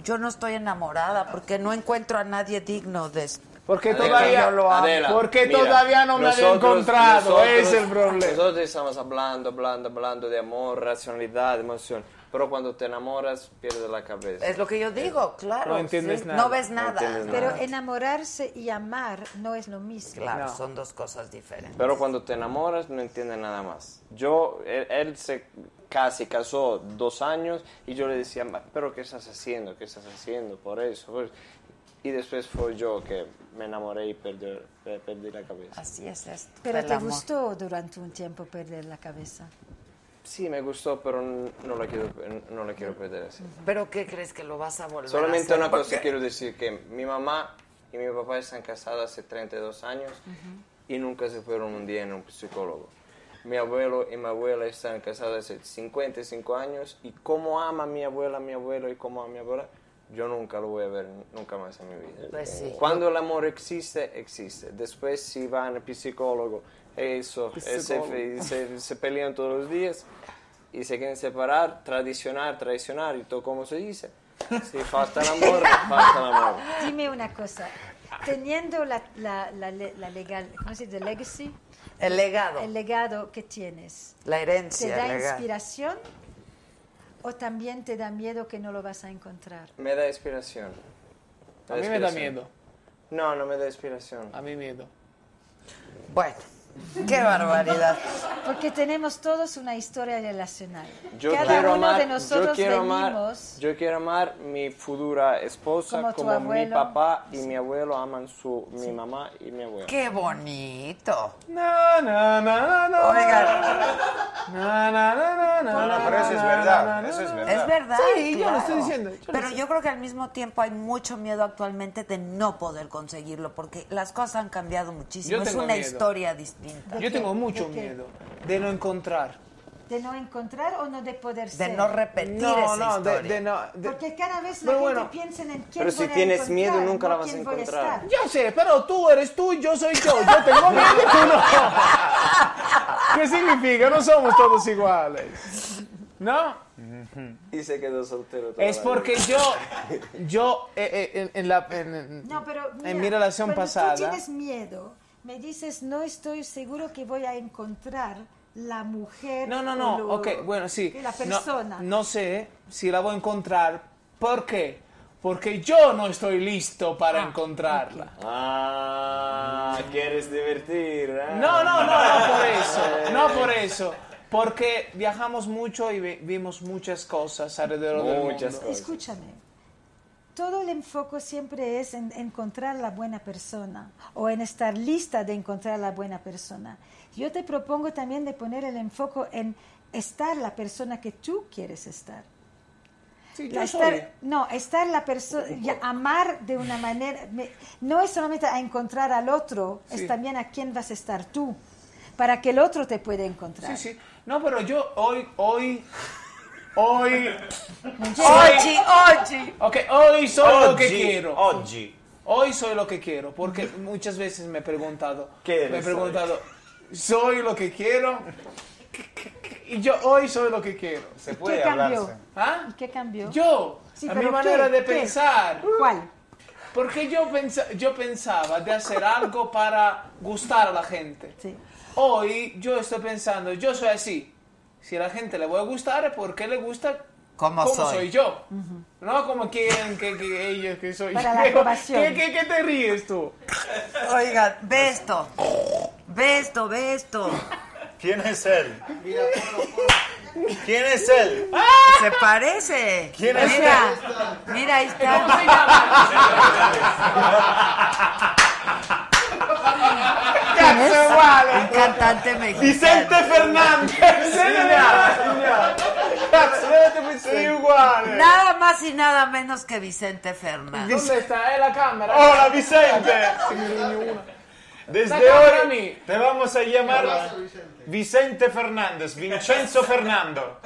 [SPEAKER 1] Yo no estoy enamorada porque no encuentro a nadie digno de
[SPEAKER 9] Porque
[SPEAKER 8] Adela,
[SPEAKER 9] todavía,
[SPEAKER 1] yo lo amo.
[SPEAKER 8] Adela,
[SPEAKER 9] porque
[SPEAKER 8] mira,
[SPEAKER 9] todavía no me había
[SPEAKER 8] nosotros-
[SPEAKER 9] encontrado. es
[SPEAKER 8] nosotros-
[SPEAKER 9] el problema.
[SPEAKER 8] Nosotros estamos hablando, hablando, hablando de amor, racionalidad, emoción. Pero cuando te enamoras, pierdes la cabeza.
[SPEAKER 1] Es lo que yo digo, claro.
[SPEAKER 9] No entiendes
[SPEAKER 1] sí.
[SPEAKER 9] nada.
[SPEAKER 1] No ves
[SPEAKER 8] No
[SPEAKER 1] nada.
[SPEAKER 8] entiendes nada.
[SPEAKER 5] Pero enamorarse y amar no es lo mismo.
[SPEAKER 1] Claro,
[SPEAKER 9] No.
[SPEAKER 1] son dos cosas diferentes.
[SPEAKER 8] Pero cuando te enamoras no entiendes nada más. Yo, él, él se casi casó dos años y yo le decía, "Ma, pero ¿qué estás haciendo? ¿Qué estás haciendo? Por eso. por eso". Y después fue yo que me enamoré y perdí, per- perdí la cabeza.
[SPEAKER 1] Así es esto.
[SPEAKER 5] Pero
[SPEAKER 1] el
[SPEAKER 5] te
[SPEAKER 1] amor.
[SPEAKER 5] gustó durante un tiempo perder la cabeza.
[SPEAKER 8] Sí, me gustó, pero n- no la quiero, no la quiero perder así.
[SPEAKER 1] ¿Pero qué crees que lo vas a volver
[SPEAKER 8] Solamente
[SPEAKER 1] a hacer?
[SPEAKER 8] una cosa
[SPEAKER 1] Porque-
[SPEAKER 8] quiero decir, que mi mamá y mi papá están casados hace 32 años y nunca se fueron un día en un psicólogo. Mi abuelo y mi abuela están casados hace 55 años y cómo ama mi abuela, mi abuelo y cómo ama mi abuela, yo nunca lo voy a ver nunca más en mi vida.
[SPEAKER 1] Pues sí.
[SPEAKER 8] Cuando el amor existe, existe. Después si van al psicólogo, eso, eh, se- se- se pelean todos los días y se quieren separar, tradicionar, traicionar y todo como se dice. Si falta el amor, falta el amor.
[SPEAKER 5] Dime una cosa. Teniendo la, la, la, le- la legal, ¿cómo se dice? Legacy,
[SPEAKER 1] El legado,
[SPEAKER 5] el legado que tienes,
[SPEAKER 1] la
[SPEAKER 5] ¿te
[SPEAKER 1] herencia.
[SPEAKER 5] da
[SPEAKER 1] el legado.
[SPEAKER 5] inspiración o también te da miedo que no lo vas a encontrar?
[SPEAKER 8] Me da inspiración.
[SPEAKER 9] A mí me da
[SPEAKER 8] inspiración.
[SPEAKER 9] miedo.
[SPEAKER 8] No, no me da inspiración.
[SPEAKER 9] A mí miedo.
[SPEAKER 1] Bueno, qué barbaridad.
[SPEAKER 5] Porque tenemos todos una historia relacional.
[SPEAKER 8] Yo
[SPEAKER 5] Cada
[SPEAKER 8] quiero
[SPEAKER 5] uno
[SPEAKER 8] amar,
[SPEAKER 5] de nosotros
[SPEAKER 8] yo quiero amar,
[SPEAKER 5] venimos
[SPEAKER 8] yo quiero amar mi futura esposa
[SPEAKER 5] Como
[SPEAKER 8] como,
[SPEAKER 5] tu
[SPEAKER 8] mi
[SPEAKER 5] abuelo.
[SPEAKER 8] papá y mi abuelo aman su mi mamá y mi abuelo.
[SPEAKER 1] Qué bonito.
[SPEAKER 9] Na, na, na, na, na.
[SPEAKER 1] Oigan,
[SPEAKER 9] Na, na, na, na, na,
[SPEAKER 7] No, no, pero eso es
[SPEAKER 9] na, na,
[SPEAKER 7] verdad,
[SPEAKER 9] na,
[SPEAKER 7] eso es
[SPEAKER 9] na.
[SPEAKER 7] verdad.
[SPEAKER 1] es verdad.
[SPEAKER 9] Sí, yo lo
[SPEAKER 1] claro.
[SPEAKER 9] estoy diciendo, yo lo
[SPEAKER 1] Pero
[SPEAKER 9] sé.
[SPEAKER 1] yo creo que al mismo tiempo hay mucho miedo actualmente de no poder conseguirlo porque las cosas han cambiado muchísimo.
[SPEAKER 9] Yo
[SPEAKER 1] es
[SPEAKER 9] tengo
[SPEAKER 1] una
[SPEAKER 9] miedo.
[SPEAKER 1] historia distinta.
[SPEAKER 9] Yo tengo mucho
[SPEAKER 5] ¿De qué?
[SPEAKER 9] miedo de no encontrar.
[SPEAKER 5] de no encontrar o no de poder
[SPEAKER 1] De
[SPEAKER 5] ser.
[SPEAKER 1] no repetir
[SPEAKER 9] No,
[SPEAKER 1] esa
[SPEAKER 9] no, de,
[SPEAKER 1] historia.
[SPEAKER 9] de no. de-
[SPEAKER 5] Porque cada vez la
[SPEAKER 9] Pero
[SPEAKER 5] gente
[SPEAKER 9] bueno,
[SPEAKER 5] piensa en quién
[SPEAKER 8] pero si
[SPEAKER 5] voy a
[SPEAKER 8] tienes
[SPEAKER 5] encontrar,
[SPEAKER 8] miedo,
[SPEAKER 5] no
[SPEAKER 8] nunca la vas a
[SPEAKER 5] quién voy
[SPEAKER 8] encontrar.
[SPEAKER 5] estar.
[SPEAKER 9] Yo sé, pero tú eres tú y yo soy yo. Yo tengo miedo y tú no. ¿Qué significa? No somos todos iguales. ¿No?
[SPEAKER 8] Y se quedó soltero. toda
[SPEAKER 9] Es
[SPEAKER 8] la
[SPEAKER 9] porque
[SPEAKER 8] vida.
[SPEAKER 9] yo, yo eh, eh, en, en la, en- en-
[SPEAKER 5] No,
[SPEAKER 8] Eh,
[SPEAKER 5] pero mira,
[SPEAKER 9] en mi relación
[SPEAKER 5] cuando
[SPEAKER 9] pasada,
[SPEAKER 5] Tú tienes miedo. Me dices, no estoy seguro que voy a encontrar la mujer.
[SPEAKER 9] no, no,
[SPEAKER 5] o
[SPEAKER 9] no,
[SPEAKER 5] lo-
[SPEAKER 9] ok, bueno, sí,
[SPEAKER 5] La
[SPEAKER 9] no-
[SPEAKER 5] persona.
[SPEAKER 9] No, sé si la voy a encontrar, ¿por qué? Porque yo no estoy listo para encontrarla.
[SPEAKER 8] Ah, quieres divertir.
[SPEAKER 5] Ah.
[SPEAKER 8] ¿eh?
[SPEAKER 9] No, no, no, no por eso, no por eso, porque viajamos mucho y vi- vimos muchas cosas alrededor del
[SPEAKER 8] Muchas
[SPEAKER 9] mundo.
[SPEAKER 8] cosas.
[SPEAKER 5] Escúchame. Todo el enfoque siempre es en encontrar la buena persona o en estar lista de encontrar la buena persona. Yo te propongo también de poner el enfoque en estar la persona que tú quieres estar.
[SPEAKER 9] Sí,
[SPEAKER 5] La
[SPEAKER 9] yo
[SPEAKER 5] estar-
[SPEAKER 9] soy.
[SPEAKER 5] no, estar la persona, amar de una manera, me- no es solamente a encontrar al otro,
[SPEAKER 9] Sí.
[SPEAKER 5] es también a quién vas a estar tú, para que el otro te pueda encontrar.
[SPEAKER 9] Sí, sí. No, pero yo hoy, hoy, hoy,
[SPEAKER 1] Ochi, ochi.
[SPEAKER 9] ok, hoy soy lo que
[SPEAKER 7] Oggi,
[SPEAKER 9] quiero.
[SPEAKER 7] oggi.
[SPEAKER 9] Hoy soy lo que quiero, porque muchas veces me he preguntado,
[SPEAKER 7] ¿Qué
[SPEAKER 9] me he
[SPEAKER 7] eres
[SPEAKER 9] preguntado, soy lo que quiero, y yo hoy soy lo que quiero.
[SPEAKER 7] Se puede
[SPEAKER 5] ¿Qué cambió?
[SPEAKER 7] hablarse.
[SPEAKER 9] ¿Ah?
[SPEAKER 5] ¿Y qué cambió?
[SPEAKER 9] Yo,
[SPEAKER 5] Sí,
[SPEAKER 9] a mi
[SPEAKER 5] pero
[SPEAKER 9] manera
[SPEAKER 5] ¿qué?
[SPEAKER 9] de
[SPEAKER 5] ¿Qué?
[SPEAKER 9] pensar,
[SPEAKER 5] ¿Cuál?
[SPEAKER 9] porque yo, pensa- yo pensaba de hacer algo para gustar a la gente.
[SPEAKER 5] Sí.
[SPEAKER 9] Hoy yo estoy pensando, yo soy así, si a la gente le voy a gustar, ¿por qué le gusta
[SPEAKER 3] ¿Cómo soy?
[SPEAKER 9] yo? No como quieren que, que ellos que soy
[SPEAKER 5] Para la
[SPEAKER 9] yo.
[SPEAKER 5] aprobación.
[SPEAKER 9] ¿Qué, qué, qué te ríes tú?
[SPEAKER 3] Oigan, ve esto. Ve esto, ve esto.
[SPEAKER 7] ¿Quién es él? ¿Quién es él?
[SPEAKER 3] Se parece.
[SPEAKER 7] ¿Quién es
[SPEAKER 3] mira, mira, ahí está. Un cantante mexicano.
[SPEAKER 9] Vicente Fernández. Soy igual.
[SPEAKER 3] Nada más y nada menos que Vicente Fernández.
[SPEAKER 9] ¿Dónde está eh, la cámara?
[SPEAKER 7] Hola Vicente. Desde hoy
[SPEAKER 9] Sacatami.
[SPEAKER 7] te vamos a llamar Vicente Fernández, Vincenzo Fernando.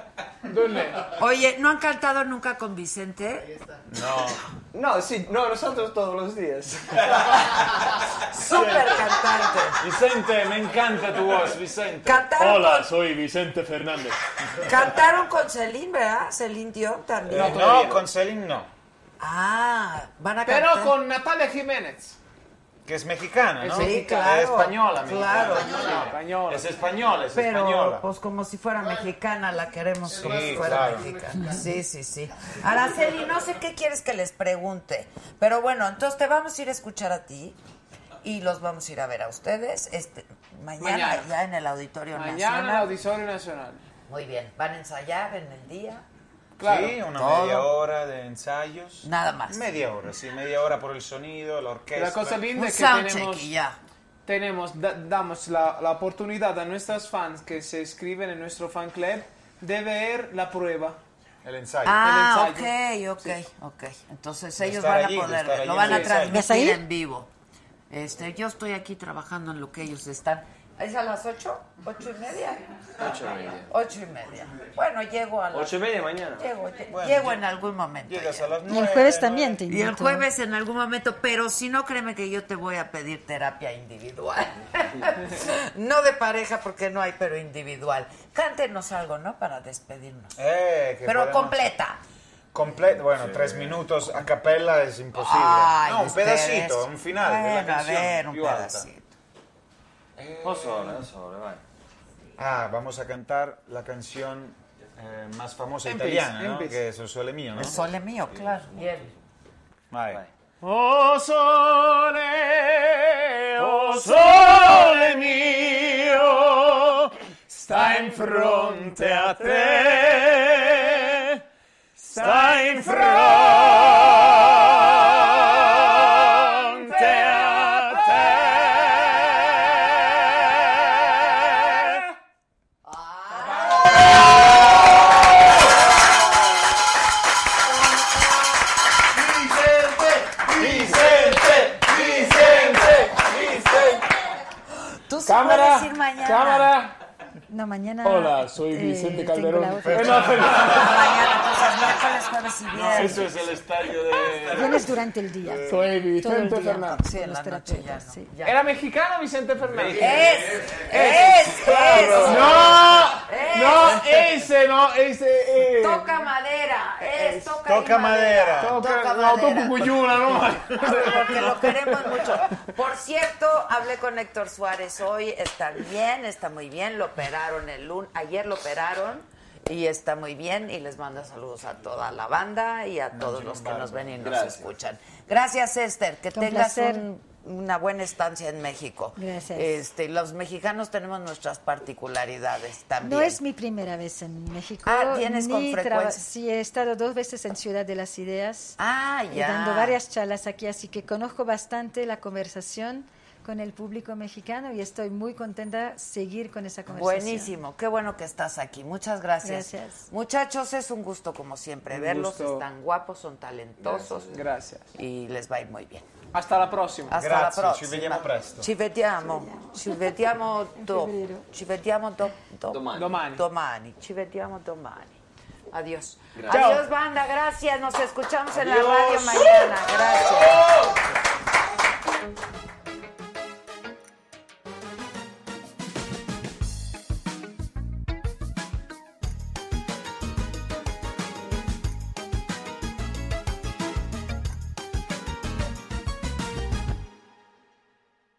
[SPEAKER 9] ¿Dónde?
[SPEAKER 3] Oye, ¿no han cantado nunca con Vicente?
[SPEAKER 7] No.
[SPEAKER 8] No, sí, no, nosotros todos los días.
[SPEAKER 3] Súper cantante.
[SPEAKER 7] Vicente, me encanta tu voz, Vicente.
[SPEAKER 3] Cantaron
[SPEAKER 7] Hola, soy Vicente Fernández.
[SPEAKER 3] Cantaron con Celine, ¿verdad? Celine Dion también.
[SPEAKER 7] No, con Celine no,
[SPEAKER 3] Ah, van a cantar.
[SPEAKER 9] Pero con Natalia Jiménez.
[SPEAKER 7] que es mexicana, ¿no?
[SPEAKER 3] Sí, claro.
[SPEAKER 7] Es española,
[SPEAKER 3] Claro.
[SPEAKER 9] Española.
[SPEAKER 7] Es española, es
[SPEAKER 3] Pero,
[SPEAKER 7] española.
[SPEAKER 3] pues como si fuera mexicana, la queremos como
[SPEAKER 7] Sí,
[SPEAKER 3] si fuera
[SPEAKER 7] claro.
[SPEAKER 3] mexicana. Sí, sí, sí. Araceli, no sé qué quieres que les pregunte, pero bueno, entonces te vamos a ir a escuchar a ti y los vamos a ir a ver a ustedes este mañana,
[SPEAKER 9] Mañana.
[SPEAKER 3] ya en el Auditorio
[SPEAKER 9] Mañana en el
[SPEAKER 3] Nacional.
[SPEAKER 9] Auditorio Nacional.
[SPEAKER 3] Muy bien, van a ensayar en el día,
[SPEAKER 9] Claro.
[SPEAKER 7] Sí, una
[SPEAKER 3] Todo.
[SPEAKER 7] media hora de ensayos.
[SPEAKER 3] nada más.
[SPEAKER 7] Media hora, sí, media hora por el sonido, la orquesta.
[SPEAKER 9] La cosa linda
[SPEAKER 3] Un
[SPEAKER 9] es que
[SPEAKER 3] soundcheck y
[SPEAKER 9] tenemos,
[SPEAKER 3] ya.
[SPEAKER 9] tenemos da- damos la, la oportunidad a nuestros fans que se inscriben en nuestro fan club de ver la prueba.
[SPEAKER 7] El ensayo.
[SPEAKER 3] Ah, ok,
[SPEAKER 9] ensayo.
[SPEAKER 3] ok, ok. Entonces
[SPEAKER 7] De
[SPEAKER 3] ellos
[SPEAKER 7] estar
[SPEAKER 3] van
[SPEAKER 7] allí,
[SPEAKER 3] a
[SPEAKER 7] de
[SPEAKER 3] poder,
[SPEAKER 7] estar
[SPEAKER 3] ver, lo
[SPEAKER 7] allí
[SPEAKER 3] van
[SPEAKER 7] en
[SPEAKER 3] a
[SPEAKER 7] el ensayo.
[SPEAKER 5] ¿Ves ahí?
[SPEAKER 3] transmitir en vivo. Este, yo estoy aquí trabajando en lo que ellos están. ¿Es a las ocho? ¿Ocho y media?
[SPEAKER 8] Ocho y media.
[SPEAKER 3] Ocho y media. Bueno, llego a las...
[SPEAKER 8] Ocho y media mañana.
[SPEAKER 3] Llego, lle-
[SPEAKER 7] Bueno,
[SPEAKER 3] llego
[SPEAKER 7] ya-
[SPEAKER 3] en algún momento.
[SPEAKER 7] Llegas
[SPEAKER 3] ya.
[SPEAKER 7] a las
[SPEAKER 5] Y el
[SPEAKER 7] nueve,
[SPEAKER 5] jueves
[SPEAKER 7] nueve.
[SPEAKER 5] también te
[SPEAKER 3] Y el
[SPEAKER 5] invito.
[SPEAKER 3] jueves en algún momento, pero si no, créeme que yo te voy a pedir terapia individual. no de pareja porque no hay, pero individual. Cántenos algo, ¿no? Para despedirnos.
[SPEAKER 7] Eh, que
[SPEAKER 3] Pero
[SPEAKER 7] podemos-
[SPEAKER 3] completa.
[SPEAKER 7] Comple- bueno, tres minutos a capella es imposible.
[SPEAKER 3] Ay,
[SPEAKER 7] no, un
[SPEAKER 3] ustedes.
[SPEAKER 7] pedacito, un final de la
[SPEAKER 3] Bueno,
[SPEAKER 7] canción.
[SPEAKER 3] a ver, un
[SPEAKER 7] più alta.
[SPEAKER 3] pedacito.
[SPEAKER 8] No solo, no solo, va.
[SPEAKER 7] Ah, vamos a cantar la canción eh, más famosa
[SPEAKER 9] Empieza,
[SPEAKER 7] italiana, ¿no?
[SPEAKER 9] empieza.
[SPEAKER 7] Que es El Sole Mío, ¿no?
[SPEAKER 3] El sol es mío, claro.
[SPEAKER 7] Vai.
[SPEAKER 8] Vai.
[SPEAKER 9] Oh sole, oh sole mio, sta in fronte a te, sta in fronte a te.
[SPEAKER 7] Vicente, Vicente, Vicente.
[SPEAKER 3] Tú sí
[SPEAKER 9] Cámara,
[SPEAKER 3] puedes ir mañana.
[SPEAKER 9] cámara.
[SPEAKER 5] No, mañana. eh,
[SPEAKER 9] Hola, soy Vicente
[SPEAKER 5] tengo
[SPEAKER 9] Calderón.
[SPEAKER 5] la otra.
[SPEAKER 3] Mañana, entonces, miércoles, jueves y viernes.
[SPEAKER 7] Eso es el estadio de...
[SPEAKER 5] Vienes durante el día.
[SPEAKER 9] Soy
[SPEAKER 5] Todo el
[SPEAKER 9] Eh, Vicente
[SPEAKER 5] día.
[SPEAKER 9] Fernández.
[SPEAKER 3] Sí, en la
[SPEAKER 5] Los
[SPEAKER 3] noche ya,
[SPEAKER 5] terapeutas,
[SPEAKER 3] ¿no?
[SPEAKER 5] sí.
[SPEAKER 3] Ya.
[SPEAKER 9] Era mexicano Vicente Fernández.
[SPEAKER 3] Es, es, es.
[SPEAKER 9] No,
[SPEAKER 3] Ese.
[SPEAKER 9] no, ese, no, ese. eh.
[SPEAKER 3] Toca madera, es, toca, y
[SPEAKER 7] Toca madera.
[SPEAKER 3] Toca
[SPEAKER 9] Toca, no,
[SPEAKER 3] madera.
[SPEAKER 9] toca cuyuna, no.
[SPEAKER 3] Porque lo queremos mucho. Por cierto, hablé con Héctor Suárez hoy, está bien, está muy bien, lo operaron el lunes, ayer lo operaron y está muy bien y les mando saludos a toda la banda y a todos los que nos ven y nos
[SPEAKER 8] Gracias.
[SPEAKER 3] escuchan. Gracias Esther, que
[SPEAKER 5] Con
[SPEAKER 3] tengas
[SPEAKER 5] placer.
[SPEAKER 3] un- una buena estancia en México.
[SPEAKER 5] Gracias.
[SPEAKER 3] Este, los mexicanos tenemos nuestras particularidades también.
[SPEAKER 5] No es mi primera vez en México.
[SPEAKER 3] Ah, ¿vienes con
[SPEAKER 5] ni traba-
[SPEAKER 3] frecuencia?
[SPEAKER 5] Sí, he estado dos veces en Ciudad de las Ideas.
[SPEAKER 3] Ah,
[SPEAKER 5] y
[SPEAKER 3] ya.
[SPEAKER 5] dando varias charlas aquí, así que conozco bastante la conversación con el público mexicano y estoy muy contenta seguir con esa conversación.
[SPEAKER 3] Buenísimo, qué bueno que estás aquí. Muchas gracias.
[SPEAKER 5] Gracias.
[SPEAKER 3] Muchachos, es un gusto como siempre verlos.
[SPEAKER 9] gusto.
[SPEAKER 3] Están guapos, son talentosos
[SPEAKER 9] Gracias.
[SPEAKER 3] y les va a ir muy bien.
[SPEAKER 9] Hasta la próxima.
[SPEAKER 3] Hasta la
[SPEAKER 7] Grazie,
[SPEAKER 3] prossima.
[SPEAKER 7] ci vediamo presto.
[SPEAKER 3] Ci vediamo, ci vediamo, do- ci vediamo do- do-
[SPEAKER 8] Domani.
[SPEAKER 9] Domani.
[SPEAKER 3] domani. Ci vediamo domani. Adiós.
[SPEAKER 8] Grazie.
[SPEAKER 3] Adiós, banda. Gracias. Nos escuchamos en la radio mañana. Gracias.